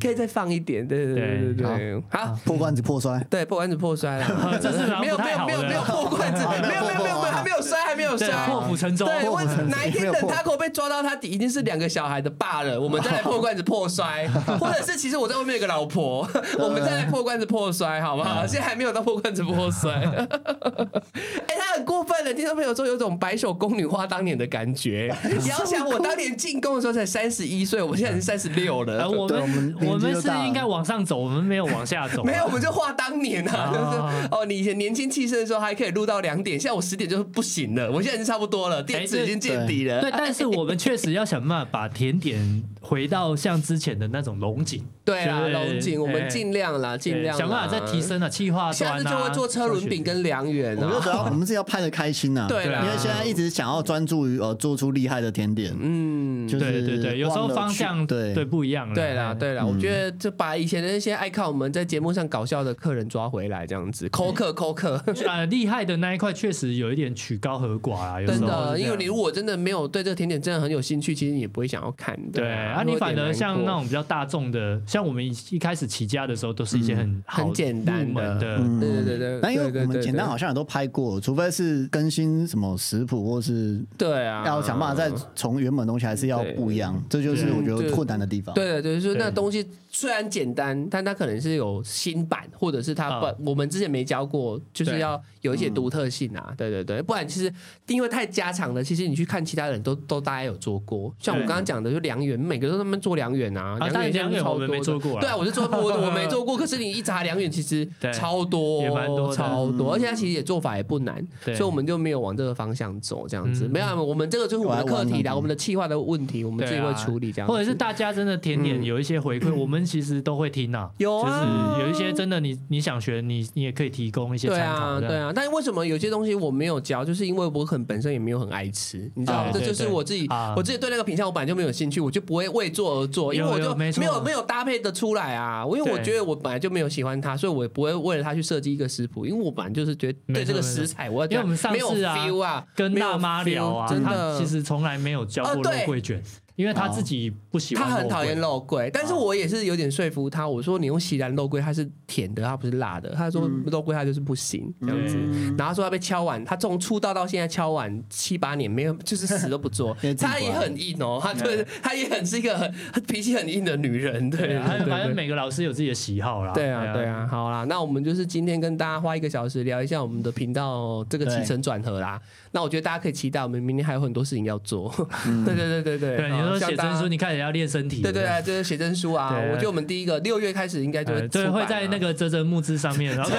[SPEAKER 1] 可以再放一点，对对对对对，好。
[SPEAKER 2] 破罐子 破摔，
[SPEAKER 1] 对，破罐子破摔了，
[SPEAKER 3] 这是拿
[SPEAKER 1] 没有
[SPEAKER 3] 不
[SPEAKER 1] 没
[SPEAKER 3] 太
[SPEAKER 1] 有
[SPEAKER 3] 好
[SPEAKER 1] 没有
[SPEAKER 3] 的
[SPEAKER 1] 没有破罐子，没有没有没有没有还没有摔，还没有
[SPEAKER 3] 对
[SPEAKER 1] 摔，，
[SPEAKER 3] 破釜沉舟，
[SPEAKER 1] 啊
[SPEAKER 3] 啊
[SPEAKER 1] 对，我哪一天
[SPEAKER 2] 没有
[SPEAKER 1] 等
[SPEAKER 2] 破
[SPEAKER 1] Taco 被抓到，他已经是两个小孩的爸 了，我们再来破罐子破摔，或者是其实我在外面有个老婆，
[SPEAKER 2] 嗯
[SPEAKER 1] 我们再来破罐子破摔，好不好？现在还没有到破罐子破摔。哎，他很过分了。听众朋友说有种白首宫女花当年的感觉。你要想我当年进宫的时候才三十一岁，我现在已经三十六了
[SPEAKER 3] 呃，。我
[SPEAKER 2] 对我
[SPEAKER 3] 们
[SPEAKER 2] 们
[SPEAKER 3] 我
[SPEAKER 2] 年纪
[SPEAKER 3] 们
[SPEAKER 2] 就是大了
[SPEAKER 3] 应该往上走，我们没有往下走 啊。
[SPEAKER 1] 没有，我们就画当年啊，就是哦，你以前年轻气盛的时候还可以录到两点，现在我十点就是不行了，我现在已经差不
[SPEAKER 2] 哎
[SPEAKER 1] 多了，电池已经见底了。
[SPEAKER 3] 对，但是我们确实要想办法把甜点回到像之前的那种龙井，
[SPEAKER 1] 对啊，
[SPEAKER 3] 对
[SPEAKER 1] 龙井，我们尽量啦，尽量啦
[SPEAKER 3] 哎想办法再提。升啊，气化
[SPEAKER 1] 下
[SPEAKER 3] 端
[SPEAKER 1] 次
[SPEAKER 3] 啊，
[SPEAKER 1] 就会做车轮饼跟良缘
[SPEAKER 2] 我们就
[SPEAKER 1] 啊。
[SPEAKER 2] 主要我们自己要拍的开心呐、
[SPEAKER 1] 对啦
[SPEAKER 2] 因为现在一直想要专注于呃做出厉害的甜点，
[SPEAKER 1] 嗯，
[SPEAKER 2] 就是
[SPEAKER 3] 对对对，有时候
[SPEAKER 2] 忘了
[SPEAKER 3] 方
[SPEAKER 2] 去
[SPEAKER 3] 向
[SPEAKER 2] 对
[SPEAKER 3] 对不一样了，
[SPEAKER 1] 对啦，
[SPEAKER 3] 嗯，
[SPEAKER 1] 对啦，我觉得就把以前的那些爱看我们在节目上搞笑的客人抓回来，这样
[SPEAKER 3] 嗯
[SPEAKER 1] 子抠客抠 客。
[SPEAKER 3] 呃，厉害的那一块确实有一点曲高和寡啊，有
[SPEAKER 1] 真
[SPEAKER 3] 时候
[SPEAKER 1] 的，
[SPEAKER 3] 是这
[SPEAKER 1] 因
[SPEAKER 3] 样
[SPEAKER 1] 为你如果真的没有对这个甜点真的很有兴趣，其实你也不会想要看的。
[SPEAKER 3] 对啊，
[SPEAKER 1] 会
[SPEAKER 3] 你
[SPEAKER 1] 有点
[SPEAKER 3] 反而像
[SPEAKER 1] 难
[SPEAKER 3] 那
[SPEAKER 1] 过
[SPEAKER 3] 种比较大众的，像我们一一开始起家的时候，都是一些很好
[SPEAKER 1] 嗯很简单的嗯
[SPEAKER 3] 入门的，
[SPEAKER 1] 对对对对，
[SPEAKER 2] 但嗯因为
[SPEAKER 1] 对
[SPEAKER 2] 我们简单好像也都拍过，除非是更新什么食谱，或是
[SPEAKER 1] 对对啊，
[SPEAKER 2] 要想办法再从原本的东西还是要不一样，这就是我觉
[SPEAKER 1] 对
[SPEAKER 2] 得困难的地方。
[SPEAKER 1] 对的，对，就是那
[SPEAKER 3] 对
[SPEAKER 1] 东西虽然简单，但它可能是有新版，或者是它
[SPEAKER 3] 啊
[SPEAKER 1] 本、我们之前没教过，就是
[SPEAKER 3] 对嗯
[SPEAKER 1] 要有一些独特性啊。对对对，不然其实因为太家常了，其实你去看其他人都都大家有做过，像我
[SPEAKER 3] 对
[SPEAKER 1] 刚刚讲的，就良园，每个都他们做良园啊，
[SPEAKER 3] 啊
[SPEAKER 1] 良
[SPEAKER 3] 但
[SPEAKER 1] 园现在
[SPEAKER 3] 良园
[SPEAKER 1] 超
[SPEAKER 3] 我们没
[SPEAKER 1] 多的
[SPEAKER 3] 做过啊
[SPEAKER 1] 对啊，我是做过，我我没做过，可是你一查良园其实
[SPEAKER 3] 对
[SPEAKER 1] 超多，
[SPEAKER 3] 也蛮多的嗯
[SPEAKER 1] 超多，而且它其实也做法也不难，所
[SPEAKER 3] 对
[SPEAKER 1] 以我们就没有往这个方向走，这样子。
[SPEAKER 3] 嗯
[SPEAKER 1] 没有啊，我们这个就是我们的课题
[SPEAKER 2] 对
[SPEAKER 1] 啦，
[SPEAKER 2] 啊
[SPEAKER 1] 我们的企划的问题，我们自己
[SPEAKER 3] 对
[SPEAKER 1] 会
[SPEAKER 3] 啊
[SPEAKER 1] 处理这样子，
[SPEAKER 3] 或者是大家真的甜
[SPEAKER 1] 嗯
[SPEAKER 3] 点有一些回馈，我们其实都会听啊，
[SPEAKER 1] 有啊
[SPEAKER 3] 就是有一些真的你你想学，你你也可以提供一些
[SPEAKER 1] 对
[SPEAKER 3] 参
[SPEAKER 1] 啊，
[SPEAKER 3] 考，
[SPEAKER 1] 对啊，但是为什么有些东西我没有教，就是因为我可能本身也没有很爱吃，你知道吗，
[SPEAKER 3] 啊
[SPEAKER 1] 这
[SPEAKER 3] 对
[SPEAKER 1] 就是
[SPEAKER 3] 对
[SPEAKER 1] 我自己
[SPEAKER 3] 啊，
[SPEAKER 1] 我自己对那个品相我本来就没有兴趣，我就不会为做而做，因为
[SPEAKER 3] 有
[SPEAKER 1] 我
[SPEAKER 3] 有
[SPEAKER 1] 就
[SPEAKER 3] 没错
[SPEAKER 1] 没有没有搭配的出来啊，因为我
[SPEAKER 3] 对
[SPEAKER 1] 觉得我本来就没有喜欢它，所以我也不会为了它去设计一个食谱，因为我本来就是觉得
[SPEAKER 3] 没
[SPEAKER 1] 对
[SPEAKER 3] 错
[SPEAKER 1] 这个
[SPEAKER 3] 没错
[SPEAKER 1] 食材我要
[SPEAKER 3] 因为我们上
[SPEAKER 1] 没有
[SPEAKER 3] 次啊
[SPEAKER 1] feel 啊，
[SPEAKER 3] 跟
[SPEAKER 1] 没有
[SPEAKER 3] 大妈聊
[SPEAKER 1] feel，
[SPEAKER 3] 啊，
[SPEAKER 1] 真
[SPEAKER 3] 她
[SPEAKER 1] 的
[SPEAKER 3] 其实从来没有教
[SPEAKER 1] 啊
[SPEAKER 3] 过肉
[SPEAKER 1] 对
[SPEAKER 3] 桂卷，因为她自己不喜欢
[SPEAKER 1] 他
[SPEAKER 3] 肉桂，啊
[SPEAKER 1] 很讨厌肉桂，但是我也是有点说服他。我说你用西兰肉桂，它是甜的，它不是辣的。他说肉桂它就是不行这样子。
[SPEAKER 2] 嗯
[SPEAKER 1] 然后他说他被敲碗，他从出道到现在敲碗七八年，没有就是死都不做
[SPEAKER 2] 因为。自己不
[SPEAKER 1] 他
[SPEAKER 2] 爱
[SPEAKER 1] 也很硬 哦，他对他也很是一个很 脾气很硬的女人，对
[SPEAKER 3] 对
[SPEAKER 1] 对
[SPEAKER 3] 啊，她
[SPEAKER 1] 对
[SPEAKER 3] 反正
[SPEAKER 1] 对。
[SPEAKER 3] 每个老师有自己的喜好啦，
[SPEAKER 1] 对啊，对啊，好啦，那我们就是今天跟大家花一个小时聊一下我们的频道这个
[SPEAKER 2] 对
[SPEAKER 1] 起承转合啦。那我觉得大家可以期待，我们明天还有很多事情要做。 对对对对对，
[SPEAKER 3] 嗯对，你
[SPEAKER 1] 好
[SPEAKER 3] 说
[SPEAKER 1] 希望
[SPEAKER 3] 写
[SPEAKER 1] 大家
[SPEAKER 3] 真书，你开始要练身体了，
[SPEAKER 1] 对对啊，就是写真书啊。
[SPEAKER 3] 对
[SPEAKER 1] 我觉得我们第一个六月开始应该就
[SPEAKER 3] 呃
[SPEAKER 1] 会
[SPEAKER 3] 对，
[SPEAKER 1] 出版
[SPEAKER 3] 会
[SPEAKER 1] 啊
[SPEAKER 3] 在那。个泽泽木枝上 面，然后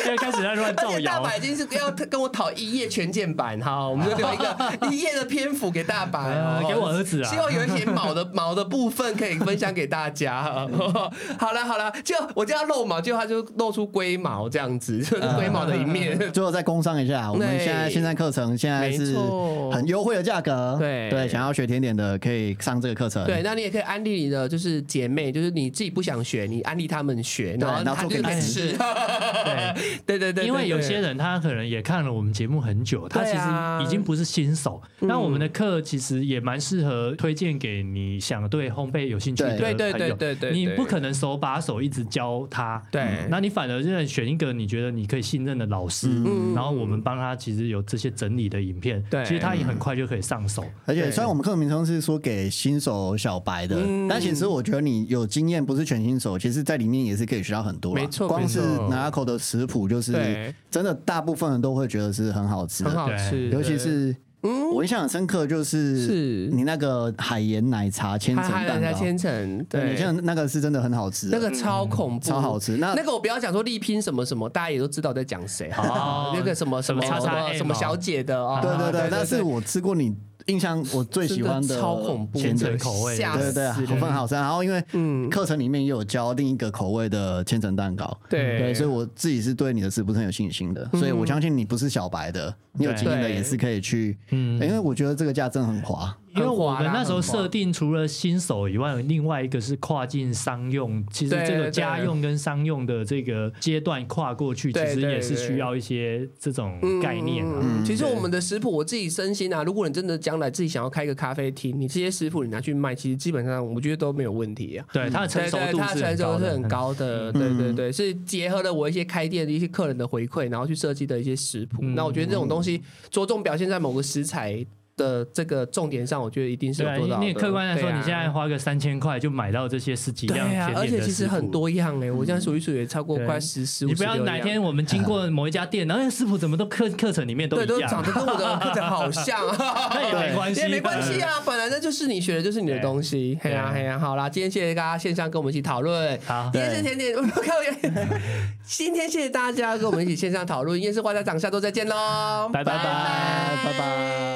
[SPEAKER 3] 就开始在乱
[SPEAKER 1] 而
[SPEAKER 3] 造
[SPEAKER 1] 且大
[SPEAKER 3] 谣。啊
[SPEAKER 1] 阪已经是要跟我讨一页全键版哈，我们就留一个一页的篇幅给大阪哦
[SPEAKER 3] 呃，给我儿子啊
[SPEAKER 1] 希望有一些毛的毛的部分可以分享给大家。好了好了，就我就要露毛，结果他就露出龟毛这样子，就是龟毛的一面。
[SPEAKER 2] 最后再工商一下，我们现在线上课程现在
[SPEAKER 1] 没
[SPEAKER 2] 是
[SPEAKER 1] 错
[SPEAKER 2] 很优惠的价格，
[SPEAKER 1] 对
[SPEAKER 2] 对，想要学甜点的可以上这个课程，
[SPEAKER 1] 对，那你也可以安利你的就是姐妹，就是你自己不想学，你安利他们学，然后
[SPEAKER 2] 然后
[SPEAKER 1] 他
[SPEAKER 2] 做
[SPEAKER 1] 就
[SPEAKER 2] 给
[SPEAKER 1] 可以
[SPEAKER 2] 你
[SPEAKER 1] 吃。
[SPEAKER 3] 对，
[SPEAKER 1] 对对对，
[SPEAKER 3] 因为有些
[SPEAKER 1] 人
[SPEAKER 3] 人他可能也看了我们节目很久，他
[SPEAKER 1] 对
[SPEAKER 3] 其
[SPEAKER 1] 啊
[SPEAKER 3] 实已经不是新手。那我们的课其实也蛮适合推荐给你想对烘焙有兴趣的朋
[SPEAKER 1] 对
[SPEAKER 3] 友。
[SPEAKER 1] 对对对对，
[SPEAKER 3] 你
[SPEAKER 1] 对
[SPEAKER 3] 不可能手把手一直教他，
[SPEAKER 1] 对
[SPEAKER 3] 嗯那你反而就是选一个你觉得你可以信任的老师，
[SPEAKER 1] 嗯
[SPEAKER 3] 然后我们帮他其实有这些整理的影片，
[SPEAKER 1] 对
[SPEAKER 3] 其实他也很快就可以上手。
[SPEAKER 2] 而且
[SPEAKER 1] 对
[SPEAKER 2] 虽然我们课名称是说给新手小白的，
[SPEAKER 1] 嗯
[SPEAKER 2] 但其实我觉得你有经验不是全新手，其实在里面也是可以学到很多啦。
[SPEAKER 1] 没错
[SPEAKER 2] 光是
[SPEAKER 1] 没错
[SPEAKER 2] 拿口的食谱，就是
[SPEAKER 1] 对
[SPEAKER 2] 真的大部分人都会觉得是很好吃
[SPEAKER 1] 很
[SPEAKER 2] 的，
[SPEAKER 1] 好吃，
[SPEAKER 2] 尤其是我印象很深刻就是
[SPEAKER 1] 是
[SPEAKER 2] 你那个海盐奶茶千层
[SPEAKER 1] 还
[SPEAKER 2] 蛋
[SPEAKER 1] 在
[SPEAKER 2] 糕，
[SPEAKER 1] 千层，
[SPEAKER 2] 对，
[SPEAKER 1] 对
[SPEAKER 2] 你，像那个是真的很好吃的，嗯
[SPEAKER 1] 那个超恐怖，
[SPEAKER 2] 超好吃。那
[SPEAKER 1] 那个我不要讲说力拼什么什么，大家也都知道在讲谁，好不好
[SPEAKER 3] 哦
[SPEAKER 1] 那个什么什么
[SPEAKER 3] 什么
[SPEAKER 1] 什
[SPEAKER 3] XXM
[SPEAKER 1] 么什么小姐的哦，
[SPEAKER 2] 对对对，
[SPEAKER 1] 那
[SPEAKER 2] 那是我吃过你印象我最喜欢的
[SPEAKER 1] 超恐怖，
[SPEAKER 2] 千层
[SPEAKER 3] 层口味的
[SPEAKER 1] 吓
[SPEAKER 2] 对对
[SPEAKER 1] 死
[SPEAKER 2] 对，
[SPEAKER 1] 人嗯
[SPEAKER 2] 好分好吃。然后因为课程里面也有教另一个口味的千层蛋糕，
[SPEAKER 1] 对嗯
[SPEAKER 2] 对，所以我自己是对你的食谱是很有信心的，所以我相信你不是小白的，你有经验的
[SPEAKER 1] 对
[SPEAKER 2] 也是可以去，
[SPEAKER 3] 嗯
[SPEAKER 2] 嗯，因为我觉得这个价真的很划，
[SPEAKER 3] 因为我
[SPEAKER 1] 很滑
[SPEAKER 3] 们
[SPEAKER 1] 啦
[SPEAKER 3] 那时候
[SPEAKER 1] 很滑
[SPEAKER 3] 设定除了新手以外，另外一个是跨境商用。其
[SPEAKER 1] 嗯
[SPEAKER 3] 实
[SPEAKER 1] 对
[SPEAKER 3] 这
[SPEAKER 1] 对
[SPEAKER 3] 个家用跟商用的这个阶段跨过去，其
[SPEAKER 1] 对
[SPEAKER 3] 实
[SPEAKER 1] 对
[SPEAKER 3] 也是
[SPEAKER 1] 对
[SPEAKER 3] 需要一些这种概念啊。
[SPEAKER 1] 嗯其实我们的食谱，我自己深信啊，如果你真的将来自己想要开个咖啡厅，你这些食谱你拿去卖，其实基本上我觉得都没有问题啊。
[SPEAKER 3] 对它的成
[SPEAKER 1] 对
[SPEAKER 3] 熟
[SPEAKER 1] 对，
[SPEAKER 3] 度
[SPEAKER 1] 它
[SPEAKER 3] 是
[SPEAKER 1] 成熟度是很
[SPEAKER 3] 很高嗯
[SPEAKER 1] 高的，对对对，是结合了我一些开店的一些
[SPEAKER 3] 嗯
[SPEAKER 1] 客人的回馈，然后去设计的一些食谱。那我觉得这种东西着重表现在某个食材的这个重点上，我觉得一定是
[SPEAKER 3] 对
[SPEAKER 1] 有做
[SPEAKER 3] 啊，你
[SPEAKER 1] 到的。
[SPEAKER 3] 你客观来说，
[SPEAKER 1] 对啊
[SPEAKER 3] 你现在花个三千块就买到这些十几
[SPEAKER 1] 对
[SPEAKER 3] 样
[SPEAKER 1] 啊
[SPEAKER 3] 甜，
[SPEAKER 1] 而
[SPEAKER 3] 点
[SPEAKER 1] 且
[SPEAKER 3] 的
[SPEAKER 1] 其实
[SPEAKER 3] 食谱嗯
[SPEAKER 1] 很多样哎、我这样数一数也超过
[SPEAKER 3] 对
[SPEAKER 1] 快十十五。
[SPEAKER 3] 你不要
[SPEAKER 1] 16
[SPEAKER 3] 哪
[SPEAKER 1] 样
[SPEAKER 3] 天我们经过某一家店，然后那师傅怎么都课课程里面都
[SPEAKER 1] 对
[SPEAKER 3] 一
[SPEAKER 1] 都长
[SPEAKER 3] 样，
[SPEAKER 1] 得跟我的课程好像，啊
[SPEAKER 3] 那也没关系，
[SPEAKER 1] 也没关系
[SPEAKER 3] 反
[SPEAKER 1] 啊，本来那就是你学的，就是你的
[SPEAKER 3] 对
[SPEAKER 1] 东西。嘿呀
[SPEAKER 3] 对
[SPEAKER 1] 嘿呀，好啦，今天谢谢大家线上跟我们一起讨论。
[SPEAKER 3] 正。好，
[SPEAKER 1] 今天是甜点，我靠！今天谢谢大家跟我们一起线上讨论，夜市花家长下周再见喽，
[SPEAKER 3] 拜拜
[SPEAKER 2] 拜拜拜。